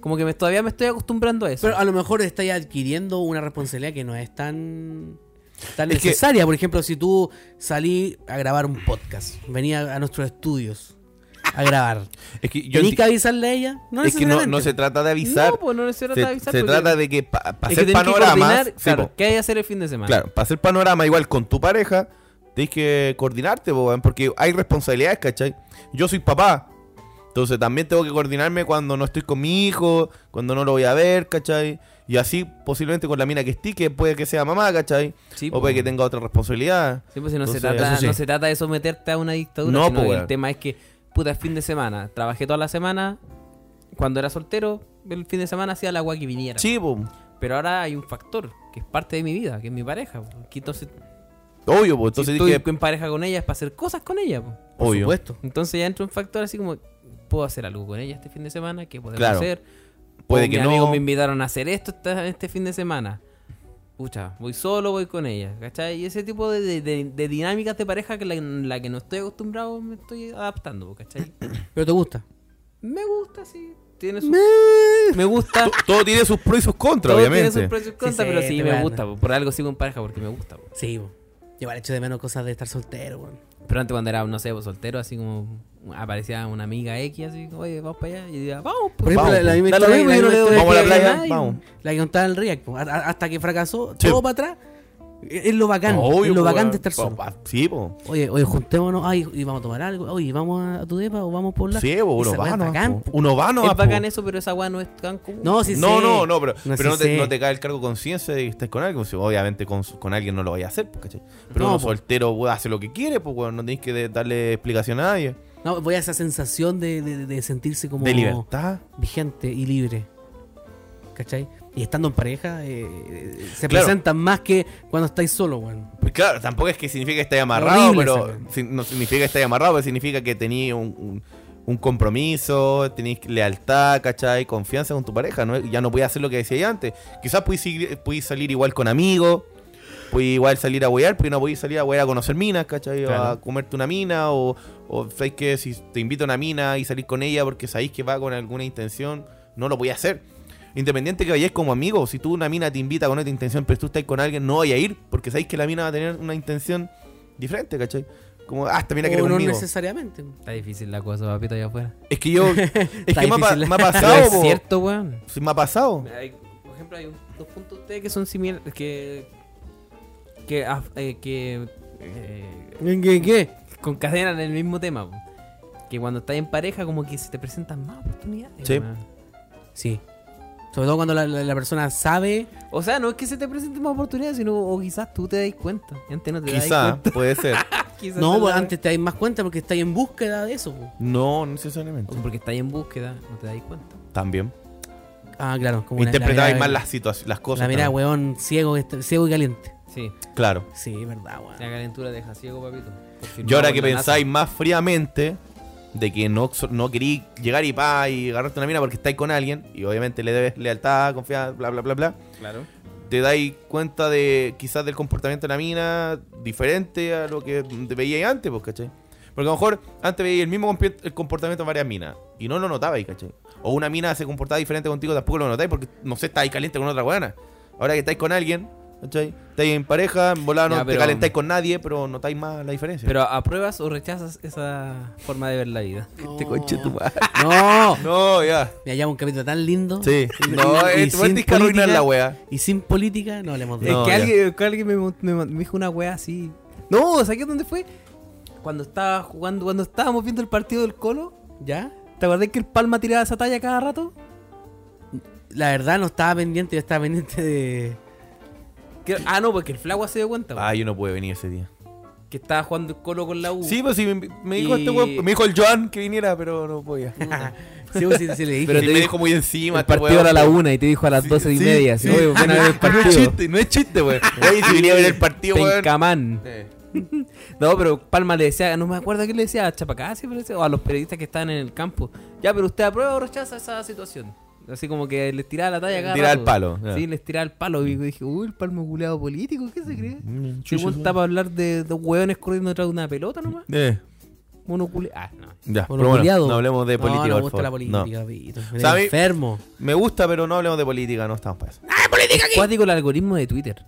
[SPEAKER 1] como que me, todavía me estoy acostumbrando a eso.
[SPEAKER 2] Pero a lo mejor estáis adquiriendo una responsabilidad que no es tan, tan
[SPEAKER 3] Es que-
[SPEAKER 2] necesaria. Por ejemplo, si tú salí a grabar un podcast, venía a nuestros estudios a grabar.
[SPEAKER 3] Es que yo
[SPEAKER 2] ¿Tenéis que
[SPEAKER 3] enti-
[SPEAKER 2] avisarle a ella? No
[SPEAKER 3] es que no,
[SPEAKER 2] necesariamente.
[SPEAKER 3] no se trata de avisar.
[SPEAKER 1] No, pues no se trata
[SPEAKER 3] se
[SPEAKER 1] de avisar.
[SPEAKER 3] se
[SPEAKER 1] porque
[SPEAKER 3] trata de que para
[SPEAKER 1] es que
[SPEAKER 3] hacer
[SPEAKER 1] tenés que
[SPEAKER 3] panoramas,
[SPEAKER 1] coordinar,
[SPEAKER 3] sí,
[SPEAKER 1] claro,
[SPEAKER 3] po,
[SPEAKER 1] ¿qué hay que hacer el fin de semana?
[SPEAKER 3] claro, para hacer panorama igual con tu pareja, tenés que coordinarte, po, weón, porque hay responsabilidades, ¿cachai? Yo soy papá, entonces también tengo que coordinarme cuando no estoy con mi hijo, cuando no lo voy a ver, ¿cachai? Y así posiblemente con la mina que esté, que puede que sea mamá, ¿cachai?
[SPEAKER 1] Sí,
[SPEAKER 3] o
[SPEAKER 1] po.
[SPEAKER 3] puede que tenga otra responsabilidad.
[SPEAKER 1] Sí, pues si no, se
[SPEAKER 3] Entonces,
[SPEAKER 1] trata,
[SPEAKER 3] eso sí.
[SPEAKER 1] no se trata de someterte a una dictadura.
[SPEAKER 3] No,
[SPEAKER 1] sino
[SPEAKER 3] po,
[SPEAKER 1] que el
[SPEAKER 3] weón.
[SPEAKER 1] tema es que, puta, es fin de semana. Trabajé toda la semana. Cuando era soltero, el fin de semana hacía la agua que viniera.
[SPEAKER 3] Sí, po.
[SPEAKER 1] Pero ahora hay un factor que es parte de mi vida, que es mi pareja. po. Que entonces,
[SPEAKER 3] obvio, po, entonces
[SPEAKER 1] si
[SPEAKER 3] tenés
[SPEAKER 1] estoy
[SPEAKER 3] que-
[SPEAKER 1] en pareja con ella es para hacer cosas con ella. po.
[SPEAKER 2] Por
[SPEAKER 3] obvio.
[SPEAKER 2] supuesto.
[SPEAKER 1] Entonces ya entra un factor así como, puedo hacer algo con ella este fin de semana, ¿qué podemos
[SPEAKER 3] Claro.
[SPEAKER 1] hacer?
[SPEAKER 3] Puede
[SPEAKER 1] Oh,
[SPEAKER 3] que
[SPEAKER 1] mis
[SPEAKER 3] no.
[SPEAKER 1] amigos me invitaron a hacer esto esta- este fin de semana. Pucha, voy solo, voy con ella, ¿cachai? Y ese tipo de, de- de- de dinámicas de pareja que la, en la que no estoy acostumbrado me estoy adaptando, ¿cachai?
[SPEAKER 2] Pero te gusta.
[SPEAKER 1] Me gusta, sí. Tiene su... Me gusta.
[SPEAKER 3] Todo tiene sus pros y sus contras,
[SPEAKER 1] Todo tiene sus
[SPEAKER 3] obviamente.
[SPEAKER 1] pros y sus contras,
[SPEAKER 2] sí,
[SPEAKER 1] pero sí
[SPEAKER 2] te
[SPEAKER 1] me
[SPEAKER 2] van.
[SPEAKER 1] gusta. po. Por algo sigo en pareja porque me gusta. po.
[SPEAKER 2] Sí, bo. Igual hecho de menos cosas de estar soltero, weón.
[SPEAKER 1] Pero antes cuando era, no sé, po, soltero, así como aparecía una amiga X, así, oye, vamos para allá. Y decía, vamos,
[SPEAKER 2] Por
[SPEAKER 1] pues,
[SPEAKER 2] ejemplo,
[SPEAKER 3] Vamos,
[SPEAKER 2] la, la misma
[SPEAKER 1] da lo
[SPEAKER 2] historia-
[SPEAKER 1] mismo,
[SPEAKER 2] la
[SPEAKER 1] yo no
[SPEAKER 2] misma
[SPEAKER 1] le doy
[SPEAKER 2] historia
[SPEAKER 3] Vamos a la
[SPEAKER 2] que-
[SPEAKER 1] Porque
[SPEAKER 3] playa,
[SPEAKER 1] nadie-
[SPEAKER 3] vamos.
[SPEAKER 2] La que contaba el React, po, a- a- hasta que fracasó,
[SPEAKER 3] Sí.
[SPEAKER 2] todo para atrás. Es es lo bacán,
[SPEAKER 3] Obvio,
[SPEAKER 2] es lo
[SPEAKER 3] po,
[SPEAKER 2] bacán
[SPEAKER 3] weón.
[SPEAKER 2] de estar solo.
[SPEAKER 3] Pa- pa- Sí, po.
[SPEAKER 2] Oye, oye, juntémonos, ay, y vamos a tomar algo, oye, vamos a, a tu depa o vamos por la.
[SPEAKER 3] Sí, po, uno
[SPEAKER 2] Esa weá
[SPEAKER 3] va,
[SPEAKER 2] es
[SPEAKER 3] no,
[SPEAKER 2] bacán,
[SPEAKER 3] po.
[SPEAKER 2] po.
[SPEAKER 3] Uno va, no va,
[SPEAKER 1] es
[SPEAKER 3] po.
[SPEAKER 1] bacán eso, pero esa weá no es tan común.
[SPEAKER 2] No, sí,
[SPEAKER 3] No,
[SPEAKER 2] sé.
[SPEAKER 3] no, no, pero,
[SPEAKER 2] No,
[SPEAKER 3] pero
[SPEAKER 2] sí
[SPEAKER 3] no, te,
[SPEAKER 2] sé.
[SPEAKER 3] no te cae el cargo de conciencia de que estás con alguien. Si, Obviamente con, con alguien no lo vaya a hacer, po, ¿cachai? Pero
[SPEAKER 2] No,
[SPEAKER 3] uno
[SPEAKER 2] po.
[SPEAKER 3] soltero weón, hace lo que quiere, pues, weón. No tenés que de- darle explicación a nadie.
[SPEAKER 2] No, voy a esa sensación de, de- de sentirse como.
[SPEAKER 3] De libertad.
[SPEAKER 2] Vigente y libre. ¿Cachai? Y estando en pareja, eh, eh, se
[SPEAKER 3] Claro.
[SPEAKER 2] presentan más que cuando estáis solo, weón.
[SPEAKER 3] Pues claro, tampoco es que significa que estés amarrado,
[SPEAKER 2] Horrible esa
[SPEAKER 3] pero
[SPEAKER 2] weá.
[SPEAKER 3] si- no significa que estés amarrado, pero significa que tenías un, un- un compromiso, tenías lealtad, ¿cachai? Confianza con tu pareja, ¿no? ya no podías hacer lo que decías antes. Quizás podías seguir- podías salir igual con amigos, podías igual salir a huear, pero no podías salir a huear a conocer minas, ¿cachai? O A
[SPEAKER 2] Claro.
[SPEAKER 3] comerte una mina, o, o sabes que si te invito a una mina y salís con ella porque sabéis que va con alguna intención, no lo podías hacer. Independiente que vayáis como amigos, si tú una mina te invita con otra intención, pero tú estás con alguien, no vayas a ir, porque sabéis que la mina va a tener una intención diferente, ¿cachai? Como, ah, esta mina quiere
[SPEAKER 2] o Oh, no
[SPEAKER 3] conmigo.
[SPEAKER 2] necesariamente.
[SPEAKER 1] Está difícil la cosa, papito, allá afuera.
[SPEAKER 3] Es que yo. es que me ha, pa-
[SPEAKER 2] difícil.
[SPEAKER 3] me ha
[SPEAKER 1] Pero
[SPEAKER 3] pasado,
[SPEAKER 1] es
[SPEAKER 3] po.
[SPEAKER 1] cierto, weón.
[SPEAKER 3] Sí, me ha pasado.
[SPEAKER 1] Hay- por ejemplo, hay un- dos puntos de ustedes que son similares. Que. que. af- eh, que eh,
[SPEAKER 2] ¿En qué?
[SPEAKER 1] concadenan el mismo tema. po. Que cuando estás en pareja, como que se te presentan más oportunidades.
[SPEAKER 3] Sí.
[SPEAKER 1] weón.
[SPEAKER 2] Sí. Sobre todo cuando la, la- la persona sabe.
[SPEAKER 1] O sea, no es que se te presenten más oportunidades, sino. o quizás tú te das cuenta. y Antes no te das
[SPEAKER 3] Quizá,
[SPEAKER 1] cuenta.
[SPEAKER 3] puede ser.
[SPEAKER 1] Quizás
[SPEAKER 2] No,
[SPEAKER 1] te
[SPEAKER 2] pues,
[SPEAKER 1] das-
[SPEAKER 2] antes te dais más cuenta porque estáis en búsqueda de eso. po.
[SPEAKER 3] No, no
[SPEAKER 1] O
[SPEAKER 3] necesariamente.
[SPEAKER 1] porque estás en búsqueda, no te das cuenta.
[SPEAKER 3] También.
[SPEAKER 2] Ah, claro. Como la- la
[SPEAKER 3] Interpretabais
[SPEAKER 2] mirada-
[SPEAKER 3] mal las situaciones, las cosas.
[SPEAKER 2] La mirada,
[SPEAKER 3] también.
[SPEAKER 2] weón, ciego, este- ciego y caliente.
[SPEAKER 1] Sí,
[SPEAKER 3] Claro.
[SPEAKER 2] Sí, es verdad, weón.
[SPEAKER 1] la calentura deja ciego, papito.
[SPEAKER 3] Yo ahora que pensáis
[SPEAKER 1] pensáis
[SPEAKER 3] más fríamente de que no, no querí llegar y pa y agarrarte una mina porque estáis con alguien y obviamente le debes lealtad, confianza, bla bla bla bla.
[SPEAKER 1] Claro.
[SPEAKER 3] Te dais cuenta de quizás del comportamiento de la mina diferente a lo que te veíais antes, pues, ¿cachai? Porque a lo mejor antes veíais el mismo compi- el comportamiento en varias minas y no lo notabais, ¿cachai? O una mina se comportaba diferente contigo, tampoco lo notáis porque no sé, estáis caliente con otra buena. Ahora que estáis con alguien, ¿cachai? Estáis en pareja, en volada no
[SPEAKER 1] Ya,
[SPEAKER 3] te
[SPEAKER 1] pero-
[SPEAKER 3] calentáis con nadie, pero notáis más la diferencia.
[SPEAKER 1] Pero apruebas o rechazas esa forma de ver la vida.
[SPEAKER 3] Este conche tu madre.
[SPEAKER 2] No.
[SPEAKER 3] No, ya.
[SPEAKER 2] Me llama un capítulo tan lindo.
[SPEAKER 3] Sí. No,
[SPEAKER 2] Y
[SPEAKER 3] eh, tú
[SPEAKER 2] sin
[SPEAKER 3] tienes que arruinar
[SPEAKER 2] política.
[SPEAKER 3] la wea.
[SPEAKER 2] Y sin política no hablemos de
[SPEAKER 3] No,
[SPEAKER 1] es que
[SPEAKER 3] ya.
[SPEAKER 1] alguien, que alguien me, mon- me, man- me dijo una wea así. No, ¿sabes dónde fue? cuando estaba jugando, cuando estábamos viendo el partido del Colo,
[SPEAKER 2] ¿Ya?
[SPEAKER 1] ¿te acordás que el Palma tiraba esa talla cada rato?
[SPEAKER 2] La verdad no estaba pendiente, yo estaba pendiente de...
[SPEAKER 1] Que- ah, no, porque el Flagua se dio cuenta po,
[SPEAKER 3] Ah, yo no pude venir ese día.
[SPEAKER 1] que estaba jugando el Colo con la U.
[SPEAKER 3] Sí, pues sí, me, me dijo
[SPEAKER 1] Y- Mm.
[SPEAKER 3] este weón- me dijo el Joan que viniera, pero no podía.
[SPEAKER 2] Sí, sí, sí, le dije.
[SPEAKER 3] Pero
[SPEAKER 1] te
[SPEAKER 3] me
[SPEAKER 1] dijo-
[SPEAKER 3] dijo muy encima.
[SPEAKER 1] el
[SPEAKER 3] este
[SPEAKER 1] partido
[SPEAKER 3] weón.
[SPEAKER 1] era a la una y te dijo a las doce y
[SPEAKER 3] Sí,
[SPEAKER 1] media.
[SPEAKER 3] sí. Ah,
[SPEAKER 1] así, Oye, ven a ver el
[SPEAKER 3] No es
[SPEAKER 1] partido.
[SPEAKER 3] chiste, no es chiste, weón. Oye, si venía a ver el partido, weón.
[SPEAKER 1] Pencamán.
[SPEAKER 3] Eh,
[SPEAKER 1] No, pero Palma le decía, no me acuerdo qué le decía, a Chapacasi parece, o a los periodistas que estaban en el campo. Ya, pero usted aprueba o rechaza esa situación. Así como que les tiraba la talla cada
[SPEAKER 3] Tiraba el
[SPEAKER 1] rato.
[SPEAKER 3] palo, ya.
[SPEAKER 1] Sí, les tiraba el palo. Y yo dije, uy, el palmo culeado político, ¿qué se cree?
[SPEAKER 3] Mm, chucha,
[SPEAKER 1] Según está para hablar de dos hueones corriendo detrás de una pelota nomás.
[SPEAKER 3] eh,
[SPEAKER 1] Mono cule- Ah, no.
[SPEAKER 3] Ya,
[SPEAKER 2] Por
[SPEAKER 3] pero bueno,
[SPEAKER 2] culiado.
[SPEAKER 3] no hablemos de
[SPEAKER 2] No,
[SPEAKER 3] política.
[SPEAKER 2] no me
[SPEAKER 3] por
[SPEAKER 2] gusta
[SPEAKER 3] favor.
[SPEAKER 2] la política,
[SPEAKER 3] No.
[SPEAKER 2] Pito. Me
[SPEAKER 3] ¿Sabe?
[SPEAKER 2] enfermo.
[SPEAKER 3] Me gusta, pero no hablemos de política, no estamos para eso.
[SPEAKER 1] Cuático el algoritmo de Twitter.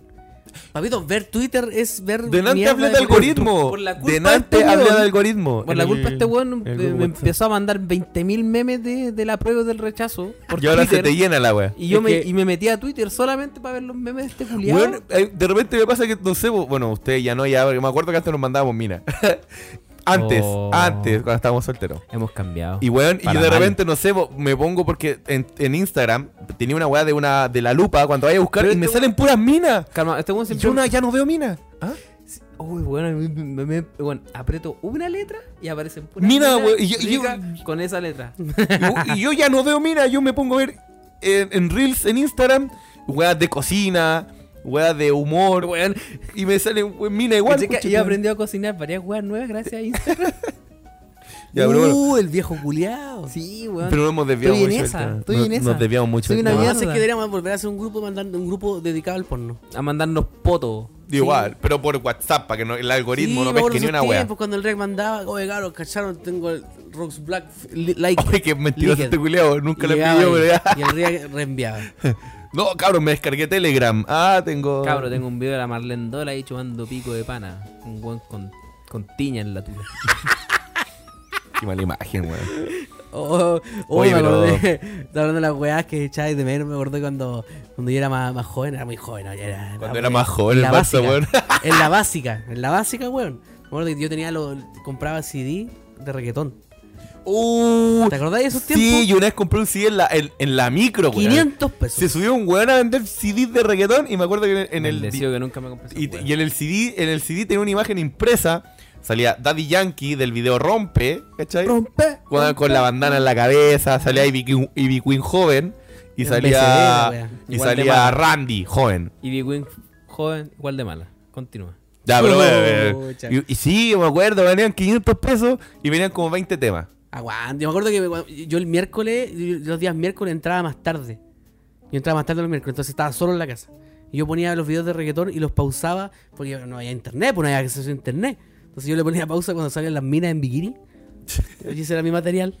[SPEAKER 2] Papito, ver Twitter es ver.
[SPEAKER 3] Denante
[SPEAKER 2] mierda
[SPEAKER 3] hablé
[SPEAKER 2] de
[SPEAKER 3] de
[SPEAKER 2] política.
[SPEAKER 3] algoritmo.
[SPEAKER 1] Por la culpa de
[SPEAKER 3] Denante
[SPEAKER 1] este
[SPEAKER 3] hablé de
[SPEAKER 1] weón.
[SPEAKER 3] algoritmo.
[SPEAKER 1] Por la
[SPEAKER 3] En el-
[SPEAKER 1] culpa este weón
[SPEAKER 3] en el
[SPEAKER 1] eh,
[SPEAKER 3] grupo
[SPEAKER 1] me
[SPEAKER 3] WhatsApp.
[SPEAKER 1] empezó a mandar 20.000 memes de, de la prueba y del rechazo. Por
[SPEAKER 3] Y ahora se
[SPEAKER 1] Twitter.
[SPEAKER 3] te llena la wea.
[SPEAKER 1] Y yo
[SPEAKER 2] Es
[SPEAKER 1] me,
[SPEAKER 2] que-
[SPEAKER 1] y me metí a Twitter solamente para ver los memes de este culiado.
[SPEAKER 3] Weón, eh, de repente me pasa que, no sé, bueno, ustedes ya no, ya, porque me acuerdo que antes nos mandábamos mina. antes,
[SPEAKER 1] Oh.
[SPEAKER 3] antes, cuando estábamos solteros.
[SPEAKER 1] Hemos cambiado.
[SPEAKER 3] Y weón, y
[SPEAKER 1] Para
[SPEAKER 3] yo de
[SPEAKER 1] mal.
[SPEAKER 3] repente, no sé, bo- me pongo porque en, en Instagram tenía una weá de una de la lupa cuando vaya a buscar
[SPEAKER 1] Pero
[SPEAKER 3] y me
[SPEAKER 1] este
[SPEAKER 3] salen puras minas.
[SPEAKER 1] Calma, este weón
[SPEAKER 3] Y
[SPEAKER 1] siempre.
[SPEAKER 3] Yo una- ya no veo minas. ¿Ah?
[SPEAKER 1] Uy, bueno, me, me- me- bueno, aprieto una letra y aparecen puras
[SPEAKER 3] Mira,
[SPEAKER 1] minas
[SPEAKER 3] güey, y yo- y yo-
[SPEAKER 1] ricas con esa letra.
[SPEAKER 3] Y- y yo ya no veo minas, yo me pongo a ver en, en Reels, en Instagram, weas de cocina, weas de humor, weón. Y me salen we- minas igual.
[SPEAKER 1] Caché que
[SPEAKER 3] conchetumare.
[SPEAKER 1] yo aprendí a cocinar varias weas nuevas gracias a Instagram.
[SPEAKER 3] Ya, pero bueno.
[SPEAKER 2] Uh, el viejo culiado.
[SPEAKER 1] sí, Uh, weón.
[SPEAKER 3] Pero nos hemos desviado
[SPEAKER 1] Estoy en
[SPEAKER 3] mucho. del
[SPEAKER 1] esa,
[SPEAKER 3] tema.
[SPEAKER 1] estoy
[SPEAKER 3] Nos-
[SPEAKER 1] en esa.
[SPEAKER 3] Nos desviamos mucho.
[SPEAKER 1] Soy
[SPEAKER 3] del
[SPEAKER 1] una
[SPEAKER 3] tema.
[SPEAKER 2] No,
[SPEAKER 1] mierda.
[SPEAKER 2] es que deberíamos volver a hacer un grupo mandando un grupo dedicado al porno.
[SPEAKER 1] A mandarnos potos.
[SPEAKER 3] Igual, pero por WhatsApp, para que no- el
[SPEAKER 2] Sí,
[SPEAKER 3] algoritmo no
[SPEAKER 2] me acuerdo
[SPEAKER 3] pesque ni
[SPEAKER 2] esos
[SPEAKER 3] una wea.
[SPEAKER 2] tiempos cuando el rec mandaba, oye, cabrón, cacharon, tengo el Rox Black f- li- like.
[SPEAKER 3] Oye, qué mentiroso
[SPEAKER 2] Líquido.
[SPEAKER 3] este culiao,
[SPEAKER 2] Y
[SPEAKER 3] nunca le
[SPEAKER 2] llegaba
[SPEAKER 3] pidió,
[SPEAKER 2] ahí,
[SPEAKER 3] pero ya.
[SPEAKER 2] Y el rey reenviaba.
[SPEAKER 3] No, cabrón, me descargué Telegram. Ah, tengo.
[SPEAKER 1] Cabro, tengo un video de la Marlene Dola ahí chupando pico de pana. Un weón con, con tiña en la tuya.
[SPEAKER 3] Qué mala imagen, weón.
[SPEAKER 2] Oh, oh,
[SPEAKER 3] Oye,
[SPEAKER 2] me
[SPEAKER 3] pero-
[SPEAKER 2] acordé, estaba hablando de las weas que echáis de menos, me acordé cuando, cuando yo era más, más joven, era muy joven, ¿no? Ya era,
[SPEAKER 3] Cuando era más joven,
[SPEAKER 2] en
[SPEAKER 3] el
[SPEAKER 2] la
[SPEAKER 3] Barça,
[SPEAKER 2] básica,
[SPEAKER 3] weón.
[SPEAKER 2] En la básica, en la básica, weón. Me acuerdo que yo tenía lo, compraba CD de reggaetón.
[SPEAKER 3] Uh,
[SPEAKER 2] ¿Te acordás de esos
[SPEAKER 3] sí,
[SPEAKER 2] tiempos?
[SPEAKER 3] yo una vez compré un CD en la, en, en la micro, weón.
[SPEAKER 2] 500 pesos.
[SPEAKER 3] Se subió un weón a vender CDs de reggaetón y me acuerdo que en, en el.
[SPEAKER 1] Bendecido que nunca me compré esa
[SPEAKER 3] Y,
[SPEAKER 1] wea.
[SPEAKER 3] y en el CD, en el CD tenía una imagen impresa. Salía Daddy Yankee del video Rompe, ¿cachai?
[SPEAKER 2] Rompe.
[SPEAKER 3] Con, con la bandana en la cabeza, salía Ivy Queen, Ivy Queen joven y
[SPEAKER 2] En
[SPEAKER 3] salía
[SPEAKER 2] BCD, la wea.
[SPEAKER 3] y
[SPEAKER 1] Igual de
[SPEAKER 3] salía
[SPEAKER 1] mala.
[SPEAKER 3] Randy joven.
[SPEAKER 1] Y Big Wing, joven, igual de mala. Continúa.
[SPEAKER 3] Ya, pero
[SPEAKER 2] Oh,
[SPEAKER 3] eh, eh,
[SPEAKER 2] cha.
[SPEAKER 3] y, y sí, me acuerdo, venían 500 pesos y venían como 20 temas.
[SPEAKER 2] Aguante. Yo me acuerdo que me- cuando- yo el miércoles, yo- los días miércoles entraba más tarde. Yo entraba más tarde los miércoles, entonces estaba solo en la casa. Y yo ponía los videos de reggaetón y los pausaba porque yo- no había internet, pues no había acceso a internet. Entonces yo le ponía pausa cuando salían las minas en bikini. Y ese era mi material.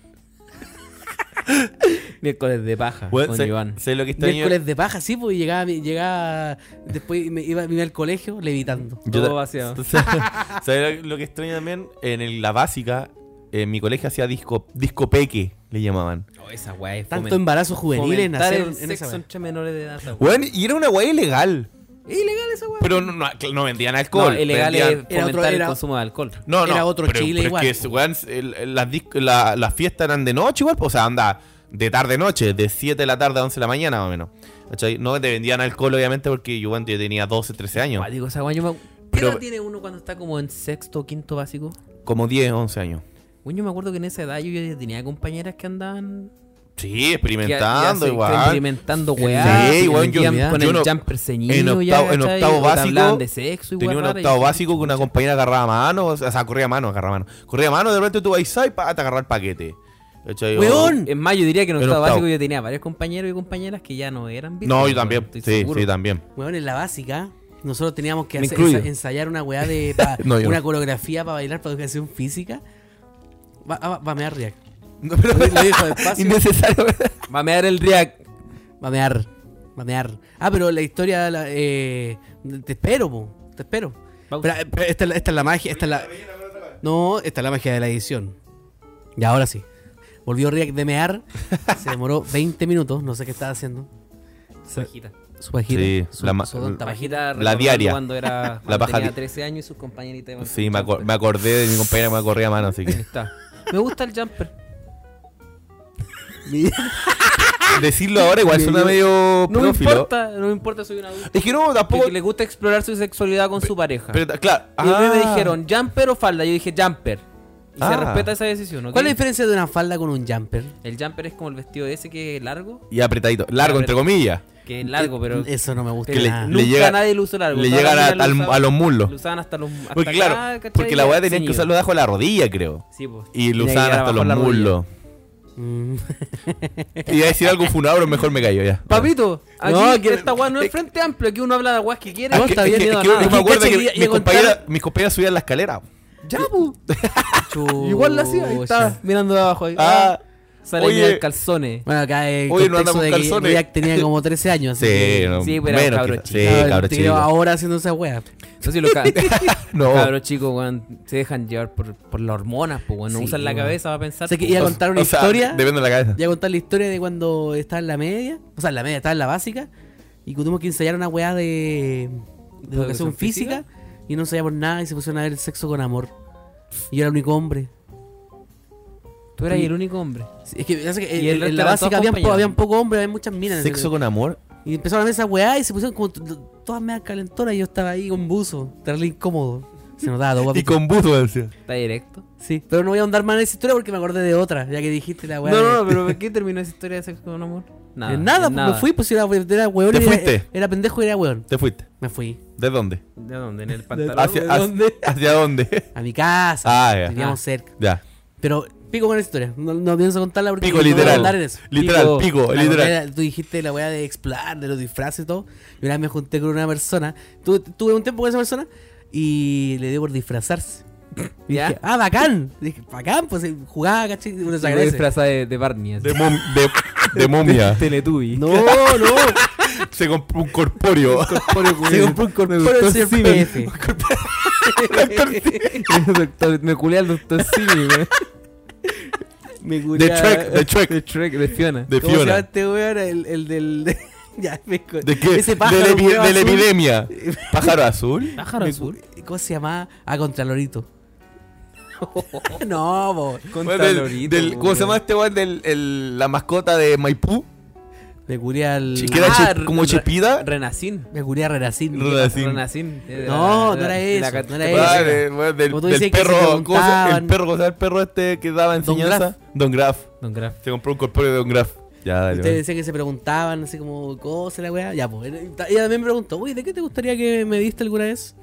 [SPEAKER 1] Miércoles de paja
[SPEAKER 3] Bueno,
[SPEAKER 1] Ah, con
[SPEAKER 3] sé-
[SPEAKER 1] Iván.
[SPEAKER 3] sé lo que está
[SPEAKER 2] Miércoles de paja, sí, pues y llegaba, llegaba después y me iba, me iba al colegio levitando.
[SPEAKER 3] Yo
[SPEAKER 1] Todo
[SPEAKER 3] ta-
[SPEAKER 1] vaciado.
[SPEAKER 3] ¿Sabes lo, lo que extraño también? En el- la básica, en mi colegio hacía disco, disco peque, le llamaban.
[SPEAKER 1] Oh, esa weá es
[SPEAKER 2] Tanto
[SPEAKER 1] fomen-
[SPEAKER 2] embarazo juvenil
[SPEAKER 1] fomentar
[SPEAKER 2] nacieron
[SPEAKER 1] el
[SPEAKER 2] en esa
[SPEAKER 1] sexo
[SPEAKER 2] wea.
[SPEAKER 1] entre menores de edad. esa weá.
[SPEAKER 3] Bueno, y era una weá ilegal.
[SPEAKER 1] Ilegal esa weá.
[SPEAKER 3] Pero no, no- no vendían
[SPEAKER 1] No,
[SPEAKER 3] alcohol.
[SPEAKER 1] ilegal es
[SPEAKER 3] vendían-
[SPEAKER 1] fomentar
[SPEAKER 2] Era otro-
[SPEAKER 1] el
[SPEAKER 2] era-
[SPEAKER 1] consumo de alcohol.
[SPEAKER 3] No, no.
[SPEAKER 2] era otro
[SPEAKER 3] pero-
[SPEAKER 2] Chile
[SPEAKER 3] pero es
[SPEAKER 2] igual,
[SPEAKER 3] que,
[SPEAKER 2] po.
[SPEAKER 3] weón, el- el- las, disc- la- las fiestas eran de noche igual, po, o sea, anda de tarde-noche, de 7 de la tarde a 11 de la mañana más o menos. ¿Cachai? No te vendían alcohol, obviamente, porque yo, weón, yo tenía 12, 13 años.
[SPEAKER 1] Cuático esa weá, yo me- ¿Qué
[SPEAKER 3] Pero-
[SPEAKER 1] edad tiene uno cuando está como en sexto o quinto básico?
[SPEAKER 3] Como 10, 11 años.
[SPEAKER 1] Bueno, yo me acuerdo que en esa edad yo ya tenía compañeras que andaban
[SPEAKER 3] Sí,
[SPEAKER 1] que ya- ya
[SPEAKER 3] experimentando
[SPEAKER 1] se-
[SPEAKER 3] igual.
[SPEAKER 1] experimentando
[SPEAKER 2] Sí,
[SPEAKER 1] weá, que
[SPEAKER 3] weón, yo-
[SPEAKER 1] vendían con
[SPEAKER 3] yo no-
[SPEAKER 1] el jumper ceñido
[SPEAKER 3] en octavo-
[SPEAKER 1] ya,
[SPEAKER 3] en
[SPEAKER 1] ¿cachai?
[SPEAKER 3] octavo
[SPEAKER 1] O te
[SPEAKER 3] básico
[SPEAKER 1] hablaban de sexo y
[SPEAKER 3] Tenía
[SPEAKER 1] weá
[SPEAKER 3] un
[SPEAKER 1] rara, y
[SPEAKER 3] octavo
[SPEAKER 1] yo-
[SPEAKER 3] básico que una compañera agarraba a mano, o sea, corría a mano, agarraba a mano. Corría a mano, de repente tú vas y pa, te agarrar el paquete. ¿Cachai? O-
[SPEAKER 2] Weón,
[SPEAKER 1] En mayo diría que en
[SPEAKER 3] En
[SPEAKER 1] octavo
[SPEAKER 3] octavo.
[SPEAKER 1] básico yo tenía varios compañeros y compañeras que ya no eran
[SPEAKER 3] No,
[SPEAKER 1] vírgenes,
[SPEAKER 3] yo también.
[SPEAKER 1] weón, estoy
[SPEAKER 3] Sí,
[SPEAKER 1] seguro.
[SPEAKER 3] sí, también.
[SPEAKER 2] Weón, en la básica, nosotros teníamos que
[SPEAKER 3] Me
[SPEAKER 2] hacer-
[SPEAKER 3] incluyo.
[SPEAKER 2] ensa- ensayar una weá de. pa-
[SPEAKER 3] No, yo
[SPEAKER 2] una
[SPEAKER 3] no.
[SPEAKER 2] coreografía para bailar, para educación física. Va, ah, va, va a mear, Riak.
[SPEAKER 3] No, pero
[SPEAKER 2] Lo lo dijo despacio.
[SPEAKER 3] innecesario.
[SPEAKER 1] Va a mear el react.
[SPEAKER 2] Va a mear. Va a mear. Ah, pero la historia. la- eh, te espero, po. Te espero.
[SPEAKER 1] Pausa.
[SPEAKER 2] Pero, eh, pero esta, es la- esta es la magia. Esta es la. No, esta es la magia de la edición. Y ahora sí. Volvió Riak de mear. Se demoró 20 minutos. No sé qué estaba haciendo.
[SPEAKER 1] Pajita.
[SPEAKER 2] Su pajita.
[SPEAKER 3] Sí,
[SPEAKER 2] su,
[SPEAKER 3] la ma-
[SPEAKER 2] su donta
[SPEAKER 1] La
[SPEAKER 2] pajita.
[SPEAKER 1] pajita
[SPEAKER 3] La diaria.
[SPEAKER 1] cuando era
[SPEAKER 3] La
[SPEAKER 1] cuando
[SPEAKER 3] paja
[SPEAKER 1] tenía
[SPEAKER 3] di-
[SPEAKER 1] 13 años y sus compañeritas iban con
[SPEAKER 3] Sí, me, acor-
[SPEAKER 1] jumper.
[SPEAKER 3] me acordé de mi compañera que me corría a mano, así
[SPEAKER 1] Ahí
[SPEAKER 3] que.
[SPEAKER 1] está. Me gusta el jumper.
[SPEAKER 3] Decirlo ahora igual suena medio
[SPEAKER 1] No me
[SPEAKER 3] pedófilo.
[SPEAKER 1] importa, no me importa, soy un adulto.
[SPEAKER 3] Es que no,
[SPEAKER 1] Que
[SPEAKER 3] tampoco.
[SPEAKER 1] le gusta explorar su sexualidad con su pareja.
[SPEAKER 3] Pero, claro.
[SPEAKER 1] Y a mí me
[SPEAKER 3] ah.
[SPEAKER 1] dijeron, ¿jumper o falda? Yo dije, jumper. Y se
[SPEAKER 3] Ah.
[SPEAKER 1] respeta esa decisión, ¿ok?
[SPEAKER 2] ¿Cuál es la diferencia de una falda con un jumper?
[SPEAKER 1] El jumper es como el vestido ese que es largo.
[SPEAKER 3] Y apretadito. Largo, entre comillas.
[SPEAKER 1] Que es largo, pero...
[SPEAKER 3] eh,
[SPEAKER 2] Eso no me gusta.
[SPEAKER 1] pero
[SPEAKER 3] le-
[SPEAKER 2] nada.
[SPEAKER 1] nunca
[SPEAKER 3] llega-
[SPEAKER 1] nadie lo usó largo.
[SPEAKER 3] le
[SPEAKER 1] Toda la
[SPEAKER 3] llegan a,
[SPEAKER 1] vida lo
[SPEAKER 3] al-
[SPEAKER 1] usaban-
[SPEAKER 3] a
[SPEAKER 1] Lo
[SPEAKER 3] los muslos.
[SPEAKER 1] usaban hasta los... hasta
[SPEAKER 3] Porque,
[SPEAKER 1] acá,
[SPEAKER 3] claro,
[SPEAKER 1] ¿cachai?
[SPEAKER 3] porque la weá tenían que
[SPEAKER 1] Ceñido.
[SPEAKER 3] usarlo debajo de la rodilla, creo.
[SPEAKER 1] Sí, pues. Tenía
[SPEAKER 3] Y lo
[SPEAKER 1] que
[SPEAKER 3] usaban
[SPEAKER 1] llegar
[SPEAKER 3] hasta
[SPEAKER 1] abajo
[SPEAKER 3] los
[SPEAKER 1] la rodilla.
[SPEAKER 3] muslos.
[SPEAKER 2] Mm.
[SPEAKER 3] Y iba a decir algo funado, pero mejor me callo ya.
[SPEAKER 1] Papito, aquí
[SPEAKER 2] No, que-
[SPEAKER 1] esta weá no es frente amplio, aquí uno habla de weá que quiere.
[SPEAKER 3] Ah,
[SPEAKER 2] No,
[SPEAKER 3] es que-
[SPEAKER 2] está
[SPEAKER 3] es
[SPEAKER 2] bien,
[SPEAKER 3] que-
[SPEAKER 2] miedo
[SPEAKER 3] es
[SPEAKER 2] a
[SPEAKER 3] que yo
[SPEAKER 2] nada.
[SPEAKER 3] me acuerdo
[SPEAKER 1] Cacha,
[SPEAKER 3] que
[SPEAKER 1] y- y
[SPEAKER 3] mis
[SPEAKER 1] a contar-
[SPEAKER 3] compañeras- mis compañeras subían la escalera.
[SPEAKER 1] Ya, pu. Igual la hacía, ahí está
[SPEAKER 2] Chucha.
[SPEAKER 1] mirando de abajo. Ahí.
[SPEAKER 3] Ah,
[SPEAKER 1] Sale
[SPEAKER 3] oye.
[SPEAKER 1] mira el calzones.
[SPEAKER 2] Bueno, acá el
[SPEAKER 3] Oye,
[SPEAKER 2] Oye,
[SPEAKER 3] no andamos
[SPEAKER 2] de
[SPEAKER 3] con
[SPEAKER 2] que
[SPEAKER 3] calzones.
[SPEAKER 2] Jack tenía como 13 años. así
[SPEAKER 3] sí,
[SPEAKER 2] que-
[SPEAKER 3] no,
[SPEAKER 1] sí, pero era
[SPEAKER 3] menos
[SPEAKER 1] cabro
[SPEAKER 3] quizás.
[SPEAKER 1] chico.
[SPEAKER 3] Sí,
[SPEAKER 2] Ah,
[SPEAKER 3] cabro
[SPEAKER 2] te creo
[SPEAKER 3] chico.
[SPEAKER 2] ahora haciendo esa wea.
[SPEAKER 1] Entonces, si los ca-
[SPEAKER 3] No.
[SPEAKER 1] cabros chicos, weón, se dejan llevar por, por las hormonas, pues, weón. No
[SPEAKER 2] Sí,
[SPEAKER 1] usan la
[SPEAKER 2] weón.
[SPEAKER 1] cabeza para pensar.
[SPEAKER 2] O sea, que
[SPEAKER 1] po,
[SPEAKER 2] iba a
[SPEAKER 1] weón.
[SPEAKER 2] contar una
[SPEAKER 3] O sea,
[SPEAKER 2] historia.
[SPEAKER 3] Depende de la cabeza.
[SPEAKER 2] Ya contar la historia de cuando estaba en la media. O sea, en la media, estaba en la básica. Y que tuvimos que ensayar una weá de, de educación
[SPEAKER 1] educación
[SPEAKER 2] física, Y no ensayamos nada y se pusieron a ver el sexo con amor. Y yo era el único hombre.
[SPEAKER 1] Tú eras el único hombre.
[SPEAKER 2] Sí, Es que, ya sé que
[SPEAKER 1] Y el
[SPEAKER 2] en, en
[SPEAKER 1] resto
[SPEAKER 2] la
[SPEAKER 1] eran
[SPEAKER 2] básica
[SPEAKER 1] todos
[SPEAKER 2] había, po,
[SPEAKER 1] compañeros.
[SPEAKER 2] habían poco hombre, había muchas minas.
[SPEAKER 3] Sexo con amor.
[SPEAKER 2] Y empezaron a ver esa weá y se pusieron como t- t- todas medias calentonas. Y yo estaba ahí con buzo, terrible incómodo. Se notaba todo
[SPEAKER 3] Y
[SPEAKER 2] guapito.
[SPEAKER 3] con buzo, decía.
[SPEAKER 1] Está directo.
[SPEAKER 2] Sí, pero no voy a ahondar más en esa historia porque me acordé de otra, ya que dijiste la weá.
[SPEAKER 1] no,
[SPEAKER 2] de-
[SPEAKER 1] no, no, pero ¿por qué terminó esa historia de sexo con amor? Nada.
[SPEAKER 2] en nada,
[SPEAKER 1] en
[SPEAKER 2] pues, me fui, pues era, era weón.
[SPEAKER 3] ¿Te
[SPEAKER 2] y era-
[SPEAKER 3] fuiste?
[SPEAKER 2] era pendejo y era weón.
[SPEAKER 3] Te fuiste.
[SPEAKER 2] Me fui.
[SPEAKER 3] ¿De dónde?
[SPEAKER 1] ¿De dónde? En el pantalón.
[SPEAKER 3] ¿Hacia,
[SPEAKER 1] weón.
[SPEAKER 3] hacia- hacia dónde?
[SPEAKER 2] A mi casa.
[SPEAKER 3] Ah, ya.
[SPEAKER 2] Vivíamos cerca.
[SPEAKER 3] ya.
[SPEAKER 2] Pero pico con la historia. No, no pienso contarla porque
[SPEAKER 3] Pico,
[SPEAKER 2] no voy a
[SPEAKER 3] literal.
[SPEAKER 2] andar en eso.
[SPEAKER 3] Literal, pico,
[SPEAKER 2] La
[SPEAKER 3] literal.
[SPEAKER 2] weá, tú dijiste la weá de explorar, de los disfraces y todo. Y una vez me junté con una persona. Tu- tuve un tiempo con esa persona y le dio por disfrazarse. Y
[SPEAKER 1] ¿Ya?
[SPEAKER 2] dije, ah, bacán. Dije, bacán, pues eh, jugaba, caché. Uno se
[SPEAKER 1] Una
[SPEAKER 2] agradece.
[SPEAKER 1] disfrazada de, de Barney. así.
[SPEAKER 3] De, mom- de, de momia.
[SPEAKER 1] Teletubby.
[SPEAKER 2] No, no.
[SPEAKER 3] Se compró un corpóreo.
[SPEAKER 2] Se compró un corpóreo
[SPEAKER 1] Me
[SPEAKER 2] del
[SPEAKER 1] gustó
[SPEAKER 2] señor
[SPEAKER 1] Simi.
[SPEAKER 2] PF.
[SPEAKER 1] El doctor- me culé al doctor Simi, weón.
[SPEAKER 2] Me
[SPEAKER 3] De
[SPEAKER 2] culiaba-
[SPEAKER 3] Shrek, de Shrek,
[SPEAKER 1] De Shrek, de Fiona.
[SPEAKER 3] de
[SPEAKER 2] ¿Cómo se llama
[SPEAKER 3] Fiona.
[SPEAKER 2] este weón? El, el del. ya, me co-
[SPEAKER 3] ¿De qué?
[SPEAKER 2] Ese
[SPEAKER 3] De
[SPEAKER 2] pájaro,
[SPEAKER 3] la, epi-
[SPEAKER 2] weón,
[SPEAKER 3] de la
[SPEAKER 2] azul.
[SPEAKER 3] epidemia. ¿Pájaro azul?
[SPEAKER 1] Pájaro
[SPEAKER 2] Me-
[SPEAKER 1] azul.
[SPEAKER 2] ¿Cómo se llamaba? Ah, Contralorito. no, bo.
[SPEAKER 1] Con
[SPEAKER 3] Bueno, del-
[SPEAKER 1] talorito,
[SPEAKER 3] del-
[SPEAKER 1] po,
[SPEAKER 3] ¿Cómo se llama
[SPEAKER 1] weón.
[SPEAKER 3] este weón? Del- el- La mascota de Maipú.
[SPEAKER 2] Me curé al.
[SPEAKER 3] Chi- Que era
[SPEAKER 1] Ah,
[SPEAKER 3] chi- como
[SPEAKER 1] re-
[SPEAKER 3] chipida.
[SPEAKER 1] Renacín.
[SPEAKER 2] Me curé a Renacín.
[SPEAKER 3] Renacín. Renacín.
[SPEAKER 1] Renacín. eh, de
[SPEAKER 2] No,
[SPEAKER 1] la-
[SPEAKER 2] no era
[SPEAKER 1] de la
[SPEAKER 2] eso,
[SPEAKER 1] cat-
[SPEAKER 2] no era
[SPEAKER 1] de
[SPEAKER 2] eso.
[SPEAKER 1] la-
[SPEAKER 3] Ah,
[SPEAKER 2] era.
[SPEAKER 3] de- bueno, del,
[SPEAKER 2] Como tú
[SPEAKER 3] del
[SPEAKER 2] decías que se
[SPEAKER 3] perro, ¿cómo se- el
[SPEAKER 2] preguntaban.
[SPEAKER 3] perro, o sea, el perro este que daba
[SPEAKER 2] Don
[SPEAKER 3] enseñanza, Don Graf.
[SPEAKER 1] Don Graf.
[SPEAKER 3] Se compró un corpóreo de Don Graf. Ya, dale.
[SPEAKER 2] Ustedes
[SPEAKER 3] weón.
[SPEAKER 2] decían que se preguntaban, así como, cosas la weá? Ya, pues. Ella también me preguntó, uy, ¿de qué te gustaría que me diste alguna vez?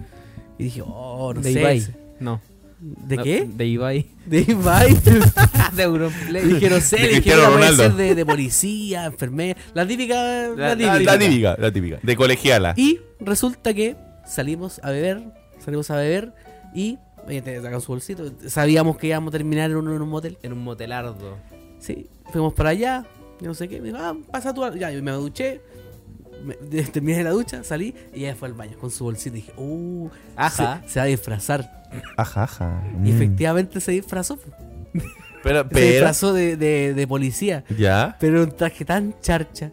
[SPEAKER 2] Y dije, oh, no
[SPEAKER 1] de
[SPEAKER 2] sé.
[SPEAKER 1] Ibai. No.
[SPEAKER 2] ¿De
[SPEAKER 1] No,
[SPEAKER 2] qué?
[SPEAKER 1] De Ibai.
[SPEAKER 2] De Ibai.
[SPEAKER 1] de Europlay.
[SPEAKER 2] Le dije, no sé,
[SPEAKER 3] De
[SPEAKER 2] le dije,
[SPEAKER 3] Cristiano
[SPEAKER 2] "Mira, puede
[SPEAKER 3] Ronaldo".
[SPEAKER 2] ser de, de policía, enfermera. La típica.
[SPEAKER 1] La-
[SPEAKER 2] La,
[SPEAKER 1] la-
[SPEAKER 3] Ah,
[SPEAKER 2] típica.
[SPEAKER 3] La típica, la típica. De colegiala.
[SPEAKER 2] Y resulta que salimos a beber, salimos a beber y eh, te sacan su bolsito. Sabíamos que íbamos a terminar en un, en un motel.
[SPEAKER 1] En un motelardo.
[SPEAKER 2] Sí, fuimos para allá, yo no sé qué. Me dijo, ah, pasa tú. Ya, yo me duché, me- de- terminé la ducha, salí y ella fue al baño con su bolsito. Y dije, uh,
[SPEAKER 1] Ajá.
[SPEAKER 2] Se, se va a disfrazar.
[SPEAKER 3] Ajá, ajá.
[SPEAKER 2] Y
[SPEAKER 3] Mm.
[SPEAKER 2] efectivamente se disfrazó.
[SPEAKER 3] Pero,
[SPEAKER 2] Se
[SPEAKER 3] pero.
[SPEAKER 2] disfrazó de, de- de policía.
[SPEAKER 3] Ya.
[SPEAKER 2] Pero era un traje tan charcha.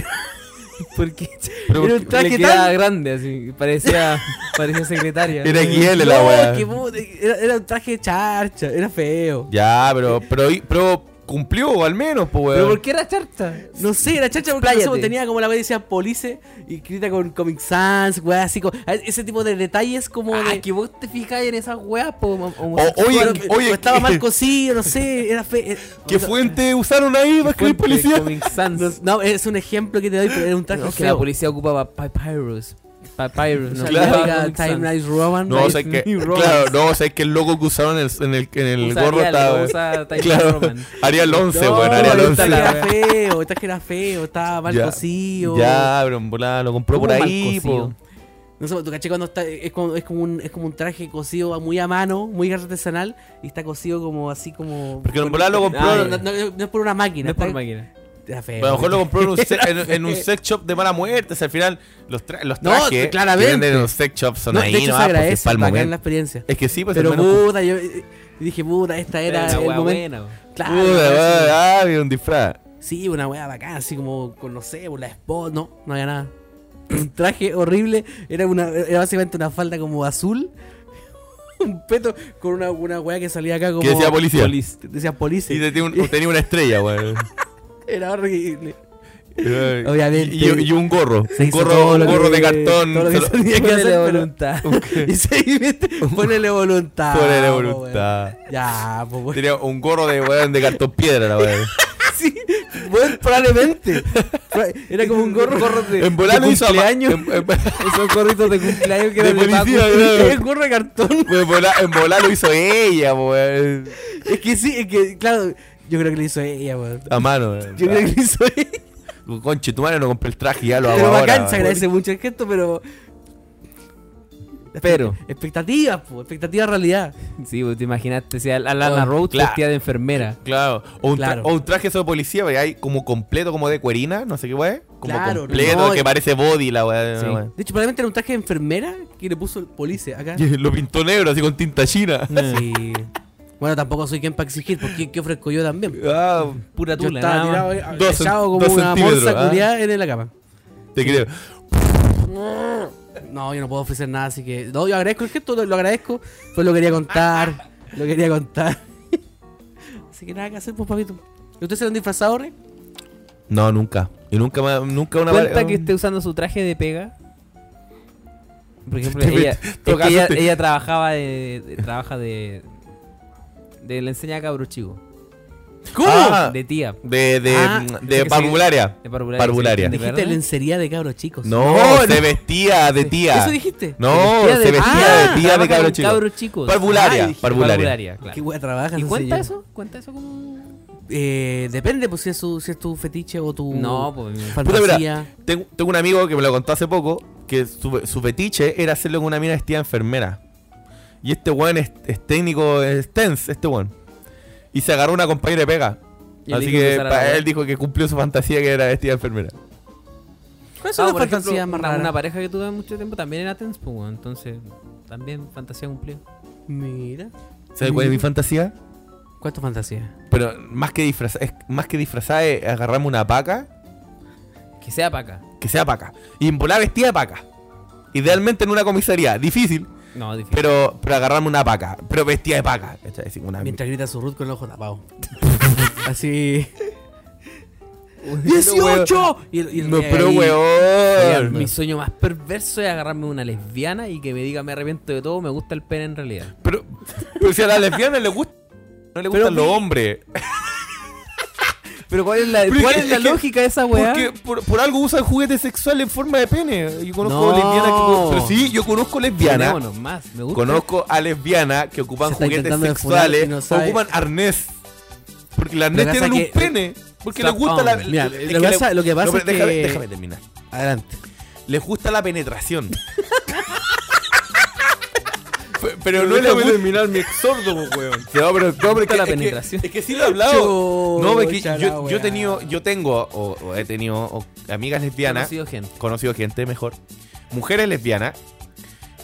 [SPEAKER 1] Porque
[SPEAKER 3] Pero
[SPEAKER 2] Era un
[SPEAKER 3] porque-
[SPEAKER 2] traje
[SPEAKER 1] le quedaba
[SPEAKER 2] tan-
[SPEAKER 1] grande, así. Parecía, parecía secretaria.
[SPEAKER 3] Era guiel la
[SPEAKER 2] No,
[SPEAKER 3] weá.
[SPEAKER 2] que puta, era, era un traje charcha, era feo.
[SPEAKER 3] Ya, pero, pero, pero cumplió al menos, pues,
[SPEAKER 1] ¿Pero
[SPEAKER 3] weón.
[SPEAKER 1] por qué era charta?
[SPEAKER 2] No sé, la chacha porque
[SPEAKER 1] Expláyate.
[SPEAKER 2] no sé, tenía como la weá decía Police y escrita con Comic Sans, weá, así como, a- ese tipo de detalles como
[SPEAKER 1] Ah,
[SPEAKER 2] de.
[SPEAKER 1] que vos te fijáis en esas weas, po. homo-
[SPEAKER 3] O-
[SPEAKER 1] homosexual.
[SPEAKER 3] oye,
[SPEAKER 2] Bueno,
[SPEAKER 3] que-
[SPEAKER 2] o
[SPEAKER 3] oye,
[SPEAKER 2] estaba
[SPEAKER 3] que-
[SPEAKER 2] mal cosido, no sé, era eh, feo.
[SPEAKER 3] ¿Qué fuente usaron ahí para escribir
[SPEAKER 1] Fuente
[SPEAKER 3] policía?
[SPEAKER 1] Comic Sans.
[SPEAKER 2] No, es un ejemplo que te doy, pero era un traje
[SPEAKER 1] No, que la
[SPEAKER 2] feo.
[SPEAKER 1] policía ocupaba papyrus. Papyrus,
[SPEAKER 2] O
[SPEAKER 1] ¿no?
[SPEAKER 2] sea,
[SPEAKER 3] Claro.
[SPEAKER 2] la típica Time Nice Roman.
[SPEAKER 3] No, o
[SPEAKER 2] Nice-
[SPEAKER 3] sea, que,
[SPEAKER 1] New Romans.
[SPEAKER 3] claro, no, o sea, que el logo que usaron en el, en el, en el gorro estaba. eh. Claro,
[SPEAKER 1] claro.
[SPEAKER 3] Arial 11, weón,
[SPEAKER 2] No,
[SPEAKER 3] Arial
[SPEAKER 2] el
[SPEAKER 3] 11.
[SPEAKER 2] traje
[SPEAKER 1] la
[SPEAKER 2] era feo, el traje era feo, estaba mal
[SPEAKER 3] Ya,
[SPEAKER 2] cosido.
[SPEAKER 3] Ya, pero en volada lo compró por
[SPEAKER 1] ¿Cómo mal
[SPEAKER 3] ahí,
[SPEAKER 1] cosido?
[SPEAKER 3] po.
[SPEAKER 2] No sé, tú caché cuando está. Es como, es, como un, es como un traje cosido muy a mano, muy artesanal, y está cosido como así como.
[SPEAKER 3] Porque en volada lo compró.
[SPEAKER 2] No,
[SPEAKER 1] Ah,
[SPEAKER 2] no, no, no es por una máquina.
[SPEAKER 1] No es por
[SPEAKER 2] está-
[SPEAKER 1] máquina.
[SPEAKER 2] Era feo.
[SPEAKER 3] a lo mejor lo compró en un, se- en, en un sex shop de mala muerte. O sea, al final, los, tra- los
[SPEAKER 2] No,
[SPEAKER 3] trajes que
[SPEAKER 2] claramente.
[SPEAKER 3] venden en los sex shops son
[SPEAKER 2] No,
[SPEAKER 3] ahí,
[SPEAKER 2] de hecho,
[SPEAKER 3] ¿no?
[SPEAKER 2] se
[SPEAKER 3] Ah, pues,
[SPEAKER 2] agradece
[SPEAKER 3] es pa'l
[SPEAKER 2] bacán
[SPEAKER 3] momento.
[SPEAKER 2] la experiencia.
[SPEAKER 3] Es que sí, pues
[SPEAKER 2] Pero
[SPEAKER 3] al menos.
[SPEAKER 2] puta, yo eh, dije, puta, esta era
[SPEAKER 1] Una
[SPEAKER 2] el
[SPEAKER 1] wea
[SPEAKER 2] momento.
[SPEAKER 1] buena, po.
[SPEAKER 2] Claro,
[SPEAKER 3] Puta,
[SPEAKER 2] era así
[SPEAKER 3] weón,
[SPEAKER 2] como-
[SPEAKER 3] ah, había un disfraz.
[SPEAKER 2] Sí, una wea bacana, así como con, no sé, por la spot. No, no había nada. un traje horrible. Era, una, era básicamente una falda como azul. Un peto con una, una weá que salía acá como.
[SPEAKER 3] Que decía policía.
[SPEAKER 2] Polic- decía policía.
[SPEAKER 3] Y te- tenía un- tenía una estrella, weón.
[SPEAKER 2] Era horrible. Obviamente.
[SPEAKER 3] Obviamente. Y, y un gorro.
[SPEAKER 2] Se
[SPEAKER 3] Un
[SPEAKER 2] hizo
[SPEAKER 3] gorro,
[SPEAKER 2] todo
[SPEAKER 3] un
[SPEAKER 2] lo
[SPEAKER 3] gorro
[SPEAKER 2] que-
[SPEAKER 3] de cartón.
[SPEAKER 2] todo lo que
[SPEAKER 3] se lo-
[SPEAKER 2] tenía que
[SPEAKER 1] Ponele
[SPEAKER 2] hacer, pero-
[SPEAKER 1] voluntad.
[SPEAKER 2] Y seguidamente, ponele voluntad.
[SPEAKER 3] Ponele
[SPEAKER 2] po, weón.
[SPEAKER 3] voluntad.
[SPEAKER 2] Ya, pues
[SPEAKER 3] Tenía un gorro de, weón, de cartón piedra, la weón.
[SPEAKER 2] Sí, bueno, probablemente. Era como un gorro, de,
[SPEAKER 3] En volar
[SPEAKER 2] de
[SPEAKER 3] lo hizo a ma-
[SPEAKER 2] cumpleaños.
[SPEAKER 3] En, en-
[SPEAKER 1] Esos gorritos de cumpleaños que
[SPEAKER 3] De
[SPEAKER 1] eran
[SPEAKER 3] policía,
[SPEAKER 1] Paco.
[SPEAKER 3] claro.
[SPEAKER 2] un gorro de cartón.
[SPEAKER 3] en volar- en volar lo hizo ella, weón.
[SPEAKER 2] Es que sí, es que, claro, yo creo que lo hizo ella, weón.
[SPEAKER 3] A mano, weón. Ah,
[SPEAKER 2] Yo creo que lo hizo ella.
[SPEAKER 3] Conche, tu madre no compré el traje, ya lo hago
[SPEAKER 2] pero
[SPEAKER 3] ahora.
[SPEAKER 2] bacán, se
[SPEAKER 3] weón.
[SPEAKER 2] agradece mucho el gesto, pero.
[SPEAKER 1] Pero.
[SPEAKER 2] Expectativas, po, expectativas realidad.
[SPEAKER 1] Sí, pues, te imaginaste, si a a Lana
[SPEAKER 3] Oh,
[SPEAKER 1] Rhodes
[SPEAKER 3] claro.
[SPEAKER 1] vestida de enfermera.
[SPEAKER 3] Claro. O un, tra-
[SPEAKER 2] Claro.
[SPEAKER 3] o un traje solo de policía, porque hay como completo, como de cuerina, no sé qué weón. Como
[SPEAKER 2] Claro,
[SPEAKER 3] completo,
[SPEAKER 2] no, y-
[SPEAKER 3] que parece body la weón.
[SPEAKER 1] Sí.
[SPEAKER 3] weón.
[SPEAKER 2] De hecho, probablemente era un traje de enfermera que le puso el policía acá.
[SPEAKER 3] Y Lo pintó negro, así con tinta china.
[SPEAKER 2] Sí. Bueno, tampoco soy quien para exigir, porque ¿qué ofrezco yo también?
[SPEAKER 3] Ah,
[SPEAKER 1] Pura
[SPEAKER 2] Yo
[SPEAKER 1] tula,
[SPEAKER 2] estaba
[SPEAKER 1] nada
[SPEAKER 2] tirado,
[SPEAKER 1] más.
[SPEAKER 2] eh,
[SPEAKER 3] Dos
[SPEAKER 2] echado
[SPEAKER 3] cen-
[SPEAKER 2] como
[SPEAKER 3] dos
[SPEAKER 2] una
[SPEAKER 3] centímetros,
[SPEAKER 2] bolsa
[SPEAKER 3] ¿ah?
[SPEAKER 2] culiada en la cama.
[SPEAKER 3] te creo.
[SPEAKER 2] No, yo no puedo ofrecer nada, así que. No, yo agradezco el gesto, lo, lo agradezco. Pues lo quería contar. lo quería contar. así que nada que hacer, pues, papito. ¿Y ustedes eran disfrazados, Rey?
[SPEAKER 3] No, nunca. Y nunca, ma- nunca una um,
[SPEAKER 1] Cuenta
[SPEAKER 3] no.
[SPEAKER 1] que esté usando su traje de pega. Por ejemplo,
[SPEAKER 3] Te este.
[SPEAKER 1] ella,
[SPEAKER 3] met-
[SPEAKER 1] es que
[SPEAKER 3] tocaste.
[SPEAKER 1] ella, ella trabajaba de, de- trabaja de de la enseña a cabros chicos,
[SPEAKER 2] ¿Cómo?
[SPEAKER 3] Ah.
[SPEAKER 1] de tía,
[SPEAKER 3] De, de, mm,
[SPEAKER 2] Ah,
[SPEAKER 1] sé
[SPEAKER 3] de
[SPEAKER 1] que
[SPEAKER 3] parvularia.
[SPEAKER 1] de parvularia.
[SPEAKER 3] Parvularia.
[SPEAKER 1] ¿De
[SPEAKER 2] dijiste
[SPEAKER 1] verdad?
[SPEAKER 2] lencería de cabros, chicos.
[SPEAKER 3] No, se vestía de tía.
[SPEAKER 2] ¿Eso dijiste?
[SPEAKER 3] No,
[SPEAKER 1] Vestida
[SPEAKER 3] se vestía
[SPEAKER 1] Ah,
[SPEAKER 3] de tía de
[SPEAKER 1] trabaja
[SPEAKER 3] cabros
[SPEAKER 1] con
[SPEAKER 3] chicos.
[SPEAKER 1] cabros chicos.
[SPEAKER 3] Parvularia,
[SPEAKER 1] Ah, dije,
[SPEAKER 3] parvularia.
[SPEAKER 1] claro.
[SPEAKER 2] ¿Qué wea trabaja
[SPEAKER 1] ¿Y
[SPEAKER 2] esa
[SPEAKER 1] cuenta
[SPEAKER 2] señora?
[SPEAKER 1] eso? ¿Cuenta eso como
[SPEAKER 2] Eh, depende, pues si es, su, si es tu fetiche o tu.
[SPEAKER 1] No, pues mi-
[SPEAKER 3] Puta,
[SPEAKER 2] fantasía.
[SPEAKER 3] mira, Tengo, tengo un amigo que me lo contó hace poco que su, su fetiche era hacerlo con una mina vestida de enfermera. Y este weón es, es técnico, es TENS, este weón. Y se agarró una compañera de pega.
[SPEAKER 1] Y él
[SPEAKER 3] Así
[SPEAKER 1] dijo que
[SPEAKER 3] que
[SPEAKER 1] esa era la
[SPEAKER 3] para
[SPEAKER 1] weá.
[SPEAKER 3] él dijo que cumplió su fantasía que era vestida de enfermera.
[SPEAKER 2] ¿Cuáles son
[SPEAKER 1] Ah,
[SPEAKER 2] las
[SPEAKER 1] por ejemplo,
[SPEAKER 2] fantasías más
[SPEAKER 1] una,
[SPEAKER 2] raras?
[SPEAKER 1] una pareja que tuve mucho tiempo también era Tens, pues, weón, entonces también fantasía cumplida.
[SPEAKER 2] Mira.
[SPEAKER 3] ¿Sabes cuál es mi fantasía?
[SPEAKER 2] ¿Cuántas fantasías?
[SPEAKER 3] Pero más que disfrazar, es más que disfrazar es agarrarme una paca,
[SPEAKER 1] Que sea para acá.
[SPEAKER 3] que sea paca. Y en volar vestida de paca. Idealmente en una comisaría, difícil,
[SPEAKER 1] No, difícil.
[SPEAKER 3] pero, pero agarrarme una paca, pero vestida de paca. ¿cachai? Así, una-
[SPEAKER 2] Mientras grita su Ruth con el ojo tapado. Así. Y el, y el
[SPEAKER 3] No,
[SPEAKER 2] eh,
[SPEAKER 3] pero eh,
[SPEAKER 2] ahí-
[SPEAKER 1] Mira,
[SPEAKER 3] weón.
[SPEAKER 1] mi sueño más perverso es agarrarme una lesbiana y que me diga me arrepiento de todo, me gusta el pene en realidad.
[SPEAKER 3] Pero, pero si a las lesbianas les gusta. No le gustan
[SPEAKER 2] Pero,
[SPEAKER 3] los hombres.
[SPEAKER 1] Pero ¿cuál es la,
[SPEAKER 3] Pero
[SPEAKER 1] cuál
[SPEAKER 3] es
[SPEAKER 1] es la
[SPEAKER 3] que-
[SPEAKER 1] lógica de esa weá?
[SPEAKER 3] Porque por, por algo usan juguetes sexuales en forma de pene. Yo conozco
[SPEAKER 2] No.
[SPEAKER 3] lesbianas que. Pero sí, yo conozco lesbianas.
[SPEAKER 1] Ponémonos más, me gusta.
[SPEAKER 3] Conozco a lesbianas que
[SPEAKER 2] Se
[SPEAKER 3] ocupan
[SPEAKER 2] está
[SPEAKER 3] juguetes
[SPEAKER 2] intentando defunar y
[SPEAKER 3] sexuales.
[SPEAKER 2] no
[SPEAKER 3] o
[SPEAKER 2] sabe.
[SPEAKER 3] ocupan arnés. Porque el
[SPEAKER 2] Lo
[SPEAKER 3] arnés
[SPEAKER 2] que
[SPEAKER 3] tienen
[SPEAKER 2] pasa
[SPEAKER 3] un
[SPEAKER 2] que-
[SPEAKER 3] pene. Porque les
[SPEAKER 1] Stop
[SPEAKER 3] gusta
[SPEAKER 1] on.
[SPEAKER 3] la.
[SPEAKER 2] Mira,
[SPEAKER 3] es
[SPEAKER 2] lo que
[SPEAKER 3] le-
[SPEAKER 2] pasa- lo que pasa
[SPEAKER 3] pero
[SPEAKER 2] es que-
[SPEAKER 3] déjame- déjame terminar.
[SPEAKER 2] Adelante.
[SPEAKER 3] Les gusta la penetración. Pero, no
[SPEAKER 1] déjame
[SPEAKER 3] le gusta terminar mi exordo,
[SPEAKER 1] pues,
[SPEAKER 3] weón. No, pero, no, pero es, que,
[SPEAKER 1] la
[SPEAKER 3] es que-
[SPEAKER 1] penetración.
[SPEAKER 3] es que sí lo he hablado.
[SPEAKER 2] Chucha
[SPEAKER 3] no, porque
[SPEAKER 2] la
[SPEAKER 3] yo, yo,
[SPEAKER 2] weá.
[SPEAKER 3] he tenido, yo tengo, o, o he tenido o- amigas
[SPEAKER 1] He
[SPEAKER 3] lesbianas, conocido.
[SPEAKER 1] conocido gente.
[SPEAKER 3] gente mejor, mujeres lesbianas,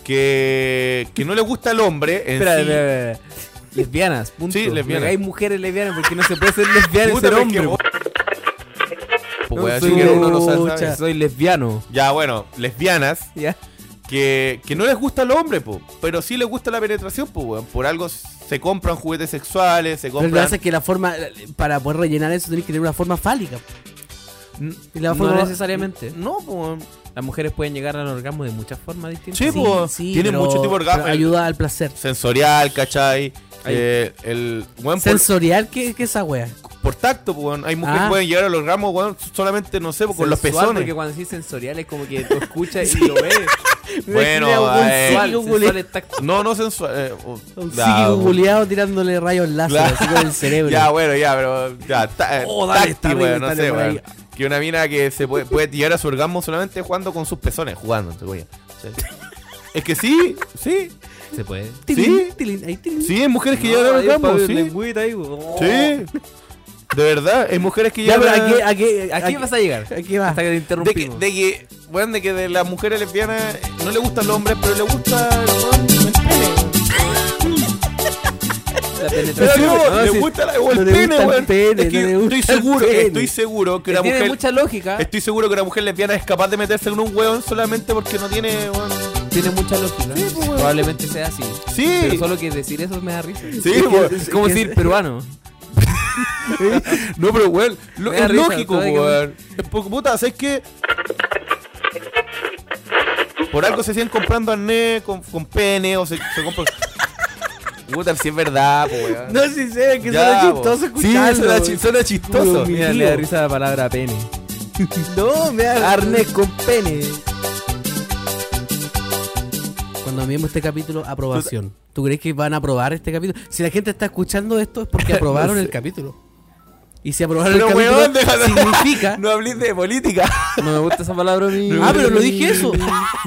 [SPEAKER 3] que, que no le gusta el hombre en
[SPEAKER 1] Espera,
[SPEAKER 3] sí.
[SPEAKER 1] espera, espera. Eh, Lesbianas, punto.
[SPEAKER 3] Sí, lesbianas.
[SPEAKER 1] Porque Hay mujeres lesbianas porque no se puede ser lesbiana y
[SPEAKER 3] Puta,
[SPEAKER 1] ser
[SPEAKER 3] pero es
[SPEAKER 1] hombre.
[SPEAKER 3] que-
[SPEAKER 1] po.
[SPEAKER 3] Pues,
[SPEAKER 1] No
[SPEAKER 3] weón,
[SPEAKER 1] soy
[SPEAKER 3] así que uno no sabe,
[SPEAKER 2] lesbiana.
[SPEAKER 3] ¿sabes?
[SPEAKER 1] Soy lesbiano.
[SPEAKER 3] Ya, bueno, lesbianas
[SPEAKER 1] ¿Ya?
[SPEAKER 3] que, que no les gusta el hombre, po, pero sí les gusta la penetración, po, weón. Por algo se compran juguetes sexuales, se
[SPEAKER 2] Pero lo que
[SPEAKER 3] compran.
[SPEAKER 2] pasa es que la forma. Para poder rellenar eso tenés que tener una forma fálica.
[SPEAKER 3] N-
[SPEAKER 2] Y la
[SPEAKER 1] No
[SPEAKER 2] forma
[SPEAKER 1] necesariamente.
[SPEAKER 3] Mm, No, po, weón.
[SPEAKER 1] Las mujeres pueden llegar al orgasmo de muchas formas distintas.
[SPEAKER 3] Sí,
[SPEAKER 2] pues,
[SPEAKER 3] po, tiene
[SPEAKER 2] pero-
[SPEAKER 3] mucho tipo de orgasmo.
[SPEAKER 2] pero Ayuda al placer.
[SPEAKER 3] Sensorial, ¿cachai?
[SPEAKER 1] Ahí.
[SPEAKER 3] Eh, el weón, por-
[SPEAKER 2] Sensorial, ¿qué qué es esa wea?
[SPEAKER 3] por, tacto, po, weón. Hay mujeres
[SPEAKER 2] Ah.
[SPEAKER 3] que pueden llegar a los ramos, weón, solamente, no sé, po, con los
[SPEAKER 1] Sensual,
[SPEAKER 3] pezones.
[SPEAKER 1] Porque cuando decís sensorial es como que tú escuchas y lo ves.
[SPEAKER 3] Bueno, eh,
[SPEAKER 2] un
[SPEAKER 1] Sensual,
[SPEAKER 2] psíquico
[SPEAKER 1] sensual
[SPEAKER 2] culiado-
[SPEAKER 1] es tacto.
[SPEAKER 3] No, no sensual. eh, oh,
[SPEAKER 2] un
[SPEAKER 3] ya,
[SPEAKER 2] psíquico
[SPEAKER 3] weón.
[SPEAKER 2] culiado tirándole rayos láser
[SPEAKER 3] Claro.
[SPEAKER 2] así con el cerebro.
[SPEAKER 3] Ya, bueno, ya, pero. Ya, ta, eh,
[SPEAKER 2] Oh, dale,
[SPEAKER 3] tacti,
[SPEAKER 2] está bien,
[SPEAKER 3] weón, no
[SPEAKER 2] dale
[SPEAKER 3] sé,
[SPEAKER 2] por
[SPEAKER 3] weón.
[SPEAKER 2] ahí.
[SPEAKER 3] Que una mina que se puede, puede llegar a su orgasmo solamente jugando con sus pezones, jugando, entre comillas, ¿sí? Es que sí, sí,
[SPEAKER 1] Se puede.
[SPEAKER 2] Tilín,
[SPEAKER 3] sí.
[SPEAKER 2] tilín, ahí, tilín.
[SPEAKER 3] sí, hay mujeres que
[SPEAKER 1] No,
[SPEAKER 3] llegan al
[SPEAKER 1] ahí,
[SPEAKER 3] orgasmo,
[SPEAKER 1] Pablo,
[SPEAKER 3] sí.
[SPEAKER 1] lengüita ahí, po.
[SPEAKER 3] Sí. De verdad, hay mujeres que
[SPEAKER 2] Ya, pero
[SPEAKER 3] llegan a-
[SPEAKER 2] ¿a qué, a qué,
[SPEAKER 1] ¿A qué vas a llegar?
[SPEAKER 2] ¿A qué va?
[SPEAKER 1] Hasta que te
[SPEAKER 3] De que,
[SPEAKER 1] interrumpimos.
[SPEAKER 3] de que, weón, de que de las mujeres lesbianas no le gustan los hombres, pero le gusta el weón, el pene.
[SPEAKER 1] La
[SPEAKER 3] Pero
[SPEAKER 2] sí,
[SPEAKER 3] no,
[SPEAKER 2] no,
[SPEAKER 3] le
[SPEAKER 2] sí.
[SPEAKER 3] gusta la- o
[SPEAKER 2] No
[SPEAKER 3] el
[SPEAKER 2] le
[SPEAKER 3] pene,
[SPEAKER 2] gusta el
[SPEAKER 3] weón.
[SPEAKER 2] pene,
[SPEAKER 3] Es que
[SPEAKER 2] no le
[SPEAKER 3] estoy
[SPEAKER 2] gusta el
[SPEAKER 3] seguro,
[SPEAKER 2] pene.
[SPEAKER 3] estoy seguro que una
[SPEAKER 1] tiene
[SPEAKER 3] mujer.
[SPEAKER 1] mucha lógica.
[SPEAKER 3] Estoy seguro que una mujer lesbiana es capaz de meterse con un weón solamente porque no tiene. weón.
[SPEAKER 1] Tiene mucha lógica.
[SPEAKER 3] Sí, pues, weón.
[SPEAKER 1] Probablemente sea así.
[SPEAKER 3] Sí.
[SPEAKER 1] Pero solo que decir eso me da risa.
[SPEAKER 3] Sí,
[SPEAKER 2] Es que-
[SPEAKER 3] weón.
[SPEAKER 1] Es como
[SPEAKER 2] que-
[SPEAKER 1] decir peruano.
[SPEAKER 3] No, pero weón, lo-
[SPEAKER 1] Me da
[SPEAKER 3] es
[SPEAKER 1] risa,
[SPEAKER 3] lógico,
[SPEAKER 1] ¿sabes qué?
[SPEAKER 3] weón. Es po- Puta, ¿sabes qué? Por algo se siguen comprando arnés con, con pene o se, se compran. Puta, si es verdad, po, weón.
[SPEAKER 2] No, sí sé, que suena
[SPEAKER 3] Ya, po.
[SPEAKER 2] chistoso
[SPEAKER 3] Sí,
[SPEAKER 2] escucharlo.
[SPEAKER 3] suena, chi- suena chistoso.
[SPEAKER 2] Dios mío.
[SPEAKER 1] Mira, le da risa la palabra pene.
[SPEAKER 2] No, me da...
[SPEAKER 1] Arnés con pene.
[SPEAKER 2] Cuando enviemos este capítulo, aprobación. ¿Tú crees que van a aprobar este capítulo? Si la gente está escuchando esto es porque aprobaron el capítulo. Y si aprobaron
[SPEAKER 3] Pero
[SPEAKER 2] el capítulo,
[SPEAKER 3] weón, déjalo.
[SPEAKER 2] significa...
[SPEAKER 3] No hables de política.
[SPEAKER 1] No me gusta esa palabra a mí.
[SPEAKER 2] Ah, pero lo dije eso.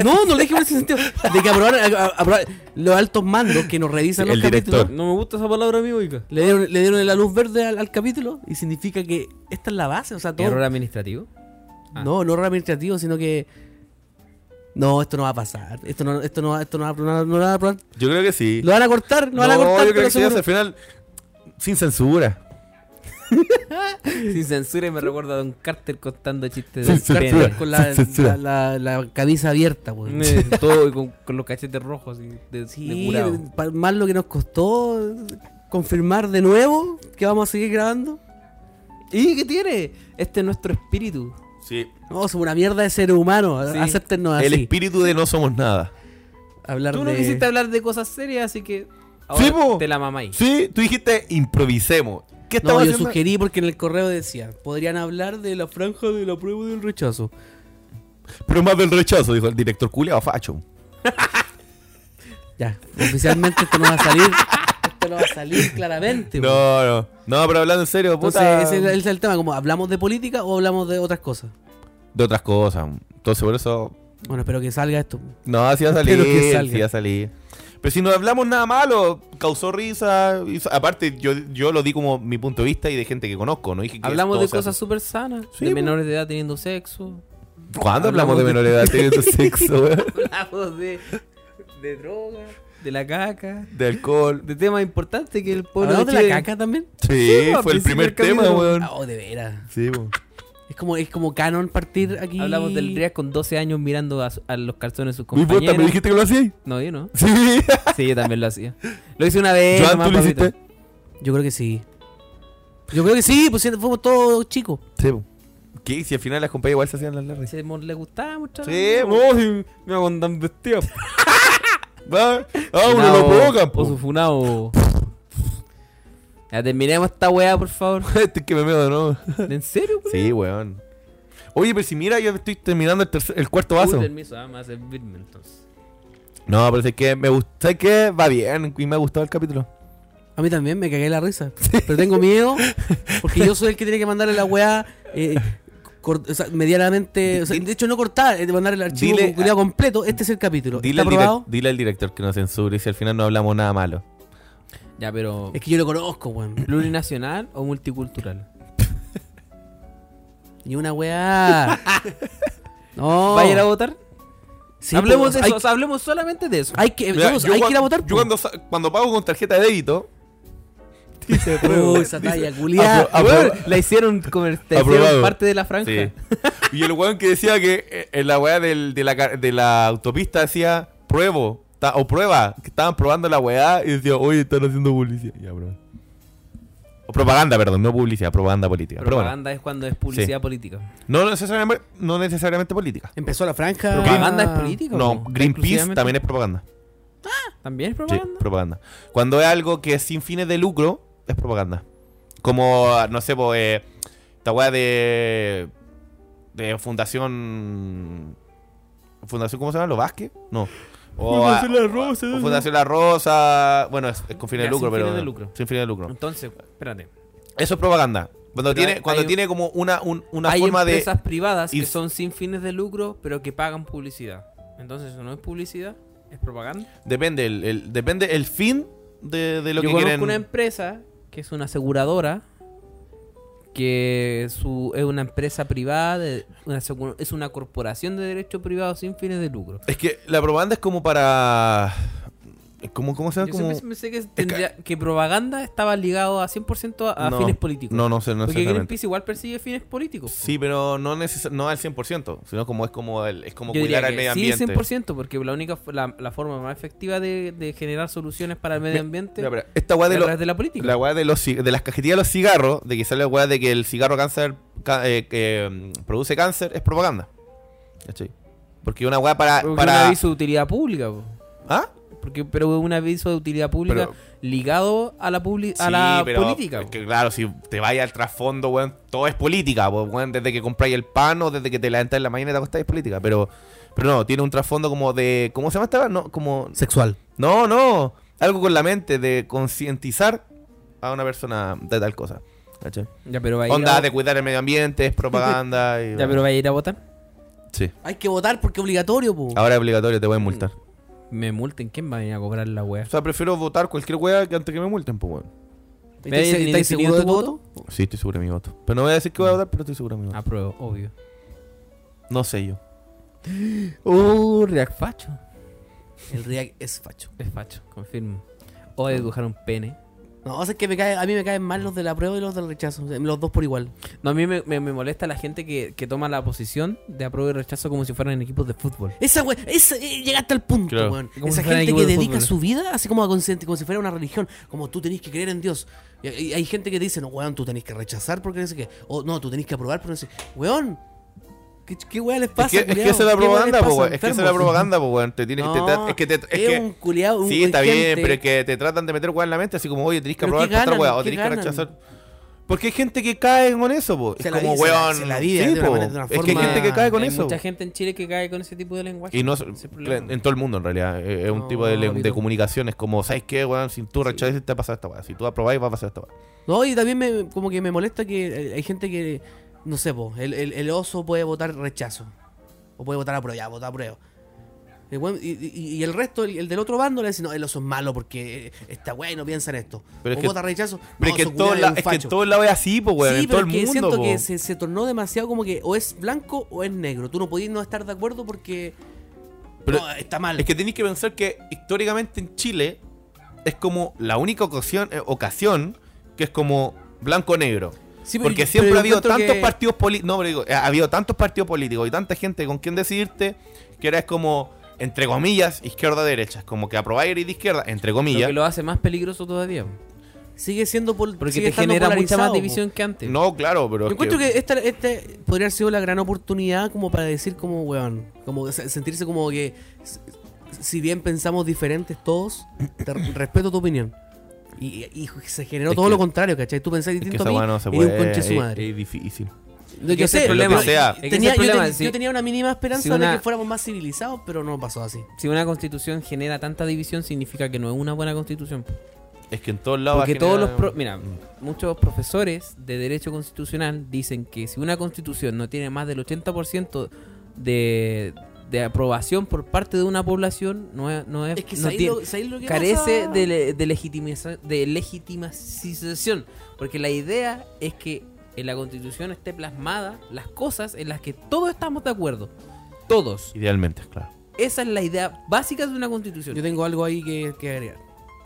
[SPEAKER 2] No, no lo dije en ese sentido. De que aprobaron, a- a- aprobar- los altos mandos que nos revisan los
[SPEAKER 3] El
[SPEAKER 2] capítulos.
[SPEAKER 3] director.
[SPEAKER 1] No me gusta esa palabra a mí, oiga.
[SPEAKER 2] Le dieron, le dieron la luz verde al, al capítulo y significa que esta es la base. O sea, todo.
[SPEAKER 1] ¿Error administrativo? ah.
[SPEAKER 2] No, no error administrativo, sino que. No, esto no va a pasar. Esto no, esto no, va- esto no, va, a- no, no lo van a aprobar.
[SPEAKER 3] Yo creo que sí.
[SPEAKER 2] Lo van a cortar, lo van a cortar,
[SPEAKER 3] yo
[SPEAKER 2] pero
[SPEAKER 3] creo que sí,
[SPEAKER 2] seguro.
[SPEAKER 3] al final. Sin censura.
[SPEAKER 1] Sin censura y me recuerda a Don Carter contando chistes
[SPEAKER 3] Sin
[SPEAKER 1] de
[SPEAKER 3] censura.
[SPEAKER 1] pene.
[SPEAKER 2] Con la,
[SPEAKER 3] Sí, sí, sí.
[SPEAKER 2] la, la- la camisa abierta, pues.
[SPEAKER 1] Eh, Todo y con, con los cachetes rojos y de, de
[SPEAKER 2] Sí,
[SPEAKER 1] curado.
[SPEAKER 2] pa- más lo que nos costó confirmar de nuevo que vamos a seguir grabando.
[SPEAKER 1] ¿Y qué tiene? Este es nuestro espíritu.
[SPEAKER 3] Sí.
[SPEAKER 2] No, somos una mierda de seres humanos.
[SPEAKER 1] Sí.
[SPEAKER 2] Acéptennos
[SPEAKER 3] El
[SPEAKER 2] así.
[SPEAKER 3] espíritu de no somos nada.
[SPEAKER 2] Hablar
[SPEAKER 1] Tú no
[SPEAKER 2] de-
[SPEAKER 1] quisiste hablar de cosas serias, así que
[SPEAKER 3] Sí, po.
[SPEAKER 1] ahora te la mamáis.
[SPEAKER 3] Sí, tú dijiste improvisemos. ¿Qué
[SPEAKER 2] No,
[SPEAKER 3] estamos
[SPEAKER 2] yo
[SPEAKER 3] haciendo?
[SPEAKER 2] sugerí porque en el correo decía, podrían hablar de la franja de la prueba y del rechazo.
[SPEAKER 3] Pero más del rechazo, dijo el director culiao facho.
[SPEAKER 2] Ya, oficialmente esto no va a salir. Esto no va a salir claramente. po.
[SPEAKER 3] No, no. No, pero hablando en serio,
[SPEAKER 2] Entonces,
[SPEAKER 3] puta.
[SPEAKER 2] ese es el- es el tema, como hablamos de política o hablamos de otras cosas.
[SPEAKER 3] De otras cosas. Entonces, por eso.
[SPEAKER 2] Bueno, espero que salga esto.
[SPEAKER 3] No, así va a salir.
[SPEAKER 2] Espero que salga.
[SPEAKER 3] Sí va a salir. Pero si no hablamos nada malo, causó risa. hizo- aparte, yo, yo lo di como mi punto de vista y de gente que conozco. No dije que
[SPEAKER 1] Hablamos
[SPEAKER 3] todo
[SPEAKER 1] de
[SPEAKER 3] sea-
[SPEAKER 1] cosas súper sanas,
[SPEAKER 3] Sí,
[SPEAKER 1] de
[SPEAKER 3] po.
[SPEAKER 1] menores de edad teniendo sexo,
[SPEAKER 3] ¿Cuándo
[SPEAKER 1] hablamos
[SPEAKER 3] hablamos, de
[SPEAKER 1] de-
[SPEAKER 3] menor edad teniendo sexo, weón?
[SPEAKER 1] hablamos de, de droga, de la caca,
[SPEAKER 3] De alcohol.
[SPEAKER 1] de temas importantes que el pueblo
[SPEAKER 2] ¿Hablamos de la
[SPEAKER 1] Chile-
[SPEAKER 2] caca también?
[SPEAKER 3] Sí,
[SPEAKER 1] po, al
[SPEAKER 3] fue
[SPEAKER 1] principio
[SPEAKER 3] el primer
[SPEAKER 1] del capítulo.
[SPEAKER 3] tema, weón.
[SPEAKER 2] Ah, Oh, de veras.
[SPEAKER 3] Sí, weón.
[SPEAKER 2] Es como, es como canon partir aquí.
[SPEAKER 1] Hablamos del Rías con 12 años mirando a, su- a los calzones de sus
[SPEAKER 3] ¿Y vos
[SPEAKER 1] compañeros.
[SPEAKER 3] también dijiste que lo hacías?
[SPEAKER 1] No, yo no.
[SPEAKER 3] Sí.
[SPEAKER 1] Sí, yo también lo hacía. Lo hice una
[SPEAKER 2] Eh,
[SPEAKER 1] vez.
[SPEAKER 3] Joan,
[SPEAKER 1] nomás,
[SPEAKER 3] ¿tú lo
[SPEAKER 1] papito.
[SPEAKER 3] hiciste?
[SPEAKER 2] Yo creo que sí. Yo creo que sí, pues si fuimos todos chicos.
[SPEAKER 3] Sí, po. ¿Qué? Si al final las compañías igual se hacían las largas.
[SPEAKER 1] Si mo- le gustaba mucho.
[SPEAKER 3] Sí,
[SPEAKER 1] no, si me aguantan vestidos.
[SPEAKER 3] Va, Ah, uno lo provoca,
[SPEAKER 1] O su funado. Ya terminemos esta weá, por favor.
[SPEAKER 3] Este que me meo de nuevo.
[SPEAKER 1] ¿En serio, weón?
[SPEAKER 3] Sí, weón. Oye, pero si mira, yo estoy terminando el, tercer- el cuarto
[SPEAKER 1] Uy,
[SPEAKER 3] vaso.
[SPEAKER 1] permiso, ah, me va a servirme entonces.
[SPEAKER 3] No, pero es que me gusta, ¿sabes qué? Va bien y me ha gustado el capítulo.
[SPEAKER 2] A mí también me cagué la risa. Pero tengo miedo porque yo soy el que tiene que mandarle la weá eh, cor- o sea, medianamente. o sea, de hecho, no cortar, eh, de mandar el archivo
[SPEAKER 3] Dile
[SPEAKER 2] con cuidado
[SPEAKER 3] a-
[SPEAKER 2] completo. Este es el capítulo.
[SPEAKER 3] Dile al,
[SPEAKER 2] ¿Está
[SPEAKER 3] direc-
[SPEAKER 2] aprobado?
[SPEAKER 3] dile al director que no censure si al final no hablamos nada malo.
[SPEAKER 1] Ya, pero.
[SPEAKER 2] Es que yo lo conozco, weón.
[SPEAKER 1] ¿Plurinacional o multicultural?
[SPEAKER 2] Y una weá. No.
[SPEAKER 1] ¿Va a ir a votar?
[SPEAKER 2] Sí,
[SPEAKER 1] hablemos
[SPEAKER 2] pues,
[SPEAKER 1] de
[SPEAKER 2] hay,
[SPEAKER 1] eso, o sea, hablemos solamente de eso.
[SPEAKER 2] Hay que,
[SPEAKER 3] Mira,
[SPEAKER 2] vamos,
[SPEAKER 3] yo
[SPEAKER 2] hay que ir a
[SPEAKER 3] cuan-
[SPEAKER 2] votar.
[SPEAKER 3] Yo cuando, sa- cuando pago con tarjeta de débito.
[SPEAKER 2] dice, Uy, esa talla, culiá.
[SPEAKER 3] Apro- apro-
[SPEAKER 1] Weón, la hicieron, como, te
[SPEAKER 3] Aprobado.
[SPEAKER 1] hicieron parte de la franja.
[SPEAKER 3] Sí. Y el weón que decía que eh, en la weá del- de, la, ca- de la autopista decía pruebo ta- o prueba, que estaban probando la weá y decía, oye, están haciendo publicidad. Ya, bro. O propaganda, perdón, no publicidad, propaganda política. Pero bueno,
[SPEAKER 1] Propaganda es cuando es publicidad política.
[SPEAKER 3] no necesariamente, no necesariamente política.
[SPEAKER 2] Empezó la franja. Ah.
[SPEAKER 1] ¿Propaganda es política?
[SPEAKER 3] No,
[SPEAKER 1] po.
[SPEAKER 3] Greenpeace
[SPEAKER 1] Exclusivamente-
[SPEAKER 3] también es propaganda.
[SPEAKER 1] ¿También es
[SPEAKER 3] Sí,
[SPEAKER 1] propaganda?
[SPEAKER 3] propaganda. Cuando es algo que es sin fines de lucro, es propaganda. Como, no sé, pues, eh, esta weá de. de Fundación. ¿Fundación cómo se llama? ¿Los Vázquez? No. O,
[SPEAKER 2] Fundación
[SPEAKER 3] ah,
[SPEAKER 2] La Rosa,
[SPEAKER 3] o
[SPEAKER 2] no, no.
[SPEAKER 3] Fundación La Rosa. Bueno, es, es con fines
[SPEAKER 1] Ya,
[SPEAKER 3] de lucro,
[SPEAKER 1] sin
[SPEAKER 3] pero.
[SPEAKER 1] fines de lucro.
[SPEAKER 3] Sin fines de lucro.
[SPEAKER 1] Entonces, espérate.
[SPEAKER 3] Eso es propaganda. Cuando
[SPEAKER 1] Pero
[SPEAKER 3] tiene,
[SPEAKER 1] hay-
[SPEAKER 3] cuando
[SPEAKER 1] hay-
[SPEAKER 3] tiene como una, un- una
[SPEAKER 1] Hay
[SPEAKER 3] forma de.
[SPEAKER 1] empresas privadas
[SPEAKER 3] y-
[SPEAKER 1] que son sin fines de lucro, pero que pagan publicidad. Entonces, eso no es publicidad, es propaganda.
[SPEAKER 3] Depende el, el- depende el fin de, de lo
[SPEAKER 1] Yo
[SPEAKER 3] que
[SPEAKER 1] conozco
[SPEAKER 3] quieren.
[SPEAKER 1] una em- empresa que es una aseguradora que su, es una empresa privada, de- una asegu- es una corporación de derecho privado sin fines de lucro.
[SPEAKER 3] Es que la propaganda es como para. ¿Cómo, cómo se llama?
[SPEAKER 1] Yo
[SPEAKER 3] Como...
[SPEAKER 1] siempre pensé que, tendría- que propaganda estaba ligado a 100% a, a
[SPEAKER 3] No,
[SPEAKER 1] fines políticos.
[SPEAKER 3] No, no sé, no
[SPEAKER 1] Porque
[SPEAKER 3] exactamente.
[SPEAKER 1] Greenpeace igual persigue fines políticos.
[SPEAKER 3] Sí, pero no, neces- no al 100%, sino como es como, el, es como
[SPEAKER 1] Yo diría
[SPEAKER 3] cuidar al
[SPEAKER 1] que
[SPEAKER 3] medio
[SPEAKER 1] sí,
[SPEAKER 3] ambiente.
[SPEAKER 1] 100%, porque la única la, la forma más efectiva de, de generar soluciones para el medio ambiente
[SPEAKER 3] Ya, pero esta weá
[SPEAKER 1] es
[SPEAKER 3] de,
[SPEAKER 1] a
[SPEAKER 3] los-
[SPEAKER 1] través de la política.
[SPEAKER 3] la weá de, los, ci- de las cajetillas de los cigarros, de que sale la weá de que el cigarro cáncer ca- eh, que, mm, produce cáncer, es propaganda. ¿Cachai? Porque una weá para...
[SPEAKER 1] Porque es un
[SPEAKER 3] para...
[SPEAKER 1] aviso de utilidad pública. po.
[SPEAKER 3] ¿Ah?
[SPEAKER 1] Porque, pero es un aviso de utilidad pública
[SPEAKER 3] Pero-
[SPEAKER 1] ligado a la, publi- a
[SPEAKER 3] Sí,
[SPEAKER 1] la
[SPEAKER 3] pero
[SPEAKER 1] política.
[SPEAKER 3] es
[SPEAKER 1] po.
[SPEAKER 3] que, claro, si te vayas al trasfondo, weón, todo es política, po, weón. Desde que compráis el pan o desde que te levantas en la mañana y te acostás es política. Pero, pero no, tiene un trasfondo como de. ¿Cómo se llama esta? weá? No, como.
[SPEAKER 2] Sexual.
[SPEAKER 3] No, no. Algo con la mente, de concientizar a una persona de tal cosa. ¿cachai?
[SPEAKER 1] Ya, pero va a ir
[SPEAKER 3] Onda
[SPEAKER 1] a-
[SPEAKER 3] de cuidar el medio ambiente, es propaganda. Y,
[SPEAKER 1] ya, pero va a ir a votar.
[SPEAKER 3] Sí.
[SPEAKER 2] Hay que votar porque es obligatorio, po.
[SPEAKER 3] Ahora es obligatorio, te pueden multar.
[SPEAKER 1] Me multen, ¿quién va a venir a cobrar la wea?
[SPEAKER 3] O sea, prefiero votar cualquier weá que antes que me multen, pues, weón.
[SPEAKER 1] ¿Ves?
[SPEAKER 2] ¿Estás
[SPEAKER 1] ¿Ni definido
[SPEAKER 2] estás seguro de
[SPEAKER 1] tu
[SPEAKER 2] tu voto?
[SPEAKER 3] Sí, estoy seguro de mi voto. Pero no voy a decir que voy a votar, pero estoy seguro de mi voto.
[SPEAKER 1] Apruebo, obvio.
[SPEAKER 3] No sé yo.
[SPEAKER 1] Uh, React Facho.
[SPEAKER 2] El React es facho.
[SPEAKER 1] Es Facho, confirmo. O dibujar un pene.
[SPEAKER 2] No, o sea, es que me cae, a mí me caen mal los de la prueba y los del rechazo. o sea, los dos por igual.
[SPEAKER 1] No, a mí me, me- me molesta la gente que, que toma la posición de apruebo y rechazo como si fueran equipos de fútbol.
[SPEAKER 2] Esa weón, esa, eh, llegaste al punto,
[SPEAKER 3] Claro.
[SPEAKER 2] weón.
[SPEAKER 1] Como
[SPEAKER 2] Esa
[SPEAKER 1] si fuera
[SPEAKER 2] gente
[SPEAKER 1] equipo
[SPEAKER 2] que
[SPEAKER 1] de
[SPEAKER 2] dedica
[SPEAKER 1] fútbol.
[SPEAKER 2] su vida así como a consciente, como si fuera una religión. Como tú tenés que creer en Dios. Y, y hay gente que te dice, no, weón, tú tenés que rechazar porque no sé qué. O no, tú tenés que aprobar porque no sé qué. Weón, ¿qué, qué weá les
[SPEAKER 3] Es que,
[SPEAKER 2] pasa?
[SPEAKER 3] es que
[SPEAKER 2] culiao?
[SPEAKER 3] esa es la
[SPEAKER 2] ¿Qué weá les
[SPEAKER 3] propaganda,
[SPEAKER 2] pasa,
[SPEAKER 3] po, weón. Es que esa es la
[SPEAKER 2] enfermos?
[SPEAKER 3] propaganda, po, weón. Te tienes, te
[SPEAKER 2] No,
[SPEAKER 3] tra- es que te, es que-
[SPEAKER 2] un culiao, un-
[SPEAKER 3] sí, está
[SPEAKER 2] hay
[SPEAKER 3] bien,
[SPEAKER 2] gente-
[SPEAKER 3] pero es que te tratan de meter weón en la mente, así como, oye, tenés que
[SPEAKER 2] ¿Pero
[SPEAKER 3] aprobar
[SPEAKER 2] qué
[SPEAKER 3] para otra
[SPEAKER 2] ganan?
[SPEAKER 3] weá, o
[SPEAKER 2] ¿Qué
[SPEAKER 3] tenés que
[SPEAKER 2] ganan?
[SPEAKER 3] rechazar. Porque hay gente que cae con eso, po. Es
[SPEAKER 2] Se la
[SPEAKER 3] como,
[SPEAKER 2] vive, se la-
[SPEAKER 3] weón.
[SPEAKER 2] se la vive de una
[SPEAKER 3] po.
[SPEAKER 2] manera- de una
[SPEAKER 3] Es que hay
[SPEAKER 2] forma-
[SPEAKER 3] gente que cae con
[SPEAKER 1] Hay
[SPEAKER 3] eso.
[SPEAKER 1] mucha gente en Chile que cae con ese tipo de lenguaje.
[SPEAKER 3] Y no,
[SPEAKER 1] Ese es el problema.
[SPEAKER 3] en todo el mundo, en realidad. Eh, Es es un
[SPEAKER 2] No,
[SPEAKER 3] tipo de, le- de
[SPEAKER 2] Vito.
[SPEAKER 3] comunicación. Es como, ¿sabes qué, weón? Si tú rechazas, te va a pasar esta weá. Si tú aprobás, va a pasar esta weá.
[SPEAKER 2] No, y también me, como que me molesta que eh, hay gente que, no sé, po, el, el- el oso puede votar rechazo. O puede votar a prueba, ya, vota a prueba. El weón- y, y- y el resto, el, el del otro bando, le dice, no, el oso es malo porque eh, está bueno, piensa en esto.
[SPEAKER 3] Pero es
[SPEAKER 2] o
[SPEAKER 3] que-
[SPEAKER 2] vota rechazo.
[SPEAKER 3] Pero
[SPEAKER 2] no,
[SPEAKER 3] es que
[SPEAKER 2] ese
[SPEAKER 3] en todo
[SPEAKER 2] culiao
[SPEAKER 3] la-
[SPEAKER 2] un
[SPEAKER 3] es que en
[SPEAKER 2] facho.
[SPEAKER 3] todo lado es así, po, weón.
[SPEAKER 2] sí,
[SPEAKER 3] En todo el
[SPEAKER 2] pero es que
[SPEAKER 3] mundo,
[SPEAKER 2] siento
[SPEAKER 3] po.
[SPEAKER 2] que se, se tornó demasiado como que o es blanco o es negro. Tú no podías no estar de acuerdo porque
[SPEAKER 3] Pero-
[SPEAKER 2] no, está mal.
[SPEAKER 3] Es que tenéis que pensar que históricamente en Chile es como la única ocasión, eh, ocasión que es como blanco-negro.
[SPEAKER 2] Sí, pero
[SPEAKER 3] Porque
[SPEAKER 2] yo-
[SPEAKER 3] siempre
[SPEAKER 2] pero
[SPEAKER 3] ha habido
[SPEAKER 2] encuentro
[SPEAKER 3] tantos
[SPEAKER 2] que-
[SPEAKER 3] partidos políticos. No, pero digo, eh, ha habido tantos partidos políticos y tanta gente con quien decidirte que ahora es como, entre comillas, izquierda-derecha. Es Como que aprobáis y de izquierda, entre
[SPEAKER 1] Lo
[SPEAKER 3] comillas.
[SPEAKER 1] que lo hace más peligroso todavía.
[SPEAKER 2] sigue siendo pol-
[SPEAKER 1] Porque
[SPEAKER 2] sigue
[SPEAKER 1] te
[SPEAKER 2] estando
[SPEAKER 1] genera mucha
[SPEAKER 2] polarizado,
[SPEAKER 1] más
[SPEAKER 2] po.
[SPEAKER 1] división que antes.
[SPEAKER 3] No, claro, pero.
[SPEAKER 2] Yo
[SPEAKER 3] es
[SPEAKER 2] encuentro que esta, esta podría haber sido la gran oportunidad como para decir como, weón, como se- sentirse como que s- si bien pensamos diferentes todos, te re- respeto tu opinión. Y, y se generó
[SPEAKER 3] Es
[SPEAKER 2] todo
[SPEAKER 3] que-
[SPEAKER 2] lo contrario, ¿cachai? Tú pensás
[SPEAKER 3] es que
[SPEAKER 2] distinto
[SPEAKER 3] esa
[SPEAKER 2] a mí
[SPEAKER 3] weá no se
[SPEAKER 2] y un
[SPEAKER 3] puede.
[SPEAKER 2] conche su
[SPEAKER 3] es-
[SPEAKER 2] madre.
[SPEAKER 3] es difícil.
[SPEAKER 1] Yo
[SPEAKER 2] yo
[SPEAKER 1] sé,
[SPEAKER 2] sé,
[SPEAKER 1] el
[SPEAKER 3] lo que
[SPEAKER 1] problema.
[SPEAKER 3] sea.
[SPEAKER 1] Es que ese
[SPEAKER 2] tenía,
[SPEAKER 1] es el
[SPEAKER 2] yo,
[SPEAKER 1] problema,
[SPEAKER 2] ten-
[SPEAKER 1] si-
[SPEAKER 2] yo tenía una mínima esperanza
[SPEAKER 1] si una-
[SPEAKER 2] de que fuéramos más civilizados, pero no pasó así.
[SPEAKER 1] Si una constitución genera tanta división, significa que no es una buena constitución.
[SPEAKER 3] Es que en todos lados. va a
[SPEAKER 1] Porque todos los.
[SPEAKER 3] generar-
[SPEAKER 1] pro- Mira, muchos profesores de derecho constitucional dicen que si una constitución no tiene más del 80% de, de aprobación por parte de una población, no es. No es,
[SPEAKER 2] Es que
[SPEAKER 1] no
[SPEAKER 2] ¿sabéis
[SPEAKER 1] tiene-
[SPEAKER 2] lo, ¿sabéis lo que
[SPEAKER 1] carece
[SPEAKER 2] pasa?
[SPEAKER 1] de, le- de, legitimiza- de legitimización. Porque la idea es que en la constitución esté plasmada las cosas en las que todos estamos de acuerdo. Todos.
[SPEAKER 3] Idealmente, claro.
[SPEAKER 1] Esa es la idea básica de una constitución.
[SPEAKER 2] Yo tengo algo ahí que, que agregar.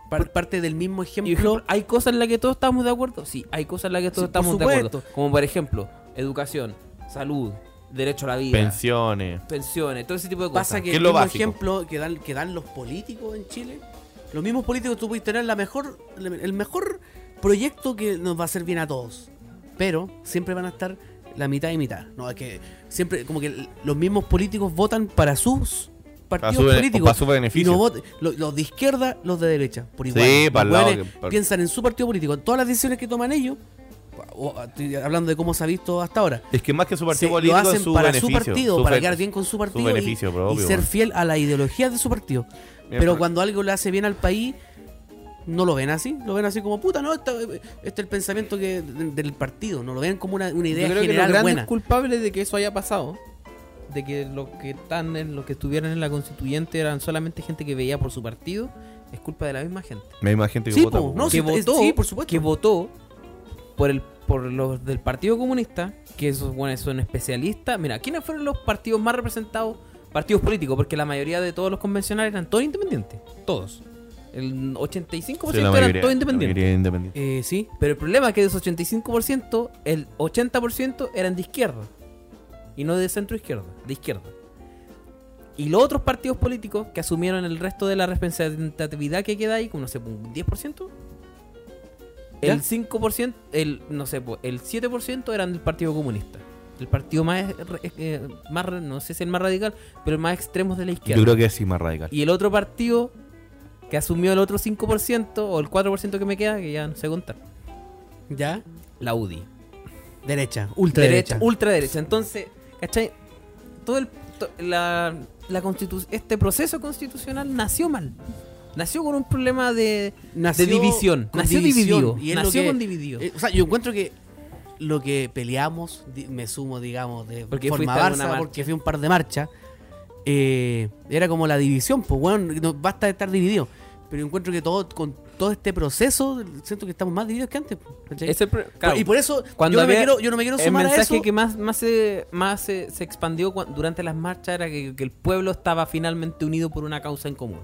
[SPEAKER 2] Par- parte del mismo
[SPEAKER 1] Y,
[SPEAKER 2] ejemplo.
[SPEAKER 1] por ejemplo, ¿hay cosas en las que todos estamos de acuerdo? Sí, hay cosas en las que todos
[SPEAKER 2] Sí, por
[SPEAKER 1] estamos de acuerdo.
[SPEAKER 2] supuesto.
[SPEAKER 1] Como por ejemplo, educación, salud, derecho a la vida,
[SPEAKER 3] Pensiones.
[SPEAKER 1] pensiones, todo ese tipo de cosas.
[SPEAKER 2] Pasa que
[SPEAKER 3] ¿Qué es
[SPEAKER 2] el
[SPEAKER 3] lo
[SPEAKER 2] mismo
[SPEAKER 3] básico?
[SPEAKER 2] ejemplo que dan, que dan los políticos en Chile, los mismos políticos tú puedes tener la mejor, el mejor proyecto que nos va a hacer bien a todos. Pero siempre van a estar la mitad y mitad. No, es que siempre, como que los mismos políticos votan para sus partidos
[SPEAKER 3] su bene-
[SPEAKER 2] políticos.
[SPEAKER 3] para su
[SPEAKER 2] Y
[SPEAKER 3] beneficio.
[SPEAKER 2] no votan- lo- los, de izquierda, los de derecha. Por
[SPEAKER 3] Sí,
[SPEAKER 2] igual. Los
[SPEAKER 3] para el lado
[SPEAKER 2] hueones
[SPEAKER 3] que- para-
[SPEAKER 2] Piensan en su partido político. Todas las decisiones que toman ellos, o- estoy hablando de cómo se ha visto hasta ahora,
[SPEAKER 3] Es que más que su
[SPEAKER 2] se-
[SPEAKER 3] partido
[SPEAKER 2] lo
[SPEAKER 3] político,
[SPEAKER 2] hacen
[SPEAKER 3] su
[SPEAKER 2] para
[SPEAKER 3] beneficio,
[SPEAKER 2] su partido,
[SPEAKER 3] su
[SPEAKER 2] para
[SPEAKER 3] fe-
[SPEAKER 2] quedar bien con su partido y-
[SPEAKER 3] beneficio
[SPEAKER 2] y,
[SPEAKER 3] propio,
[SPEAKER 2] ser
[SPEAKER 3] bueno.
[SPEAKER 2] fiel a la ideología de su partido.
[SPEAKER 3] Bien,
[SPEAKER 2] Pero
[SPEAKER 3] pero-
[SPEAKER 2] cuando algo le hace bien al país, no lo ven así, lo ven así como puta, no, esta- este, es el pensamiento que, de- del partido, no lo ven como una, una
[SPEAKER 1] Yo
[SPEAKER 2] idea
[SPEAKER 1] creo que los
[SPEAKER 2] general
[SPEAKER 1] grandes
[SPEAKER 2] buena.
[SPEAKER 1] culpables de que eso haya pasado, de que los que están en los que estuvieran en la constituyente eran solamente gente que veía por su partido, es culpa de la misma gente.
[SPEAKER 3] Me imagino gente que
[SPEAKER 2] Sí,
[SPEAKER 3] vota,
[SPEAKER 2] po,
[SPEAKER 3] po,
[SPEAKER 2] no,
[SPEAKER 3] weón.
[SPEAKER 2] sí,
[SPEAKER 1] que
[SPEAKER 2] es-
[SPEAKER 1] votó,
[SPEAKER 2] sí, por supuesto.
[SPEAKER 1] que votó por el por los del Partido Comunista, que esos bueno, son especialistas. Mira, ¿quiénes fueron los partidos más representados? Partidos políticos, porque la mayoría de todos los convencionales eran todos independientes, todos. El 85%
[SPEAKER 3] Sí, la
[SPEAKER 1] eran
[SPEAKER 3] mayoría-
[SPEAKER 1] todos
[SPEAKER 3] la
[SPEAKER 1] independientes.
[SPEAKER 3] mayoría independiente.
[SPEAKER 2] Eh, sí.
[SPEAKER 1] Pero el problema es que de esos 85%, el 80% eran de izquierda. Y no de centro izquierda, de izquierda. Y los otros partidos políticos que asumieron el resto de la representatividad que queda ahí, como no sé, un 10%.
[SPEAKER 2] ¿Ya?
[SPEAKER 1] El 5%, el, no sé, po, el 7% eran del Partido Comunista. El partido más, re- eh, más, re- no sé si el más radical, pero el más extremo de la izquierda.
[SPEAKER 3] Yo creo que sí, más radical.
[SPEAKER 1] Y el otro partido que asumió el otro 5% o el 4% que me queda, que ya no sé contar,
[SPEAKER 2] Ya.
[SPEAKER 1] la UDI.
[SPEAKER 2] Derecha.
[SPEAKER 1] derecha,
[SPEAKER 2] Ultraderecha.
[SPEAKER 1] ultraderecha. Entonces, ¿cachai? Todo el, to- la, la constitu- este proceso constitucional nació mal. Nació con un problema de,
[SPEAKER 2] Nació
[SPEAKER 1] de división.
[SPEAKER 2] con
[SPEAKER 1] Nació
[SPEAKER 2] división,
[SPEAKER 1] dividido.
[SPEAKER 2] y es lo
[SPEAKER 1] nació
[SPEAKER 2] que-
[SPEAKER 1] con dividido.
[SPEAKER 2] Eh, o sea, yo encuentro que lo que peleamos, di- me sumo, digamos, de
[SPEAKER 1] Porque
[SPEAKER 2] forma
[SPEAKER 1] fuiste a alguna
[SPEAKER 2] barça,
[SPEAKER 1] marcha.
[SPEAKER 2] porque fui a un par de marchas, eh, era como la división, pues, bueno, no, basta de estar dividido. Pero yo encuentro que todo con todo este proceso, siento que estamos más divididos que antes. ¿cachai?
[SPEAKER 1] Ese pro- claro,
[SPEAKER 2] y por eso
[SPEAKER 1] cuando
[SPEAKER 2] yo, no me
[SPEAKER 1] había-
[SPEAKER 2] quiero, yo no me quiero
[SPEAKER 1] el
[SPEAKER 2] sumar a
[SPEAKER 1] mensaje
[SPEAKER 2] eso.
[SPEAKER 1] que más, más, se, más se, se expandió cua- durante las marchas era que, que el pueblo estaba finalmente unido por una causa en común.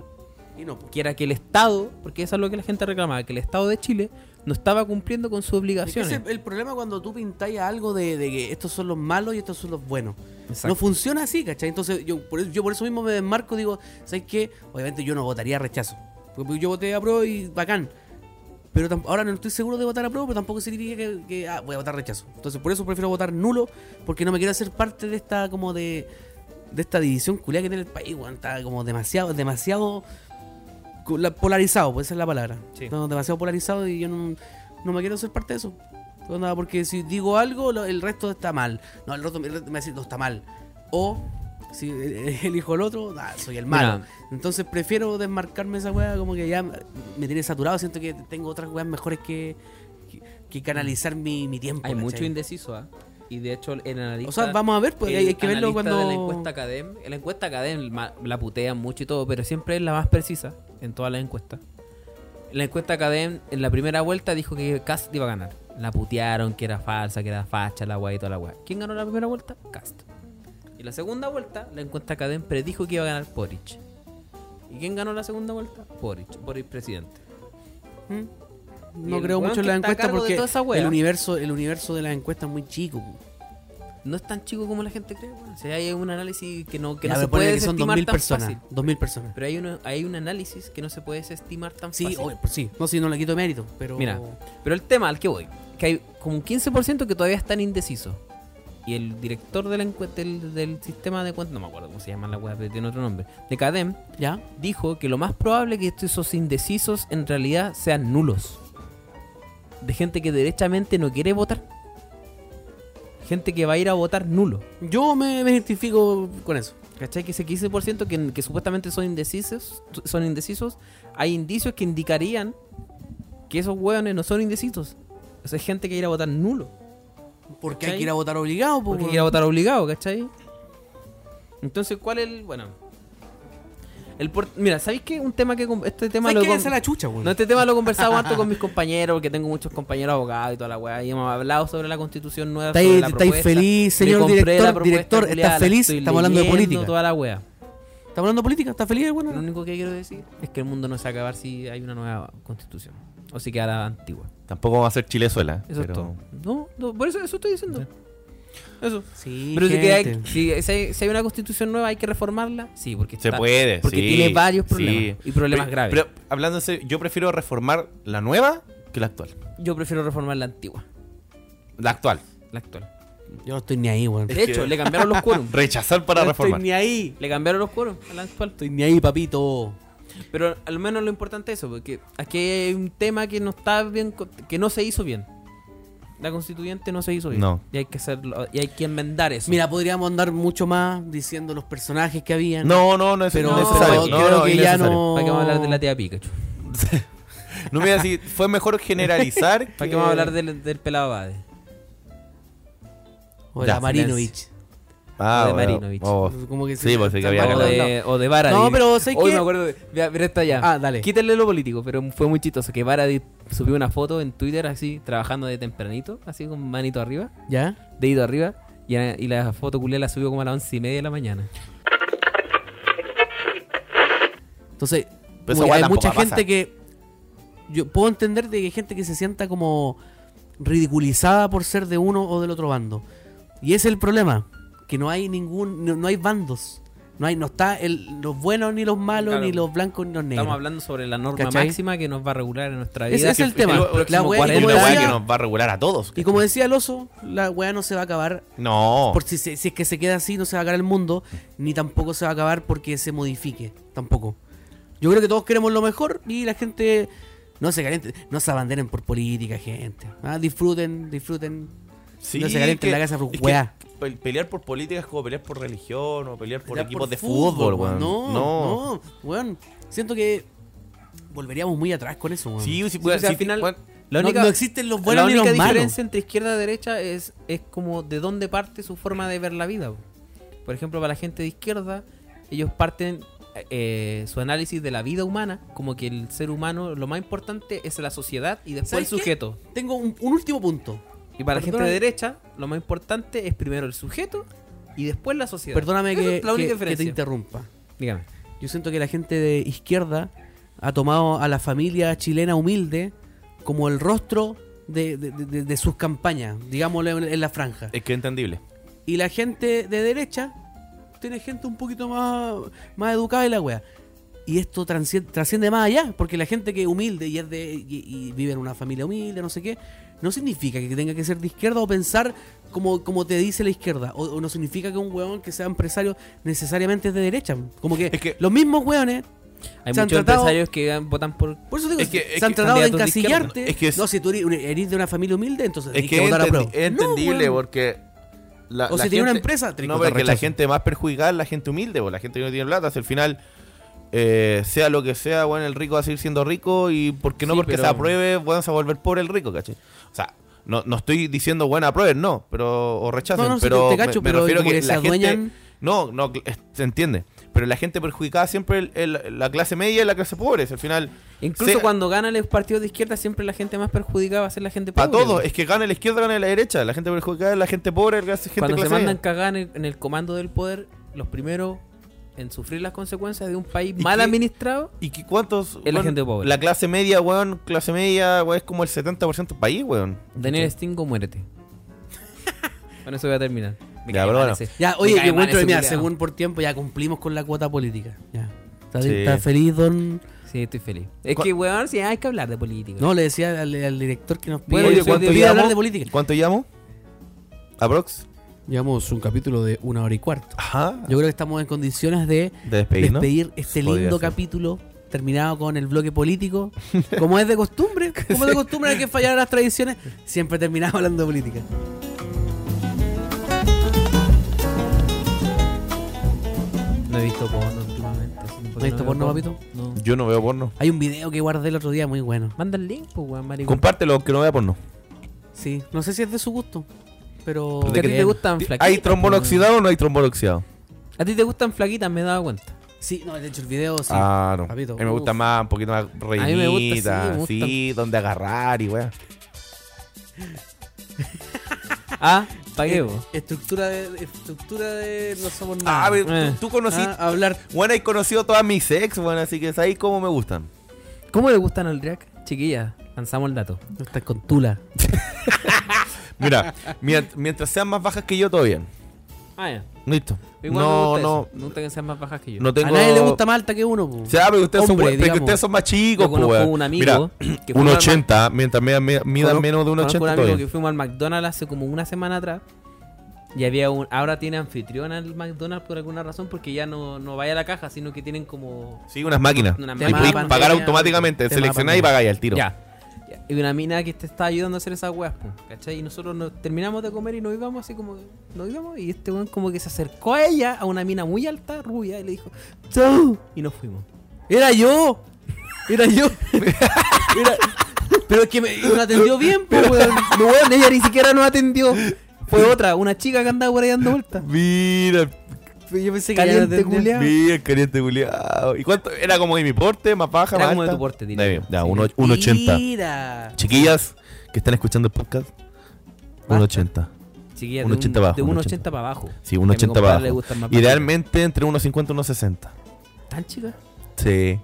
[SPEAKER 2] Y no, pues,
[SPEAKER 1] Que era que el Estado, porque eso es lo que la gente reclamaba, que el Estado de Chile no estaba cumpliendo con sus
[SPEAKER 2] es que
[SPEAKER 1] obligaciones.
[SPEAKER 2] ese es el problema cuando tú pintáis algo de, de que estos son los malos y estos son los buenos.
[SPEAKER 1] Exacto.
[SPEAKER 2] No funciona así, ¿cachai? Entonces, yo por, eso, yo por eso mismo me desmarco, digo, ¿sabes qué? Obviamente yo no votaría rechazo. Porque yo voté a pro y bacán. Pero tam- ahora no estoy seguro de votar a pro, pero tampoco significa que, que, ah, voy a votar rechazo. Entonces, por eso prefiero votar nulo, porque no me quiero hacer parte de esta, como de. De esta división culia que tiene el país, weón. Está como demasiado, demasiado cu- la- polarizado, pues esa es la palabra.
[SPEAKER 1] Sí.
[SPEAKER 2] Estamos demasiado polarizado y yo no, no me quiero ser parte de eso. Onda, porque si digo algo, lo- el resto está mal. No, el resto, el resto me va a decir, no está mal. O si el- elijo el otro, ah, soy el malo.
[SPEAKER 1] Mira.
[SPEAKER 2] Entonces prefiero desmarcarme esa weá, como que ya me tiene saturado. Siento que tengo otras weas mejores que, que, que canalizar mi, mi tiempo.
[SPEAKER 1] Hay
[SPEAKER 2] ¿cachai?
[SPEAKER 1] mucho indeciso, ¿ah? Y de hecho, el analista.
[SPEAKER 2] O sea, vamos a ver, pues hay, hay que
[SPEAKER 1] el
[SPEAKER 2] verlo
[SPEAKER 1] analista
[SPEAKER 2] cuando.
[SPEAKER 1] de la encuesta Academ, la encuesta Academ ma- la putean mucho y todo, pero siempre es la más precisa en todas las encuestas. La encuesta Academ, en la primera vuelta, dijo que Cast iba a ganar. La putearon, que era falsa, que era facha, la weá y toda la weá. ¿Quién ganó la primera vuelta? Cast. Y la segunda vuelta, la encuesta Academ predijo que iba a ganar Porich. ¿Y quién ganó la segunda vuelta? Porich, Porich presidente.
[SPEAKER 2] ¿Mm?
[SPEAKER 1] Y
[SPEAKER 2] No
[SPEAKER 1] el
[SPEAKER 2] creo
[SPEAKER 1] weón
[SPEAKER 2] mucho en
[SPEAKER 1] que
[SPEAKER 2] la
[SPEAKER 1] está a
[SPEAKER 2] encuesta
[SPEAKER 1] cargo de
[SPEAKER 2] porque
[SPEAKER 1] toda esa wea.
[SPEAKER 2] el universo, el universo de la encuesta es muy chico. pu.
[SPEAKER 1] No es tan chico como la gente cree, weón. O sea, hay un análisis que no, que
[SPEAKER 2] Ya,
[SPEAKER 1] no
[SPEAKER 2] pero
[SPEAKER 1] se puede
[SPEAKER 2] ponele que son
[SPEAKER 1] desestimar
[SPEAKER 2] 2000
[SPEAKER 1] tan
[SPEAKER 2] personas.
[SPEAKER 1] fácil.
[SPEAKER 2] 2000 personas.
[SPEAKER 1] Pero hay, uno, hay un análisis que no se puede desestimar tan
[SPEAKER 2] Sí,
[SPEAKER 1] fácil.
[SPEAKER 2] obvio, pues sí. No, sí, no le quito mérito, pero
[SPEAKER 1] Mira, pero el tema al que voy, que hay como un 15% que todavía están indecisos. Y el director de la encue- del, del sistema de cuentas, no me acuerdo cómo se llama la web, pero tiene otro nombre, de Cadem,
[SPEAKER 2] ya.
[SPEAKER 1] dijo que lo más probable que estos- esos indecisos en realidad sean nulos. De gente que derechamente no quiere votar. Gente que va a ir a votar nulo.
[SPEAKER 2] Yo me, me identifico con eso.
[SPEAKER 1] ¿Cachai? Que ese 15% que, que supuestamente son indecisos, son indecisos, hay indicios que indicarían que esos hueones no son indecisos. O sea, es gente que irá a votar nulo.
[SPEAKER 2] Porque hay
[SPEAKER 1] ¿Cachai?
[SPEAKER 2] que ir a votar obligado, po,
[SPEAKER 1] Porque
[SPEAKER 2] Pues, weón.
[SPEAKER 1] irá a votar obligado, ¿cachai? Entonces, ¿cuál es el. Bueno. El por- Mira, ¿sabéis qué? Un tema que. con- Este tema
[SPEAKER 2] ¿Sabes
[SPEAKER 1] lo.
[SPEAKER 2] qué?
[SPEAKER 1] con-
[SPEAKER 2] Esa es la chucha, weón.
[SPEAKER 1] No, este tema lo he conversado harto con mis compañeros, porque tengo muchos compañeros abogados y toda la weá. Y hemos hablado sobre la constitución nueva.
[SPEAKER 2] Está ahí-
[SPEAKER 1] sobre la
[SPEAKER 2] está ahí
[SPEAKER 1] propuesta.
[SPEAKER 2] feliz,
[SPEAKER 1] Le
[SPEAKER 2] señor
[SPEAKER 1] compré la
[SPEAKER 2] director,
[SPEAKER 1] propuesta,
[SPEAKER 2] director, está
[SPEAKER 1] culiada, la
[SPEAKER 2] feliz,
[SPEAKER 1] estoy
[SPEAKER 2] estamos hablando de
[SPEAKER 1] leyendo,
[SPEAKER 2] política.
[SPEAKER 1] toda la weá.
[SPEAKER 2] ¿Está hablando de política? ¿Está feliz, weón?
[SPEAKER 1] Lo único que quiero decir es que el mundo no se va a acabar si hay una nueva constitución. O si queda la antigua.
[SPEAKER 3] Tampoco va a ser Chilezuela.
[SPEAKER 1] Eso
[SPEAKER 3] pero-
[SPEAKER 1] es todo. No, no, por eso, eso estoy diciendo. Eso.
[SPEAKER 2] Sí,
[SPEAKER 1] Pero si, queda-
[SPEAKER 2] gente.
[SPEAKER 1] si- si hay, si hay una constitución nueva, hay que reformarla. Sí, porque
[SPEAKER 3] Se
[SPEAKER 1] está-
[SPEAKER 3] puede,
[SPEAKER 1] Porque
[SPEAKER 3] sí,
[SPEAKER 1] tiene varios
[SPEAKER 3] sí.
[SPEAKER 1] problemas. Y problemas
[SPEAKER 3] Pero-
[SPEAKER 1] graves.
[SPEAKER 3] Pero hablando en serio, yo prefiero reformar la nueva que la actual.
[SPEAKER 1] Yo prefiero reformar la antigua.
[SPEAKER 3] La actual.
[SPEAKER 1] La actual.
[SPEAKER 2] Yo no estoy ni ahí, weón.
[SPEAKER 1] De hecho, le cambiaron los quórum.
[SPEAKER 3] Rechazar para
[SPEAKER 2] no
[SPEAKER 3] reformar.
[SPEAKER 2] estoy ni ahí.
[SPEAKER 1] Le cambiaron los quórum a la actual.
[SPEAKER 2] Estoy ni ahí, papito.
[SPEAKER 1] Pero al menos lo importante es eso, porque aquí hay un tema que no está bien, co- que no se hizo bien. La constituyente no se hizo bien.
[SPEAKER 3] No.
[SPEAKER 1] Y hay que hacerlo, y hay que enmendar eso.
[SPEAKER 2] Mira, podríamos andar mucho más diciendo los personajes que habían.
[SPEAKER 3] No, no, no es
[SPEAKER 2] Pero
[SPEAKER 1] no,
[SPEAKER 3] necesario. No,
[SPEAKER 2] creo
[SPEAKER 3] no,
[SPEAKER 2] que ya
[SPEAKER 3] innecesario.
[SPEAKER 2] no-
[SPEAKER 1] ¿para qué vamos a hablar de la tía Pikachu?
[SPEAKER 3] No me voy a decir, fue mejor generalizar.
[SPEAKER 1] ¿Para
[SPEAKER 3] que-
[SPEAKER 1] qué vamos a hablar del, del pelado Bade?
[SPEAKER 2] O
[SPEAKER 3] Ya,
[SPEAKER 2] la Marinovich.
[SPEAKER 3] Ah,
[SPEAKER 1] de
[SPEAKER 3] bueno,
[SPEAKER 1] Marinovich.
[SPEAKER 3] oh.
[SPEAKER 2] Como que
[SPEAKER 3] Sí, pues, sí que había
[SPEAKER 1] O
[SPEAKER 3] ganado.
[SPEAKER 1] de, o de Varadi.
[SPEAKER 2] No, pero sé
[SPEAKER 1] Hoy
[SPEAKER 2] que-
[SPEAKER 1] me acuerdo de... Mira, mira esta ya.
[SPEAKER 2] Ah, dale.
[SPEAKER 1] Quítale lo político, pero fue muy chistoso que Varadi subió una foto en Twitter así, trabajando de tempranito, así con manito arriba,
[SPEAKER 2] ¿Ya?
[SPEAKER 1] dedito arriba, y, y la foto culia la subió como a las once y media de la mañana.
[SPEAKER 2] Entonces,
[SPEAKER 3] Pero esa
[SPEAKER 2] Uy,
[SPEAKER 3] weá
[SPEAKER 2] hay
[SPEAKER 3] tampoco
[SPEAKER 2] mucha gente
[SPEAKER 3] pasa.
[SPEAKER 2] que. Yo puedo entender de que hay gente que se sienta como ridiculizada por ser de uno o del otro bando. Y ese es el problema. Que no hay ningún. No, no hay bandos. No hay, no está el- los buenos ni los malos,
[SPEAKER 1] Claro.
[SPEAKER 2] ni los blancos ni los negros.
[SPEAKER 1] Estamos hablando sobre la norma
[SPEAKER 2] ¿Cachai?
[SPEAKER 1] máxima que nos va a regular en nuestra vida.
[SPEAKER 2] Ese- ese es el tema.
[SPEAKER 3] Pero el
[SPEAKER 2] La
[SPEAKER 3] próximo
[SPEAKER 2] weá-
[SPEAKER 3] 40
[SPEAKER 1] como
[SPEAKER 3] es la weá
[SPEAKER 1] decía-
[SPEAKER 3] que nos va a regular a todos.
[SPEAKER 2] Y como decía el oso, la weá no se va a acabar.
[SPEAKER 3] No.
[SPEAKER 2] Por si, se- si es que se queda así, no se va a acabar el mundo. Ni tampoco se va a acabar porque se modifique. Tampoco. Yo creo que todos queremos lo mejor y la gente no se caliente, no se abanderen por política, gente. Ah, disfruten, disfruten.
[SPEAKER 3] Sí,
[SPEAKER 2] no se calienten
[SPEAKER 3] que-
[SPEAKER 2] la casa por
[SPEAKER 3] es que
[SPEAKER 2] weá.
[SPEAKER 3] pe- Pelear por política es como pelear por religión o pelear por
[SPEAKER 2] Pelear
[SPEAKER 3] equipos de fútbol, weón.
[SPEAKER 2] No,
[SPEAKER 3] no.
[SPEAKER 2] no, weón. Siento que volveríamos muy atrás con eso, weón.
[SPEAKER 3] Sí, sí,
[SPEAKER 1] Sí,
[SPEAKER 3] weón,
[SPEAKER 1] o sea,
[SPEAKER 3] sí,
[SPEAKER 1] al final,
[SPEAKER 3] weón,
[SPEAKER 1] la
[SPEAKER 2] no,
[SPEAKER 1] única,
[SPEAKER 2] no existen los
[SPEAKER 1] la
[SPEAKER 2] buenos ni
[SPEAKER 1] única
[SPEAKER 2] los malos.
[SPEAKER 1] diferencia entre izquierda y derecha es, es como de dónde parte su forma de ver la vida. po. Por ejemplo, para la gente de izquierda, ellos parten eh, su análisis de la vida humana, como que el ser humano, lo más importante es la sociedad y después el
[SPEAKER 2] ¿Sabes qué?
[SPEAKER 1] sujeto.
[SPEAKER 2] Tengo un, un último punto.
[SPEAKER 1] Y para la gente
[SPEAKER 2] Perdóname.
[SPEAKER 1] de derecha, lo más importante es primero el sujeto y después la sociedad.
[SPEAKER 2] Perdóname
[SPEAKER 1] Esa
[SPEAKER 2] que,
[SPEAKER 1] es la única
[SPEAKER 2] que- que te
[SPEAKER 1] diferencia.
[SPEAKER 2] interrumpa.
[SPEAKER 1] Dígame.
[SPEAKER 2] Yo siento que la gente de izquierda ha tomado a la familia chilena humilde como el rostro de, de- de- de sus campañas, digámoslo en, en la franja.
[SPEAKER 3] Es que es entendible.
[SPEAKER 2] Y la gente de derecha tiene gente un poquito más, más educada y la wea. Y esto transci- trasciende más allá, porque la gente que es humilde y, es de, y, y vive en una familia humilde, no sé qué, no significa que tenga que ser de izquierda o pensar como, como te dice la izquierda. O, o no significa que un weón que sea empresario necesariamente es de derecha. Como que,
[SPEAKER 3] Es que-
[SPEAKER 2] los mismos weones
[SPEAKER 1] Hay
[SPEAKER 2] Se han
[SPEAKER 1] muchos
[SPEAKER 2] tratado-
[SPEAKER 1] empresarios que votan por
[SPEAKER 2] por eso digo,
[SPEAKER 3] Es que- es
[SPEAKER 2] se han
[SPEAKER 3] que
[SPEAKER 2] tratado de
[SPEAKER 1] candidatos de
[SPEAKER 2] encasillarte.
[SPEAKER 3] izquierda, es que es-
[SPEAKER 2] no, si tú eres, eres de una familia humilde, entonces
[SPEAKER 3] Es
[SPEAKER 2] tenés
[SPEAKER 3] que es,
[SPEAKER 2] votar a
[SPEAKER 3] entendi-
[SPEAKER 2] prueba.
[SPEAKER 3] es
[SPEAKER 2] No,
[SPEAKER 3] entendible
[SPEAKER 2] weón.
[SPEAKER 3] porque. La,
[SPEAKER 2] O
[SPEAKER 3] la
[SPEAKER 2] si tiene una empresa, tenés que
[SPEAKER 3] No,
[SPEAKER 2] votar
[SPEAKER 3] porque la
[SPEAKER 2] rechazo.
[SPEAKER 3] gente más perjudicada es la gente humilde, po, la gente que no tiene plata. Si al final, eh, sea lo que sea, bueno, el rico va a seguir siendo rico y porque no
[SPEAKER 1] Sí,
[SPEAKER 3] porque se
[SPEAKER 1] pero-
[SPEAKER 3] apruebe, bueno, se va a volver pobre el rico, ¿cachai? O sea, no, no estoy diciendo, bueno, aprueben, no, pero, o rechacen,
[SPEAKER 2] No, no, sí,
[SPEAKER 3] pero
[SPEAKER 2] te cacho,
[SPEAKER 3] me, me
[SPEAKER 2] pero
[SPEAKER 3] refiero
[SPEAKER 2] como
[SPEAKER 3] que
[SPEAKER 2] que se
[SPEAKER 3] la gente...
[SPEAKER 2] adueñan-
[SPEAKER 3] No, no, cl- es- se entiende. Pero la gente perjudicada siempre el- el- la clase media y la clase pobre. Si al final,
[SPEAKER 1] Incluso
[SPEAKER 3] sea-
[SPEAKER 1] cuando ganan los partidos de izquierda, siempre la gente más perjudicada va a ser la gente pobre.
[SPEAKER 3] para todos,
[SPEAKER 1] güey.
[SPEAKER 3] es que gana la izquierda, gana la derecha. La gente perjudicada es la gente pobre, la clase- gente
[SPEAKER 1] Cuando se
[SPEAKER 3] clase media.
[SPEAKER 1] mandan cagadas en el, en el comando del poder, los primeros en sufrir las consecuencias de un país
[SPEAKER 3] ¿Y
[SPEAKER 1] mal
[SPEAKER 3] qué?
[SPEAKER 1] administrado.
[SPEAKER 3] ¿Y qué- cuántos?
[SPEAKER 1] Es la
[SPEAKER 3] weón?
[SPEAKER 1] gente pobre.
[SPEAKER 3] La clase media, weón. Clase media, weón, es como el 70% del país, weón.
[SPEAKER 1] Daniel Stingo, muérete. bueno, eso voy a terminar. Me
[SPEAKER 3] Ya,
[SPEAKER 1] cae
[SPEAKER 3] pero
[SPEAKER 1] mal
[SPEAKER 3] bueno.
[SPEAKER 1] ese.
[SPEAKER 2] Ya,
[SPEAKER 1] Me
[SPEAKER 2] oye,
[SPEAKER 1] cae
[SPEAKER 2] que
[SPEAKER 1] mal
[SPEAKER 2] encuentro
[SPEAKER 1] ese
[SPEAKER 2] mira,
[SPEAKER 1] culiao.
[SPEAKER 2] según por tiempo ya cumplimos con la cuota política. Ya. ¿Está,
[SPEAKER 3] Sí.
[SPEAKER 2] está feliz, don?
[SPEAKER 1] Sí, estoy feliz. Es
[SPEAKER 3] Cu-
[SPEAKER 1] que, weón, sí, hay que hablar de política.
[SPEAKER 2] No, le decía al, al director que nos pide,
[SPEAKER 1] Bueno, Oye, yo soy ¿cuánto
[SPEAKER 2] ¿cuánto
[SPEAKER 1] de-
[SPEAKER 2] pide
[SPEAKER 1] llevamos?
[SPEAKER 2] hablar de política.
[SPEAKER 3] ¿Cuánto llamo? ¿Aprox?
[SPEAKER 2] Llevamos un capítulo de una hora y cuarto.
[SPEAKER 3] Ajá.
[SPEAKER 2] Yo creo que estamos en condiciones de
[SPEAKER 3] de despedir, ¿no?
[SPEAKER 2] despedir este
[SPEAKER 3] Podría
[SPEAKER 2] lindo
[SPEAKER 3] ser.
[SPEAKER 2] capítulo terminado con el bloque político. Como es de costumbre, como de costumbre hay que fallar a las tradiciones, siempre terminamos hablando de política.
[SPEAKER 1] No he visto porno últimamente. así que ¿por qué
[SPEAKER 2] ¿No has visto
[SPEAKER 1] veo
[SPEAKER 2] porno, papito?
[SPEAKER 1] No.
[SPEAKER 3] Yo no veo porno.
[SPEAKER 2] Hay un video que guardé el otro día muy bueno.
[SPEAKER 1] Manda el link, pues, weón, maricón.
[SPEAKER 3] Compártelo, aunque no vea porno.
[SPEAKER 2] Sí, no sé si es de su gusto, pero...
[SPEAKER 1] Porque a ti Oh. te gustan flaquitas.
[SPEAKER 3] ¿Hay
[SPEAKER 1] pues,
[SPEAKER 3] trombón
[SPEAKER 1] weón.
[SPEAKER 3] oxidado o no hay trombón oxidado?
[SPEAKER 1] A ti te gustan flaquitas, me he dado cuenta.
[SPEAKER 2] Sí, no, de hecho el video sí.
[SPEAKER 3] Ah, no.
[SPEAKER 2] Papito,
[SPEAKER 3] a mí me gusta
[SPEAKER 2] uf.
[SPEAKER 3] más, un poquito más
[SPEAKER 1] mí me gusta, sí,
[SPEAKER 3] rellenita,
[SPEAKER 1] me gusta.
[SPEAKER 3] sí, donde agarrar y weón.
[SPEAKER 1] Ah, pagué,
[SPEAKER 2] Eh,
[SPEAKER 1] vos.
[SPEAKER 2] Estructura de. Estructura de. No somos nada.
[SPEAKER 3] Ah, pero
[SPEAKER 1] Eh.
[SPEAKER 3] tú, tú conocí.
[SPEAKER 2] Ah, hablar.
[SPEAKER 3] Bueno, he conocido todas mis ex, weón, así que sabéis cómo me gustan.
[SPEAKER 1] ¿Cómo le gustan al React? Chiquilla, lanzamos el dato.
[SPEAKER 2] No estás con Tula.
[SPEAKER 3] Mira, mient- mientras sean más bajas que yo, todo bien.
[SPEAKER 1] Ah, ya.
[SPEAKER 3] Listo.
[SPEAKER 1] Igual
[SPEAKER 3] no,
[SPEAKER 1] me gusta
[SPEAKER 3] no,
[SPEAKER 1] eso. Me gusta que sean más bajas que yo.
[SPEAKER 3] no tengo.
[SPEAKER 2] A nadie le gusta más alta que uno, po.
[SPEAKER 3] O sea, pero ustedes,
[SPEAKER 2] Hombre,
[SPEAKER 3] son, we- pero
[SPEAKER 2] digamos.
[SPEAKER 3] que ustedes son más chicos,
[SPEAKER 1] Yo conozco
[SPEAKER 3] pues, weón.
[SPEAKER 1] un amigo
[SPEAKER 3] Mira,
[SPEAKER 1] que fue
[SPEAKER 3] un
[SPEAKER 1] una
[SPEAKER 3] 80, mientras me, me- midan
[SPEAKER 1] Conozco-
[SPEAKER 3] menos de un
[SPEAKER 1] conozco
[SPEAKER 3] 80
[SPEAKER 1] un amigo
[SPEAKER 3] todavía.
[SPEAKER 1] que fuimos al McDonald's hace como una semana atrás. Y había un. Ahora tiene anfitrión al McDonald's por alguna razón, porque ya no, no vaya a la caja, sino que tienen como.
[SPEAKER 3] Sí, unas máquinas.
[SPEAKER 1] Una
[SPEAKER 3] y
[SPEAKER 1] máquina.
[SPEAKER 3] podéis
[SPEAKER 1] Tema
[SPEAKER 3] pagar
[SPEAKER 1] pandemia.
[SPEAKER 3] automáticamente,
[SPEAKER 2] Tema
[SPEAKER 3] seleccionáis
[SPEAKER 2] pandemia.
[SPEAKER 3] y pagáis al tiro.
[SPEAKER 1] Ya. Ya. Y una mina que te está ayudando a hacer esas weas, po, ¿cachai? Y nosotros nos terminamos de comer y nos íbamos así como. Nos íbamos y este weón como que se acercó a ella, a una mina muy alta, rubia, y le dijo, ¡Chau! Y nos fuimos.
[SPEAKER 2] ¡Era yo! ¡Era yo! Era- Pero es que me, me atendió bien, po, weón.
[SPEAKER 1] No, weón, ella ni siquiera nos atendió. Fue otra, una chica que andaba por ahí dando vueltas.
[SPEAKER 3] Mira,
[SPEAKER 2] Yo pensé que
[SPEAKER 1] Caliente,
[SPEAKER 2] ya me atendía.
[SPEAKER 1] culiao. Ya.
[SPEAKER 3] mira, el caliente culiado. ¿Y cuánto? ¿Era como de mi porte? ¿Más baja?
[SPEAKER 1] Era
[SPEAKER 3] más
[SPEAKER 1] como de
[SPEAKER 3] alta?
[SPEAKER 1] tu porte, diría
[SPEAKER 3] Está
[SPEAKER 1] yo.
[SPEAKER 3] bien, Ya,
[SPEAKER 1] Sí.
[SPEAKER 3] un, och- un 80.
[SPEAKER 2] Mira.
[SPEAKER 3] Chiquillas que están escuchando el podcast, un
[SPEAKER 1] Basta.
[SPEAKER 3] 80.
[SPEAKER 1] Chiquilla,
[SPEAKER 3] Un
[SPEAKER 1] de
[SPEAKER 3] 80
[SPEAKER 1] un,
[SPEAKER 3] abajo,
[SPEAKER 1] De
[SPEAKER 3] un
[SPEAKER 1] 1,80
[SPEAKER 3] 80
[SPEAKER 1] para abajo.
[SPEAKER 3] Sí, un
[SPEAKER 1] Que a mi
[SPEAKER 3] 80
[SPEAKER 1] compadre
[SPEAKER 3] para
[SPEAKER 1] le
[SPEAKER 3] abajo.
[SPEAKER 1] gustan más bajitas.
[SPEAKER 3] Idealmente entre 1,50 y 1,60.
[SPEAKER 1] ¿Tan chica?
[SPEAKER 3] Sí.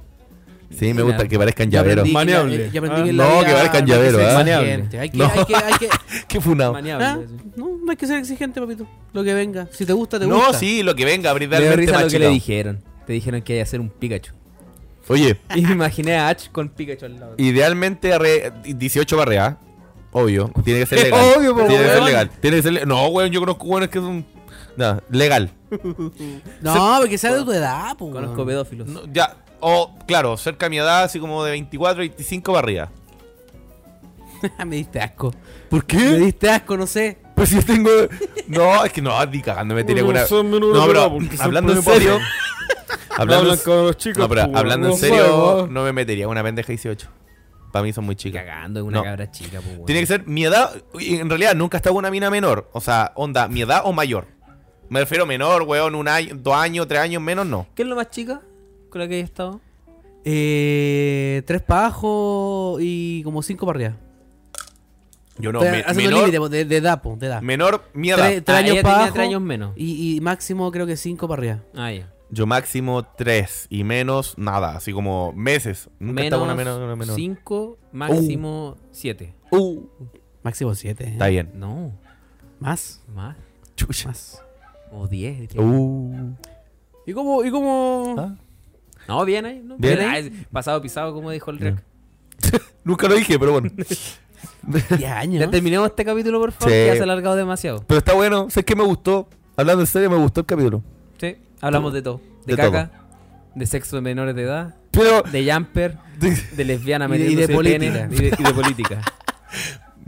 [SPEAKER 3] Sí, me gusta que parezcan llaveros.
[SPEAKER 2] aprendí que la-
[SPEAKER 4] Maniable.
[SPEAKER 2] eh, ya aprendí que
[SPEAKER 4] Ah.
[SPEAKER 2] la
[SPEAKER 3] No,
[SPEAKER 2] vida-
[SPEAKER 3] que
[SPEAKER 2] no
[SPEAKER 3] parezcan
[SPEAKER 2] hay
[SPEAKER 3] llavero,
[SPEAKER 2] ser
[SPEAKER 3] ¿ah?
[SPEAKER 2] exigente,
[SPEAKER 1] Maniable.
[SPEAKER 2] Hay que,
[SPEAKER 3] No.
[SPEAKER 2] hay que, hay que-
[SPEAKER 3] Qué funado.
[SPEAKER 1] Maniable,
[SPEAKER 2] ¿Ah?
[SPEAKER 1] sí.
[SPEAKER 2] No, no hay que ser exigente, papito. Lo que venga. Si te gusta, te gusta.
[SPEAKER 3] No, sí, lo que venga, abrir
[SPEAKER 1] Me dio
[SPEAKER 3] realmente
[SPEAKER 1] risa lo que le
[SPEAKER 3] machicado.
[SPEAKER 1] dijeron. Te dijeron que iba a ser un Pikachu.
[SPEAKER 3] Oye,
[SPEAKER 1] Y me imaginé a Ash con Pikachu al lado.
[SPEAKER 3] idealmente arre- 18 barreas. Obvio, tiene que ser legal.
[SPEAKER 1] Obvio, po,
[SPEAKER 3] tiene que ser
[SPEAKER 1] weón.
[SPEAKER 3] legal. Tiene que ser le- No, weón, yo conozco weones que son. Nada, legal.
[SPEAKER 2] No, porque sea de tu edad, pues.
[SPEAKER 1] Conozco pedófilos.
[SPEAKER 3] No, ya, o claro, cerca de mi edad, así como de 24, 25 barreas.
[SPEAKER 2] Me diste asco.
[SPEAKER 3] ¿Por
[SPEAKER 2] Me diste asco, no sé.
[SPEAKER 3] Pues si yo tengo. No, es que no, ni cagando me tiene
[SPEAKER 4] No
[SPEAKER 3] una.
[SPEAKER 4] son menudo
[SPEAKER 3] No, pero
[SPEAKER 4] porque siempre
[SPEAKER 3] hablando en
[SPEAKER 4] me pasa.
[SPEAKER 3] serio. hablando,
[SPEAKER 4] Hablan con los chicos.
[SPEAKER 3] no, pero
[SPEAKER 4] pues,
[SPEAKER 3] hablando en
[SPEAKER 4] no
[SPEAKER 3] serio,
[SPEAKER 4] sabe,
[SPEAKER 3] no me metería una pendeja 18. Para mí son muy chicas.
[SPEAKER 1] Cagando en una
[SPEAKER 3] No.
[SPEAKER 1] cabra chica, pues, weón.
[SPEAKER 3] Tiene que ser mi edad. y En realidad nunca estaba una mina menor. O sea, onda, mi edad o mayor. Me refiero menor, weón, un año, dos años, tres años menos, no.
[SPEAKER 1] ¿Qué es lo más chica con la que he estado?
[SPEAKER 2] Eh, tres para abajo y como cinco para arriba.
[SPEAKER 3] Yo no,
[SPEAKER 2] Estoy
[SPEAKER 3] me-
[SPEAKER 2] haciendo el
[SPEAKER 3] menor,
[SPEAKER 2] límite de, de edad, po, de edad.
[SPEAKER 3] menor, mi edad.
[SPEAKER 2] Tres, tres
[SPEAKER 1] Ah,
[SPEAKER 2] años
[SPEAKER 1] ella
[SPEAKER 2] para
[SPEAKER 1] tenía
[SPEAKER 2] abajo
[SPEAKER 1] tres años menos.
[SPEAKER 2] Y, y máximo creo que cinco para arriba.
[SPEAKER 1] Ah, ya.
[SPEAKER 3] Yo máximo tres y menos nada, así como meses. Nunca estaba una menor. Una menor.
[SPEAKER 1] 5, máximo 7.
[SPEAKER 3] Uh,
[SPEAKER 2] Máximo siete. ¿eh?
[SPEAKER 3] está bien.
[SPEAKER 1] No,
[SPEAKER 2] Más,
[SPEAKER 1] más.
[SPEAKER 3] Chucha.
[SPEAKER 2] más.
[SPEAKER 1] O 10.
[SPEAKER 3] Uh.
[SPEAKER 2] ¿Y cómo? ¿Y cómo?
[SPEAKER 3] Ah.
[SPEAKER 1] No, bien ahí. No,
[SPEAKER 3] Bien
[SPEAKER 1] bien
[SPEAKER 3] ahí.
[SPEAKER 1] ahí. Pasado pisado, como dijo el
[SPEAKER 3] Ya.
[SPEAKER 1] rec.
[SPEAKER 3] Nunca lo dije, pero bueno.
[SPEAKER 2] Diez años.
[SPEAKER 1] Ya terminemos este capítulo, por favor,
[SPEAKER 3] Sí.
[SPEAKER 1] que ya se ha alargado demasiado.
[SPEAKER 3] Pero está bueno, sé que me gustó. Hablando en serio, me gustó el capítulo.
[SPEAKER 1] Sí, hablamos de todo. De,
[SPEAKER 3] De
[SPEAKER 1] caca, de sexo de menores de edad,
[SPEAKER 3] Pero.
[SPEAKER 1] de jumper, de lesbiana
[SPEAKER 2] Y de- y de
[SPEAKER 1] metiéndose
[SPEAKER 2] política.
[SPEAKER 1] pene, y de, y de política. De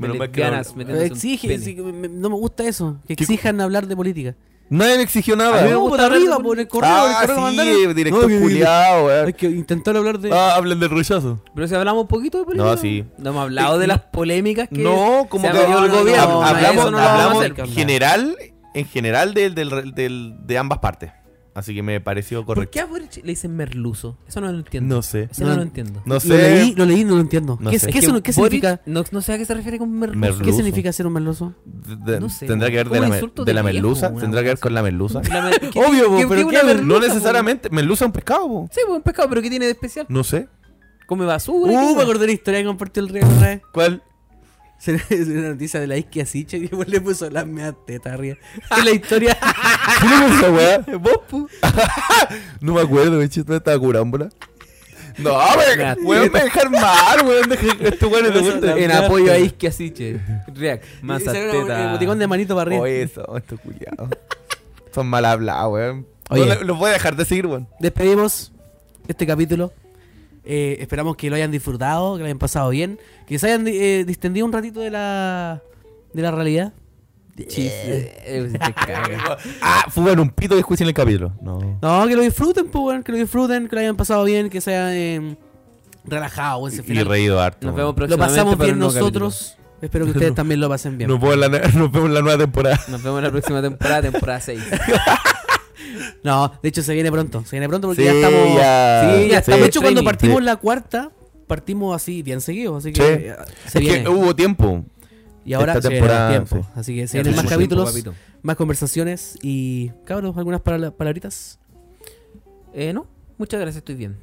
[SPEAKER 3] Menos mal que no
[SPEAKER 1] lesbianas
[SPEAKER 2] Pero
[SPEAKER 1] metiéndose un
[SPEAKER 2] exige,
[SPEAKER 1] pene.
[SPEAKER 2] sí, que me- me- no me gusta eso. Que
[SPEAKER 3] ¿Qué-
[SPEAKER 2] exijan hablar de política.
[SPEAKER 3] Nadie Ah, me exigió
[SPEAKER 2] A mí me
[SPEAKER 1] no,
[SPEAKER 3] nada.
[SPEAKER 1] gusta
[SPEAKER 2] gusta
[SPEAKER 1] hablar de
[SPEAKER 2] arriba,
[SPEAKER 1] política.
[SPEAKER 2] por el correo, el correo mandaron.
[SPEAKER 3] Ah, director
[SPEAKER 2] No, que- que-
[SPEAKER 3] culiao, weón.
[SPEAKER 2] Hay que intentar hablar de.
[SPEAKER 3] Ah, hablen del rechazo.
[SPEAKER 1] Pero si hablamos un poquito de política.
[SPEAKER 3] No, sí.
[SPEAKER 1] No hemos hablado de las polémicas que
[SPEAKER 3] No, como
[SPEAKER 1] se ha
[SPEAKER 3] que
[SPEAKER 1] metido el
[SPEAKER 2] no, no,
[SPEAKER 1] gobierno.
[SPEAKER 2] no,
[SPEAKER 3] Hab- hablamos,
[SPEAKER 1] Eso no lo vamos a
[SPEAKER 3] hablamos
[SPEAKER 1] hacer.
[SPEAKER 2] hacer,
[SPEAKER 3] en
[SPEAKER 2] carnal.
[SPEAKER 3] general, en general del, del- del- de ambas partes. Así que me pareció
[SPEAKER 1] ¿Por
[SPEAKER 3] correcto.
[SPEAKER 1] qué a Boric le dicen merluzo? Eso no lo entiendo.
[SPEAKER 3] No sé.
[SPEAKER 1] Eso no,
[SPEAKER 2] No.
[SPEAKER 1] lo entiendo.
[SPEAKER 3] No
[SPEAKER 2] Lo leí,
[SPEAKER 3] sé.
[SPEAKER 2] lo leí, no lo entiendo.
[SPEAKER 3] No
[SPEAKER 2] ¿Qué,
[SPEAKER 3] sé.
[SPEAKER 2] qué
[SPEAKER 1] Es que
[SPEAKER 2] son- qué
[SPEAKER 1] Boric-
[SPEAKER 2] significa?
[SPEAKER 1] No, no sé a qué se refiere con merluzo.
[SPEAKER 3] Merluzo.
[SPEAKER 2] ¿Qué significa ser un merloso?
[SPEAKER 3] De-
[SPEAKER 1] no sé,
[SPEAKER 3] tendrá que ver de
[SPEAKER 1] como
[SPEAKER 3] la, me-
[SPEAKER 1] insulto
[SPEAKER 3] de
[SPEAKER 1] de
[SPEAKER 3] la
[SPEAKER 1] viejo,
[SPEAKER 3] merluza.
[SPEAKER 1] una
[SPEAKER 3] Tendrá que ver
[SPEAKER 1] cosa
[SPEAKER 3] con la merluza.
[SPEAKER 1] La mer- ¿qué-
[SPEAKER 2] Obvio,
[SPEAKER 1] qué-
[SPEAKER 2] po, pero
[SPEAKER 1] qué
[SPEAKER 2] ¿qué
[SPEAKER 1] una
[SPEAKER 2] merluza,
[SPEAKER 3] No
[SPEAKER 1] merluza,
[SPEAKER 3] necesariamente. Merluza es un pescado, po.
[SPEAKER 1] po? Sí, pues un pescado, pero ¿qué tiene de especial?
[SPEAKER 3] No sé.
[SPEAKER 1] Come basura. ¿qué
[SPEAKER 2] Uh,
[SPEAKER 1] cosa?
[SPEAKER 2] me acordé de la historia que compartió el rey otra vez.
[SPEAKER 3] ¿Cuál?
[SPEAKER 2] Se le- se le una noticia de la isquia Siche y después le puso las meas tetas arriba. Es la historia.
[SPEAKER 3] ¿Qué le pasa, weá? no me acuerdo, me chiste esta curámbula. No,
[SPEAKER 1] Ya.
[SPEAKER 3] weón, weón, me dejar mal, weón. deja- Este weón es de
[SPEAKER 2] Eso,
[SPEAKER 3] vuelta.
[SPEAKER 2] la-
[SPEAKER 1] En
[SPEAKER 2] Marte.
[SPEAKER 1] apoyo a Isque Asiche. React. Más
[SPEAKER 2] Y sale una- un emoticón de manito para arriba.
[SPEAKER 3] Oye, eso, oh, estos culiados. Son mal hablados, weón.
[SPEAKER 2] Oye.
[SPEAKER 3] No, le- los voy a dejar de seguir, weón.
[SPEAKER 2] Despedimos este capítulo. Eh, esperamos que lo hayan disfrutado, que lo hayan pasado bien, que se hayan eh, distendido un ratito de la, de la realidad.
[SPEAKER 3] Ah, fugan un pito y escuchen el capítulo. No.
[SPEAKER 2] No, que lo disfruten, pues, weón, que lo disfruten, que lo hayan pasado bien, que se hayan eh, relajado, weón, ese
[SPEAKER 3] Y
[SPEAKER 2] final.
[SPEAKER 3] reído harto.
[SPEAKER 1] Nos vemos
[SPEAKER 3] weón.
[SPEAKER 2] Lo
[SPEAKER 1] próximamente.
[SPEAKER 2] pasamos
[SPEAKER 1] para
[SPEAKER 2] bien
[SPEAKER 1] un nuevo
[SPEAKER 2] nosotros. Espero que ustedes también lo pasen bien.
[SPEAKER 3] Nos vemos en la, ne- nos vemos en la nueva temporada.
[SPEAKER 1] capítulo. Nos vemos en la próxima temporada, temporada 6.
[SPEAKER 2] No, de hecho se viene pronto, se viene pronto porque
[SPEAKER 3] Sí,
[SPEAKER 2] ya estamos.
[SPEAKER 3] ya.
[SPEAKER 2] sí, ya
[SPEAKER 3] Sí.
[SPEAKER 2] estamos. De hecho, cuando
[SPEAKER 1] Training.
[SPEAKER 2] partimos
[SPEAKER 3] Sí.
[SPEAKER 2] la cuarta, partimos así bien seguidos, así que
[SPEAKER 3] Sí.
[SPEAKER 2] eh, se
[SPEAKER 3] es
[SPEAKER 2] viene.
[SPEAKER 3] que hubo tiempo.
[SPEAKER 2] y ahora
[SPEAKER 3] esta
[SPEAKER 2] se viene el
[SPEAKER 3] temporada,
[SPEAKER 2] tiempo.
[SPEAKER 3] sí.
[SPEAKER 2] Así que se
[SPEAKER 1] Ya
[SPEAKER 2] vienen más
[SPEAKER 1] tenemos
[SPEAKER 2] capítulos,
[SPEAKER 1] tiempo,
[SPEAKER 2] más conversaciones y cabros, algunas pala- palabritas.
[SPEAKER 1] Eh, no. Muchas gracias, estoy bien.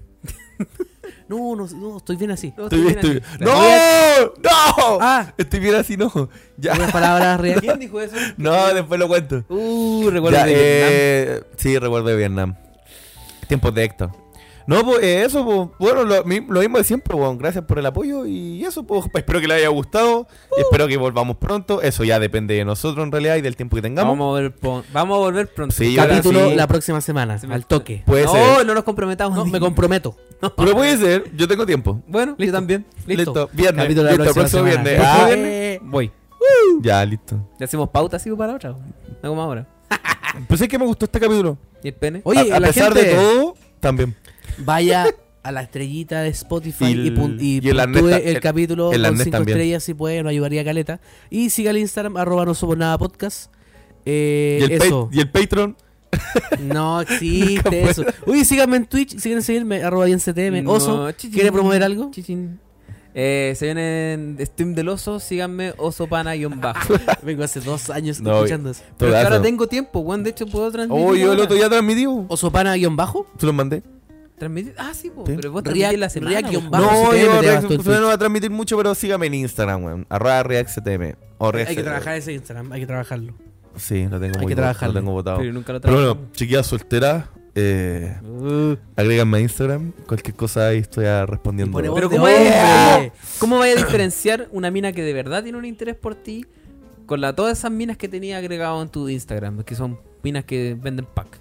[SPEAKER 2] No, no, no, estoy bien así.
[SPEAKER 1] No,
[SPEAKER 3] Estoy, estoy,
[SPEAKER 1] así.
[SPEAKER 3] ¡No! ¡No!
[SPEAKER 2] Ah.
[SPEAKER 3] Estoy bien así, no. Ya.
[SPEAKER 2] Algunas palabras reales.
[SPEAKER 1] ¿Quién dijo eso?
[SPEAKER 3] No, después lo cuento.
[SPEAKER 1] Uh, recuerdo
[SPEAKER 3] Ya,
[SPEAKER 1] de
[SPEAKER 3] eh, Sí, recuerdo de Vietnam. Tiempos de Héctor. No, pues eh, eso, pues, bueno, lo, mi- lo mismo de siempre, weón. Gracias por el apoyo y eso, pues, espero que les haya gustado. y espero que volvamos pronto. Eso ya depende de nosotros en realidad y del tiempo que tengamos.
[SPEAKER 1] Vamos a, volver pon- vamos a volver pronto.
[SPEAKER 3] Sí, yo-
[SPEAKER 2] Capítulo
[SPEAKER 3] sí.
[SPEAKER 2] la próxima semana,
[SPEAKER 1] Se me-
[SPEAKER 2] al toque.
[SPEAKER 3] Puede
[SPEAKER 1] no,
[SPEAKER 3] ser.
[SPEAKER 1] no nos comprometamos.
[SPEAKER 2] No,
[SPEAKER 1] ni-
[SPEAKER 2] me comprometo.
[SPEAKER 3] Pero puede ser, yo tengo tiempo.
[SPEAKER 1] Bueno, yo también.
[SPEAKER 2] Listo.
[SPEAKER 3] Viernes.
[SPEAKER 2] Capítulo la
[SPEAKER 3] listo,
[SPEAKER 2] próxima semana.
[SPEAKER 3] próximo viernes.
[SPEAKER 2] Próximo
[SPEAKER 3] Ah,
[SPEAKER 2] viernes.
[SPEAKER 1] Voy.
[SPEAKER 3] ya, listo.
[SPEAKER 1] Le hacemos pauta así para otra. No como ahora.
[SPEAKER 3] Pues es que me gustó este capítulo.
[SPEAKER 1] ¿Y el pene?
[SPEAKER 2] Oye,
[SPEAKER 3] a, a
[SPEAKER 2] la
[SPEAKER 3] pesar
[SPEAKER 2] gente,
[SPEAKER 3] de todo, también.
[SPEAKER 2] vaya a la estrellita de Spotify
[SPEAKER 3] Y
[SPEAKER 2] y,
[SPEAKER 3] el-
[SPEAKER 2] pun- y
[SPEAKER 3] y el
[SPEAKER 2] puntúe
[SPEAKER 3] Arnés ta-
[SPEAKER 2] el
[SPEAKER 3] el-
[SPEAKER 2] capítulo
[SPEAKER 3] el
[SPEAKER 2] con
[SPEAKER 3] Arnés
[SPEAKER 2] cinco
[SPEAKER 3] también.
[SPEAKER 2] estrellas si puede, nos ayudaría Caleta. Y siga el Instagram, arroba no somos nada podcast. Eh,
[SPEAKER 3] y, el pa-
[SPEAKER 2] eso.
[SPEAKER 3] y el Patreon.
[SPEAKER 2] No existe eso. Uy, síganme en Twitch, si quieren seguirme, arroba bien CTM.
[SPEAKER 1] Eh, No,
[SPEAKER 2] Oso,
[SPEAKER 1] chichín,
[SPEAKER 2] ¿quiere promover algo?
[SPEAKER 1] chichín. Eh, se viene en Steam del Oso, síganme osopana-bajo.
[SPEAKER 2] Vengo hace dos años
[SPEAKER 3] No,
[SPEAKER 2] escuchando eso.
[SPEAKER 1] Pero es que
[SPEAKER 3] Todazo.
[SPEAKER 1] ahora tengo tiempo, weón. De hecho, puedo transmitir.
[SPEAKER 3] Oh, yo el
[SPEAKER 1] ahora.
[SPEAKER 3] otro día transmití. weón.
[SPEAKER 2] Osopana guión bajo.
[SPEAKER 3] Se lo mandé.
[SPEAKER 1] Transmitir. Ah, sí, po,
[SPEAKER 3] Sí.
[SPEAKER 1] pero vos
[SPEAKER 2] React-
[SPEAKER 1] transmitís la semana.
[SPEAKER 2] React-
[SPEAKER 1] po.
[SPEAKER 2] bajo
[SPEAKER 3] No,
[SPEAKER 2] CTM,
[SPEAKER 3] yo
[SPEAKER 2] te
[SPEAKER 3] React
[SPEAKER 2] gasto el
[SPEAKER 3] Ctm no
[SPEAKER 2] Twitch.
[SPEAKER 3] va a transmitir mucho, pero sígame en Instagram, weón. Arroba ReactCTM. O
[SPEAKER 2] Hay que
[SPEAKER 3] ReactCTM.
[SPEAKER 2] trabajar ese Instagram, hay que trabajarlo.
[SPEAKER 3] Sí, lo tengo
[SPEAKER 2] Hay que
[SPEAKER 3] muy bo-
[SPEAKER 2] trabajarlo.
[SPEAKER 3] Lo tengo votado.
[SPEAKER 1] Pero nunca lo
[SPEAKER 3] Pero
[SPEAKER 1] trabajamos.
[SPEAKER 3] bueno, chiquillas solteras, eh, agréganme a Instagram. Cualquier cosa ahí estoy ah, respondiendo.
[SPEAKER 2] Y ponemos-
[SPEAKER 1] Pero
[SPEAKER 2] de
[SPEAKER 1] ¿cómo, vaya-
[SPEAKER 2] hombre.
[SPEAKER 1] cómo- cómo vaya a diferenciar una mina que de verdad tiene un interés por ti con la, todas esas minas que tenía agregado en tu Instagram? Que son minas que venden pack.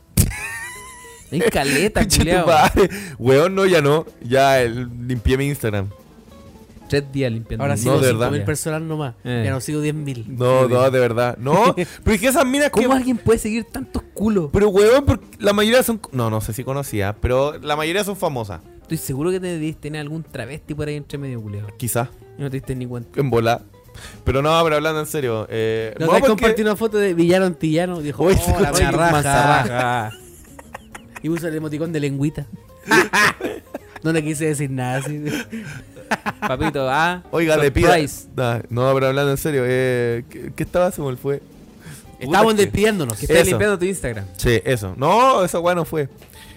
[SPEAKER 1] En caleta,
[SPEAKER 3] Pinche tu
[SPEAKER 1] culiao.
[SPEAKER 3] madre. Weón, no, ya no. Ya eh, limpié mi Instagram.
[SPEAKER 1] Tres días limpiando.
[SPEAKER 2] Ahora
[SPEAKER 3] No,
[SPEAKER 2] sí,
[SPEAKER 3] de verdad.
[SPEAKER 2] 5.000 personas nomás.
[SPEAKER 1] Eh.
[SPEAKER 2] Ya no sigo 10.000.
[SPEAKER 3] No, no, de verdad. No, pero es que esas minas que.
[SPEAKER 1] ¿Cómo alguien puede seguir tantos culos?
[SPEAKER 3] Pero weón, porque la mayoría son. No, no sé si conocía, pero la mayoría son famosas.
[SPEAKER 1] Estoy seguro que te debiste tener algún travesti por ahí entre medio, culiao.
[SPEAKER 3] Quizás,
[SPEAKER 1] Y no te diste ni cuenta.
[SPEAKER 3] en bola. Pero no, pero hablando en serio. Eh,
[SPEAKER 2] Nos
[SPEAKER 3] no,
[SPEAKER 2] no,
[SPEAKER 3] porque-
[SPEAKER 2] compartir una foto de Villano Antillano. Dijo,
[SPEAKER 3] Uy,
[SPEAKER 2] oh, la
[SPEAKER 3] oye,
[SPEAKER 2] buena
[SPEAKER 3] mazarraja.
[SPEAKER 2] raja. Y puso el emoticón de lengüita. no le quise decir nada así.
[SPEAKER 1] Papito, ah.
[SPEAKER 3] Oiga, le pido.
[SPEAKER 1] surprise.
[SPEAKER 3] Nah, No, pero hablando en serio, eh, ¿qué, qué estaba? Se me fue.
[SPEAKER 2] Estábamos
[SPEAKER 3] Puta que-
[SPEAKER 2] despidiéndonos.
[SPEAKER 1] Que estás
[SPEAKER 3] Eso.
[SPEAKER 1] limpiando tu Instagram.
[SPEAKER 3] Sí, eso. No, esa weá no fue.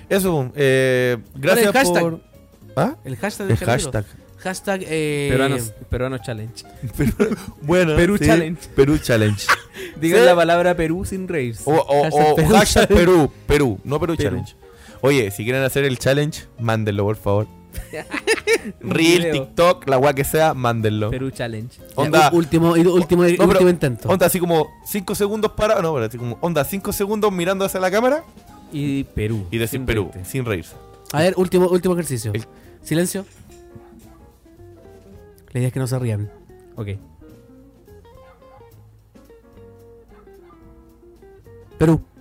[SPEAKER 3] Eso, eh, gracias
[SPEAKER 2] el hashtag?
[SPEAKER 3] por. ¿Ah?
[SPEAKER 2] El hashtag
[SPEAKER 3] El
[SPEAKER 2] del Jaramillo.
[SPEAKER 3] hashtag.
[SPEAKER 2] Hashtag, eh,
[SPEAKER 1] Peruanos, peruanos challenge.
[SPEAKER 3] Bueno,
[SPEAKER 1] Perú
[SPEAKER 3] sí,
[SPEAKER 1] Challenge.
[SPEAKER 3] Perú Challenge.
[SPEAKER 1] Digan
[SPEAKER 3] Sí. Oh.
[SPEAKER 1] la palabra Perú sin reírse.
[SPEAKER 3] O, o,
[SPEAKER 2] Hashtag
[SPEAKER 3] o
[SPEAKER 2] Perú
[SPEAKER 3] hashtag
[SPEAKER 2] Challenge.
[SPEAKER 3] Perú, Perú, no Perú,
[SPEAKER 1] Perú.
[SPEAKER 3] Challenge. Oye, si quieren hacer el challenge, mándenlo, por favor. Reel,
[SPEAKER 1] Video.
[SPEAKER 3] TikTok, la weá que sea, mándenlo.
[SPEAKER 1] Perú challenge.
[SPEAKER 3] Onda,
[SPEAKER 2] u- Último, y- último,
[SPEAKER 3] pero-
[SPEAKER 2] último intento.
[SPEAKER 3] onda así como 5 segundos para. No, pero así como. Onda 5 segundos mirando hacia la cámara
[SPEAKER 1] Y Perú.
[SPEAKER 3] y decir
[SPEAKER 1] sin
[SPEAKER 3] Perú,
[SPEAKER 1] reírte.
[SPEAKER 3] sin reírse.
[SPEAKER 2] A ver, último, último ejercicio.
[SPEAKER 3] El-
[SPEAKER 2] Silencio. La idea es que no se rían.
[SPEAKER 1] Ok.
[SPEAKER 2] Perú.